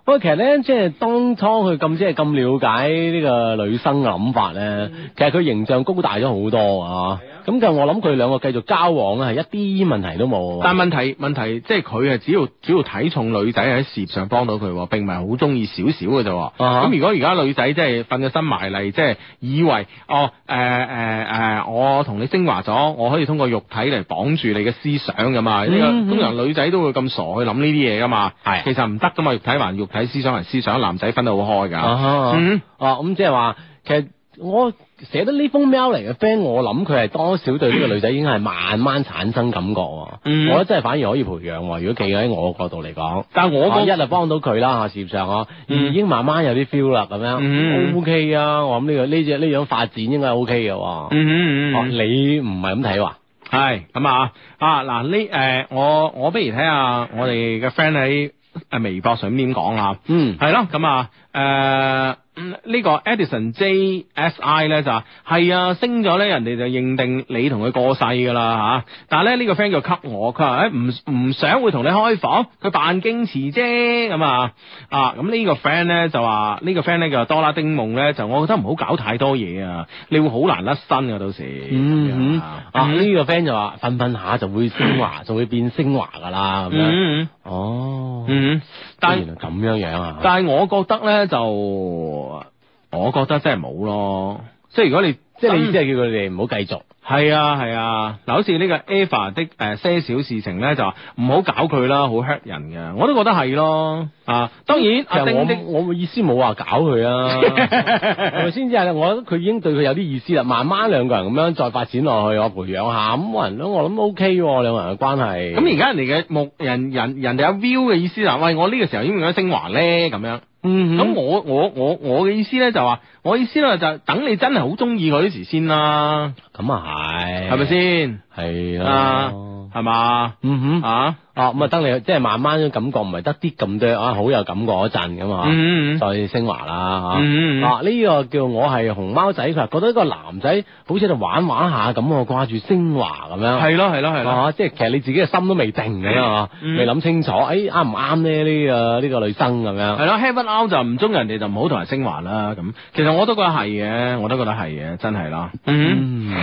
S7: 喂，其實咧，即係當初佢咁即係咁了解呢個女生嘅諗法咧，其實佢形象高大咗好多啊。咁就我諗佢兩個繼續交往咧，係一啲問題都冇啊。
S8: 但問題問題即係佢係只要主要睇重女仔喺事業上幫到佢喎，並唔係好中意少少嘅啫喎。咁、
S7: 啊哈
S8: 如果而家女仔即係瞓咗身埋嚟，即係以為哦誒誒誒，我同你升華咗，我可以通過肉體嚟綁住你嘅思想㗎嘛？呢、
S7: 嗯嗯
S8: 個通常女仔都會咁傻去諗呢啲嘢㗎嘛。
S7: 係
S8: 其實唔得㗎嘛，肉體還肉體，思想還思想，男仔分得好開㗎。
S7: 啊哈
S8: 嗯
S7: 啊，咁即係話，其實我寫得呢封 mail 嚟嘅 friend，我諗佢係多少對呢個女仔已經係慢慢產生感覺喎。
S8: 嗯
S7: 我覺得真係反而可以培養喎。如果企喺我角度嚟講。
S8: 但係我
S7: 我
S8: 個
S7: 啊一就幫到佢啦，啊事業上嗬，而
S8: 嗯
S7: 已經慢慢有啲 feel 啦，咁樣
S8: 嗯
S7: O K 啊，我諗呢個呢只呢樣發展應該 O K 嘅喎。
S8: 嗯嗯嗯
S7: 哦，你唔係咁睇話？
S8: 係咁啊啊嗱呢誒我我不如睇下我哋嘅 friend 喺誒微博上面點講啊。
S7: 嗯，
S8: 係咯，咁啊，誒、嗯呢、個 Edison JSI 咧就話係啊，升咗咧，人哋就認定你同佢過世㗎啦嚇。但係咧呢、個 friend 叫給我，佢話誒唔唔想會同你開房，佢扮矜持啫咁啊啊咁呢個 friend 咧就話呢、個 friend 咧叫多啦丁夢咧就我覺得唔好搞太多嘢啊，你會好難甩身㗎到時。
S7: 嗯嗯，啊
S8: 嗯
S7: 呢個 friend 就話瞓瞓下就會升華，就會變升華噶啦咁樣。
S8: 嗯嗯
S7: 哦，
S8: 嗯，但
S7: 原來咁樣樣啊。
S8: 但係我覺得咧就，我覺得真係冇咯。即係如果你
S7: 即係你
S8: 真
S7: 意思係叫佢哋唔好繼續。
S8: 係啊係啊，嗱、好似呢個 Eva 的誒、呃些少事情咧，就話唔好搞佢啦，好 hurt 人嘅，我都覺得係咯。啊，當然
S7: 其
S8: 阿丁
S7: 實
S8: 的
S7: 我我意思冇話搞佢 啊，係咪
S8: 啊
S7: 先？即係我覺得佢已經對佢有啲意思啦。慢慢兩個人咁樣再發展落去，我培養下咁，可能都我諗 O K 喎，兩個人嘅關係。
S8: 咁而家人哋嘅目人人人哋阿 View 嘅意思就係喂，我呢個時候應唔應該升華咧？咁樣。
S7: 嗯
S8: 咁
S7: 咁
S8: 我我我我嘅意思咧就話，我意思咧就係等你真係好中意佢嗰時先啦，
S7: 咁啊係，
S8: 係咪？先？
S7: 係
S8: 啊
S7: 啊，，
S8: 係嘛？
S7: 嗯哼。
S8: 啊，
S7: 哦，咁啊，等你即係慢慢嘅感覺，唔係得啲咁多啊，好有感覺嗰陣咁啊，
S8: 嗯嗯嗯
S7: 再升華啦嚇。
S8: 嗯嗯嗯
S7: 啊，呢、個叫我係熊貓仔，佢話覺得一個男仔好似喺度玩玩下咁，我掛住升華咁樣。
S8: 係咯係咯係咯。
S7: 啊，即係其實你自己嘅心都未定咁樣啊，
S8: 嗯
S7: 未諗清楚，誒啱唔啱咧呢個呢個女生咁樣。
S8: 係咯，heaven out 就唔中人哋就唔好同人升華啦。咁其實我都覺得係嘅，我都覺得係嘅，真係啊啦。
S7: 嗯
S8: 嗯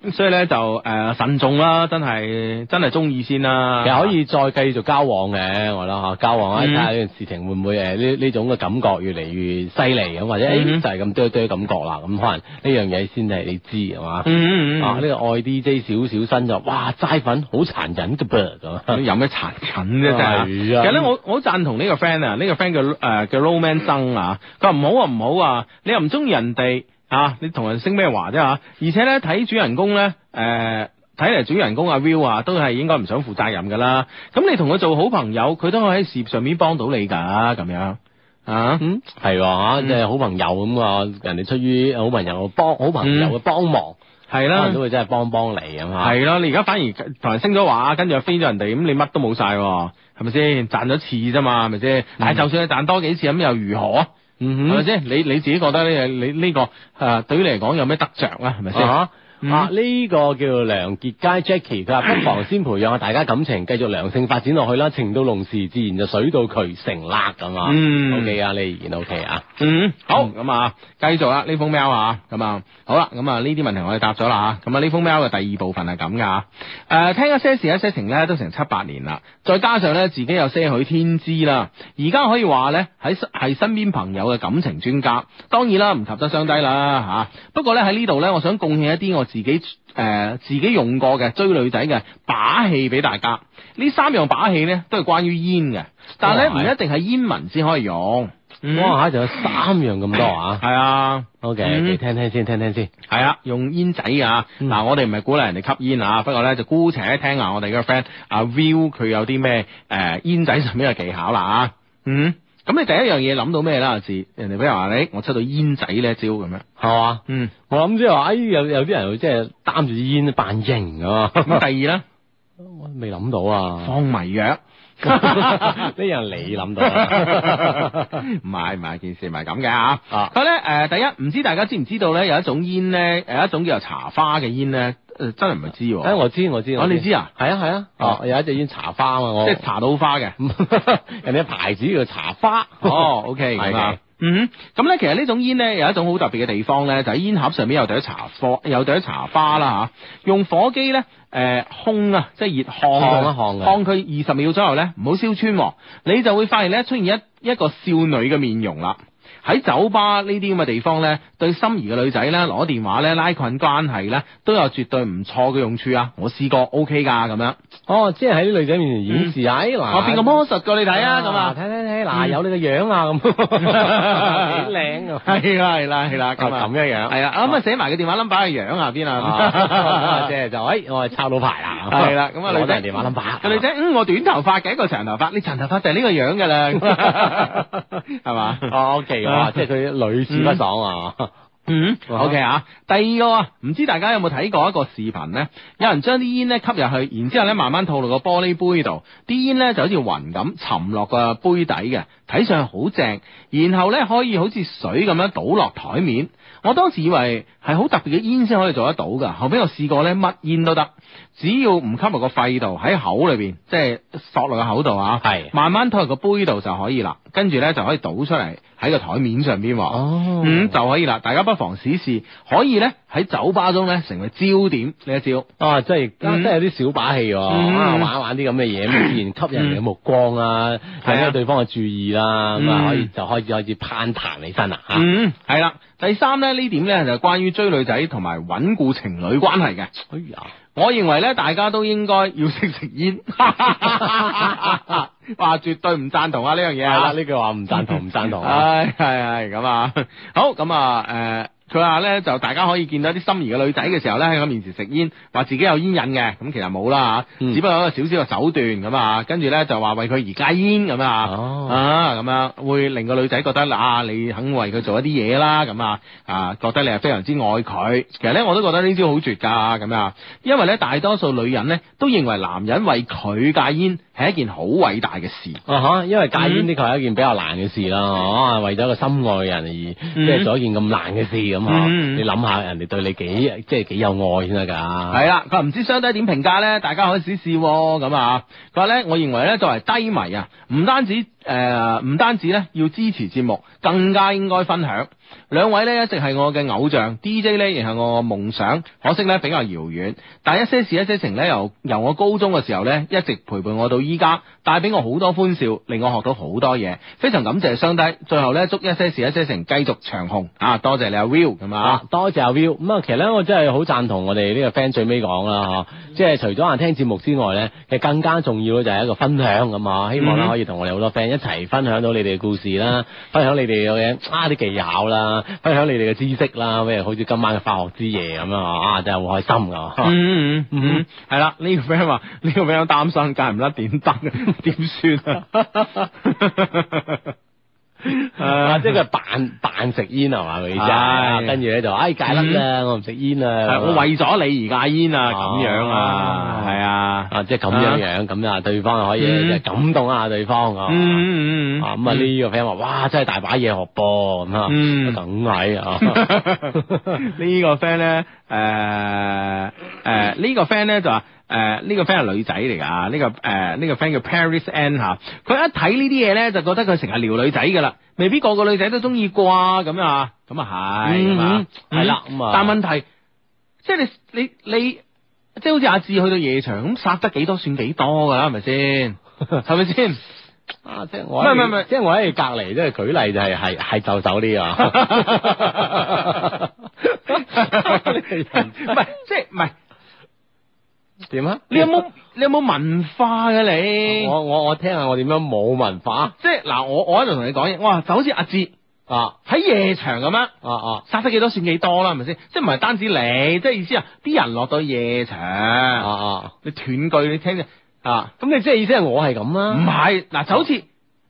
S8: 嗯，所以咧就誒、呃慎重啦，真係真係中意先啦。
S7: 其實可以再繼續交往嘅，我覺得嚇交往啊，
S8: 嗯
S7: 睇下呢件事情會唔會誒呢呢種嘅感覺越嚟越犀利咁，或者誒、
S8: 嗯
S7: 就係咁堆堆感覺啦，咁可能呢樣嘢先係你知係嘛？
S8: 嗯
S7: 啊！呢、個愛 DJ 小小新就哇齋粉好殘忍嘅噃 咁，啊
S8: 有咩殘忍啫？真 係，
S7: 係啊
S8: 其實咧，我我好贊同呢個 friend 啊，呢、個 friend 叫誒、呃叫 Roman 生啊，佢話唔好啊唔好啊，你又唔中意人哋啊，你同人升咩華啫嚇？而且咧睇主人公咧誒。呃睇嚟主人公阿 Will 啊，都係應該唔想負責任噶啦。咁你同佢做好朋友，佢都可以喺事業上面幫到你㗎，咁樣啊。
S7: 嗯係喎嚇，即係好朋友咁啊，人哋出於好朋友幫好朋友嘅幫忙，
S8: 嗯係
S7: 可
S8: 啦
S7: 能都，會真係幫幫你咁啊嚇。
S8: 係啦，你而家反而同人升咗話，跟住又飛咗人哋，咁你乜都冇晒喎，係咪先？賺咗次啫嘛，係咪先？但係就算你賺多幾次，咁又如何啊？
S7: 嗯
S8: 係咪
S7: 哼。
S8: 先？你你自己覺得呢？你呢、個誒、呃、對於你嚟講有咩得着啊？係咪先？
S7: 啊
S8: 嗯
S7: 啊！呢、個叫梁傑佳 Jackie，佢 話不妨先培養下大家感情，繼續良性發展落去啦。情到濃時，自然就水到渠成啦咁啊。
S8: 嗯
S7: OK 啊，你意見 OK 啊。
S8: 嗯，好咁啊，繼續啦呢封 mail 啊，咁啊好啦，咁啊呢啲問題我哋答咗啦吓，咁啊呢封 mail 嘅第二部分係咁噶，誒、聽一些事一些情咧都成七八年啦，再加上咧自己有些許天資啦，而家可以話咧喺係身邊朋友嘅感情專家，當然啦唔及得相低啦吓、不過咧喺呢度咧，我想貢獻一啲我自己誒、呃自己用過嘅追女仔嘅把戲俾大家，呢三樣把戲咧都係關於煙嘅，但哦係咧唔
S7: 哇
S8: 一定係煙民先可以用。嗯
S7: 哇嚇，就有三樣咁多啊。
S8: 系啊，
S7: OK，
S8: 嗯
S7: 你聽聽先，聽聽先。
S8: 系啊，用煙仔啊，
S7: 嗯
S8: 嗱、我哋唔係鼓勵人哋吸煙啊，不過咧就姑且聽下我哋嘅 friend 阿 Will 佢有啲咩誒煙仔上面嘅技巧啦啊，嗯，咁你第一樣嘢諗到咩啦？阿志，人哋比如話哎你，我出到煙仔呢一招咁樣，
S7: 係嘛？
S8: 嗯，
S7: 我諗即係話，哎，有有啲人會即係擔住支煙扮 型啊，
S8: 咁第二咧，
S7: 我未諗到啊，
S8: 放迷藥。
S7: 呢樣你諗 到啊，
S8: 唔係唔係，件事唔係咁嘅嚇。
S7: 啊
S8: 佢咧誒，第一唔知大家知唔知道咧，有一種煙咧，有一種叫做茶花嘅煙咧，誒真係唔係知喎。
S7: 哎，我知我知，
S8: 哦你知啊？
S7: 係啊係啊，
S8: 哦
S7: 哦，有一隻煙茶花啊嘛，我
S8: 即係茶到花嘅。
S7: 人哋嘅牌子叫茶花，
S8: 哦，OK，
S7: 係
S8: 咁啊
S7: 嘅。
S8: 嗯哼，咁咧其實呢種煙咧有一種好特別嘅地方咧，就喺煙盒上面有朵茶花，有朵茶花啦嚇。用火機咧誒烘啊，即係熱烘佢
S7: 烘一烘嘅啊
S8: 烘佢二十秒左右咧，唔好燒穿喎，你就會發現咧出現一一個少女嘅面容啦。喺酒吧呢啲咁嘅地方咧，對心儀嘅女仔咧攞電話咧拉近關係咧，都有絕對唔錯嘅用處啊！我試過 OK 㗎咁樣，
S7: 哦，即係喺啲女仔面前演示，哎嗱，
S8: 我啊變個魔術過你睇啊咁啊
S7: 啊睇！睇
S8: 嗯
S7: 睇，嗱有你個樣啊咁， 幾靚啊，哦
S8: 係啦係啦係啦，咁啊
S7: 咁樣哦樣，
S8: 系啊，咁啊寫埋個電話 number 嘅樣啊邊
S7: 啊
S8: 啊，
S7: 即係就，哎我係抄到牌啦，
S8: 係啦，咁啊女
S7: 攞到
S8: 仔
S7: 人電話 number，
S8: 個女仔嗯我短頭髮嘅，一個長頭髮，你長頭髮就係呢個樣㗎 啦，係嘛？
S7: 哦，OK，哇，即係佢屢試不爽啊！
S8: 嗯
S7: 啊
S8: ，OK 啊。第二個啊，唔知大家有冇睇過一個視頻呢？有人將啲煙呢吸入去，然之後咧慢慢吐落個玻璃杯度，啲煙呢就好似雲咁沉落個杯底嘅，睇上去好正。然後呢，可以好似水咁樣倒落台面。我當時以為係好特別嘅煙先可以做得到㗎，後尾我試過呢，乜煙都得，只要唔吸入個肺度，喺口裏邊即係索落個口度啊，
S7: 係
S8: 慢慢吐入個杯度就可以啦。跟住呢，就可以倒出嚟喺個台面上邊喎。
S7: 哦
S8: 嗯，就可以啦。大家不妨試試，可以咧喺酒吧中咧成為焦點呢一招。
S7: 啊，即係
S8: 嗯
S7: 真係有啲小把戲喎，
S8: 嗯
S7: 啊玩一玩啲咁 嘅嘢，咁自然吸引人嘅目光啊，
S8: 嗯
S7: 引
S8: 係
S7: 起
S8: 啊
S7: 對方嘅注意啦，咁
S8: 嗯
S7: 啊可以就開始開始攀談起身啦嚇。
S8: 嗯，係啦。第三咧呢點咧就係關於追女仔同埋穩固情侶關係嘅。
S7: 哎呀，
S8: 我認為咧，大家都應該要識食煙。 哇，絕對唔贊同啊呢樣嘢
S7: 係啦，
S8: 啊！
S7: 呢句話唔 贊同，唔贊同啊。
S8: 唉，係係咁啊， 好咁啊，誒、佢話咧就大家可以見到啲心儀嘅女仔嘅時候咧，喺佢面前食煙，話自己有煙癮嘅，咁其實冇啦嚇，
S7: 嗯
S8: 只不過一個少少嘅手段咁啊，跟住咧就話為佢而戒煙咁啊，
S7: 哦
S8: 啊咁啊，會令個女仔覺得啊，你肯為佢做一啲嘢啦，咁啊啊，覺得你係非常之愛佢。其實咧我都覺得呢招好絕㗎，咁啊，因為咧大多數女人咧都認為男人為佢戒煙係一件好偉大嘅事。
S7: 啊哈，因為戒煙
S8: 嗯
S7: 的確係一件比較難嘅事啦，哦，為咗一個心愛嘅人而即係做一件咁難嘅事咁嗬，
S8: 嗯
S7: 你諗下人哋對你幾即係幾有愛先得㗎。
S8: 系啊啦，佢話唔知相低點評價咧，大家可以試試喎咁啊。佢話咧，我認為咧作為低迷啊，唔單止诶，唔、單止咧要支持節目，更加應該分享。兩位咧一直係我嘅偶像，DJ 咧亦係我嘅夢想，可惜咧比較遙遠。但一些事一些情咧，由由我高中嘅時候咧，一直陪伴我到依家，帶俾我好多歡笑，令我學到好多嘢。非常感謝相低，最後咧祝一些事一些情繼續長紅啊！多謝你阿 Will 咁啊
S7: 啊，。多謝阿 Will。咁啊，其實咧，我真係好贊同我哋呢個 friend 最尾講啦，嗬，即係除咗話聽節目之外咧，其實更加重要嘅就係一個分享咁啊。希
S8: 嗯
S7: 望咧
S8: 哼
S7: 可以同我哋好多 friend 一齊分享到你哋嘅故事啦，分享你哋嘅啊啲技巧啦，分享你哋嘅知識啦，譬如好似今晚嘅化學之夜咁啊，啊真係好開心噶。
S8: 嗯嗯嗯，系啦，呢、個 friend 話呢個 friend 擔心戒唔甩點燈， 點算啊？
S7: 啊！
S8: 誒
S7: 即係佢扮扮食煙係嘛？佢意思
S8: 係
S7: 係，跟住咧就唉戒甩啦，我唔食煙啊啦。
S8: 嗯係我為咗你而戒煙啊，
S7: 哦
S8: 咁樣啊，係啊，
S7: 啊，即係咁樣樣咁啊，對方可以
S8: 嗯
S7: 即係感動下對方啊。
S8: 嗯嗯嗯，
S7: 啊咁啊呢個 friend 話：，哇，真係大把嘢學噃咁啊，
S8: 嗯
S7: 梗係啊，
S8: 呢個 friend 咧，誒誒呢個 friend 咧就話。呃誒呢、個 friend 係女仔嚟㗎，呢、個誒呃呢、個 friend 叫 Paris Ann 嚇，佢一睇呢啲嘢咧就覺得佢成日撩女仔㗎啦，未必個個女仔都中意啩咁啊，咁啊係，咁啊
S7: 嗯係啦咁啊
S8: 但問題即係你你你即係好似阿志去到夜場咁殺得幾多算幾多㗎啦，係咪 先？係咪先？
S7: 啊即係我
S8: 唔係
S7: 喺
S8: 唔係唔係
S7: 即係我喺你隔離，即係舉例就係係係就手啲啊，
S8: 唔係即係唔係？
S7: 點啊？
S8: 你有冇你有冇文化嘅你？
S7: 我啊我我聽下我點樣冇文化
S8: 即係嗱，我我喺度同你講嘢，哇，就好似阿哲
S7: 啊
S8: 喺夜場咁樣。
S7: 啊啊！
S8: 殺得幾多算幾多啦，係咪先？即係唔係單止你，即係意思啊，啲人落到夜場，
S7: 啊啊！
S8: 你斷句你聽啫啊！
S7: 咁你哦即係意思係我係咁啊
S8: 唔
S7: 啦，
S8: 係嗱，就好似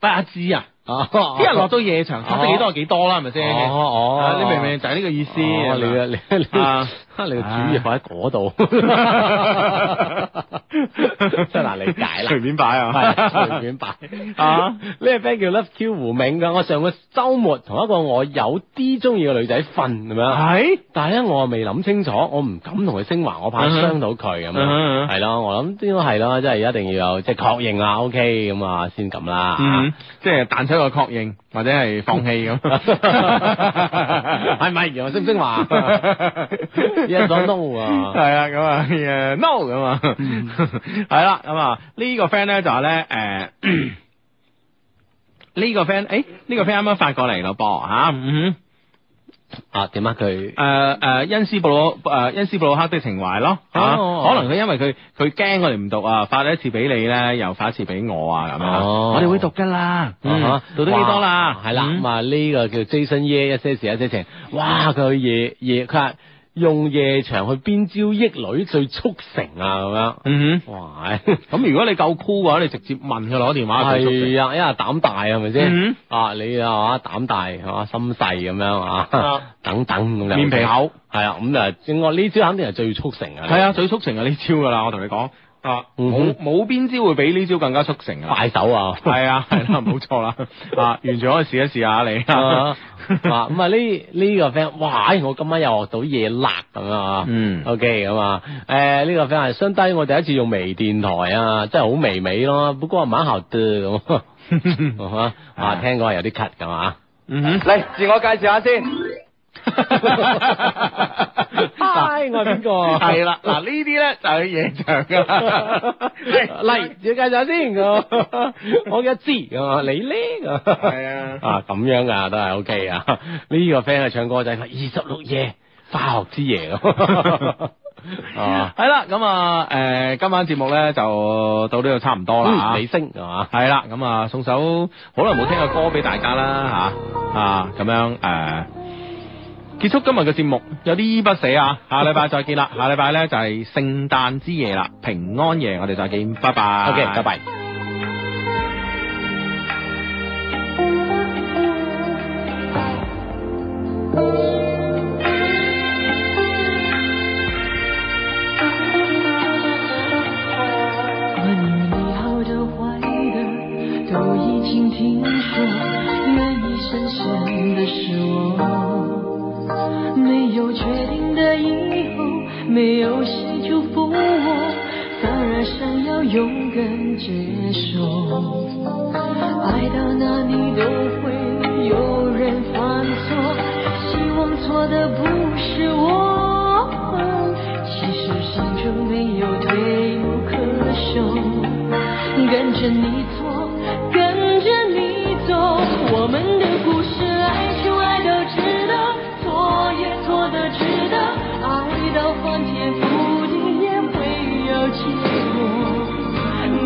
S8: 喂阿志啊，
S7: 啊
S8: 啲人落到夜場殺得幾多係幾多啦，係咪先？
S7: 哦哦
S8: 啊你明唔明就係呢個意
S7: 哦
S8: 思？
S7: 你嘅你嘅你嘅
S8: 啊
S7: 啊你嘅主意放喺嗰度， 真係難理 解啦。
S8: 便擺啊
S7: 係隨便擺啊！呢個 friend 叫 Love Q 胡銘噶，我上個週末同一個我有啲中意嘅女仔瞓咁樣，
S8: 係
S7: 但係咧我未諗清楚，我唔敢同佢升華，我怕
S8: 嗯哼
S7: 傷到佢咁
S8: 嗯
S7: 樣，
S8: 哼
S7: 係咯，我諗應該係咯，即係一定要有即係確認啦，OK 咁啊先咁啦。
S8: 嗯，即係彈出一個確認或者係放棄咁，
S7: 係咪？我識唔 識話？一講 no
S8: 系
S7: 啊！嗯
S8: 啊，咁啊，誒 no 咁啊，係啦，咁啊，呢個 friend 咧就話咧，誒。呢個 friend，誒呢個 friend 啱啱發過嚟咯噃嚇，嗯
S7: 啊點啊佢
S8: 哼，誒誒恩斯布魯誒恩斯布魯克的情懷咯嚇，
S7: 哦
S8: 可能佢因為佢佢驚我哋唔讀啊，發一次俾你咧，又發一次俾我啊咁樣，
S7: 哦
S8: 我哋會讀噶啦，嗯
S7: 啊哈
S8: 讀得幾多啦
S7: 哇，係啦，
S8: 嗯
S7: 咁啊呢個叫 Jason Ye 一些事一些情，哇佢去夜夜佢話用夜場去邊招益女最速成啊
S8: 嗯
S7: 咁樣，哇！
S8: 哼， 咁如果你夠 cool 嘅話，你直接問佢攞電話佢速成
S7: 係啊，一下膽大係咪先
S8: 嗯？
S7: 啊，你啊膽大係嘛，心細咁樣啊
S8: 啊，
S7: 等等咁樣，
S8: 面皮厚，
S7: 係啊，咁啊，我呢招肯定係最速成啊，
S8: 係啊，最速成係呢招噶啦，我同你講啊，
S7: 嗯
S8: 冇
S7: 哼
S8: 冇邊招會比呢招更加速成 啊！
S7: 快手啊，
S8: 係啊，係 啦，冇錯啦，啊，完全可以試一試下你
S7: 啊 啊咁啊呢呢個 friend，哇！唉我今晚又學到嘢辣咁啊
S8: 嗯
S7: ，OK 咁啊，誒呢個 friend 係相低，我第一次用微電台啊，真係好微微咯，不過晚校的咁啊 啊，聽講係有啲咳咁啊，
S8: 嗯
S5: 嚟自我介紹下 先。
S7: 嗨，我係邊個？
S8: 係啦，嗱呢啲咧就係夜場噶 啦，哎
S7: 嚟，自我介紹下 先咁，我嘅知咁啊，你咧咁。
S8: 係啊，
S7: 啊，咁樣噶都係 OK 啊！呢、個 friend 啊唱歌仔，佢話二十六夜化學之夜 咁啊，
S8: 係啦，咁啊，誒，今晚節目咧就到呢度差唔多啦
S7: 嗯
S8: 啊
S7: 李星係嘛？
S8: 係啦，咁啊送首好耐冇聽嘅歌俾大家啦吓啊咁樣誒、呃結束今日嘅節目，有啲依依不捨啊！下禮拜再見啦，下禮拜呢就係聖誕之夜啦，平安夜，我哋再見，拜拜。
S7: OK，拜拜。
S10: 把你美好的、坏的都已经听说，愿意深深的是我。
S7: 没有确定的以后，没有谁祝福我，反而想要勇敢接受。爱到哪里都会有人犯错，希望错的不是我。其实心中没有退路可守，跟着你错，跟着你走，我们的故事爱就爱到值得，错也错的值得，爱到翻天覆地也会有结果。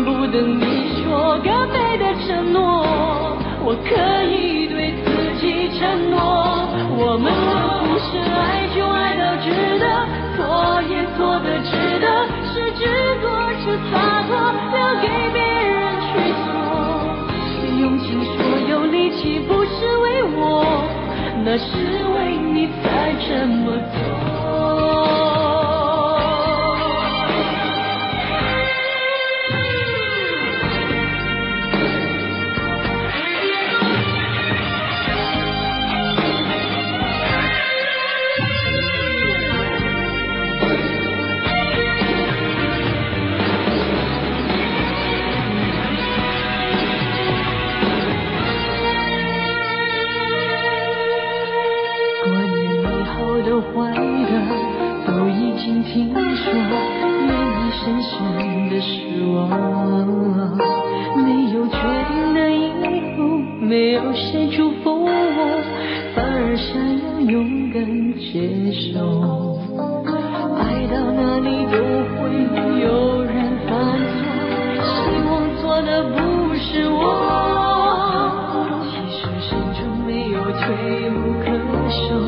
S7: 不等你说高飞的承诺，我可以对自己承诺，我们的故事爱就爱到值得，错也错的值得，是执着是洒脱，留给别人去做。用尽所有力气不是为我，那是为你才这么做。关于你好的坏的都已经听说，令你深深的失望。没有决定的以后，没有谁祝福我，反而想要勇敢接受。爱到哪里都会有人犯错，希望错的不是我。其实心中没有退路可守，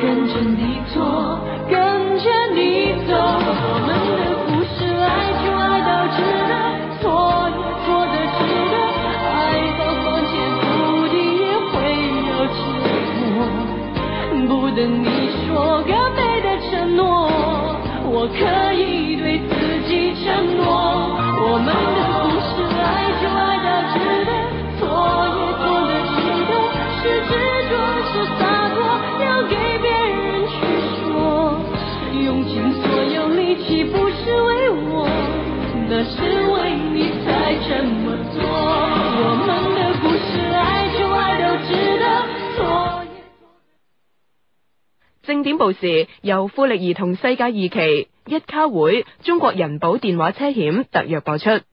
S7: 跟着你错，跟着你走，我们的故事爱就爱到值得，错也错的值得，爱到翻天覆地也会有结果。不等你说高飞的承诺，我可以对自己承诺，我们的故事爱就爱到值得，错也错的值得，是执着是洒脱，留给别人去说，用尽所有力气不是为我，那是为你才这么做，我们的故事爱就爱到值得，错也。
S11: 正點報時由富力兒童世界二期一卡會中國人保電話車險特約播出。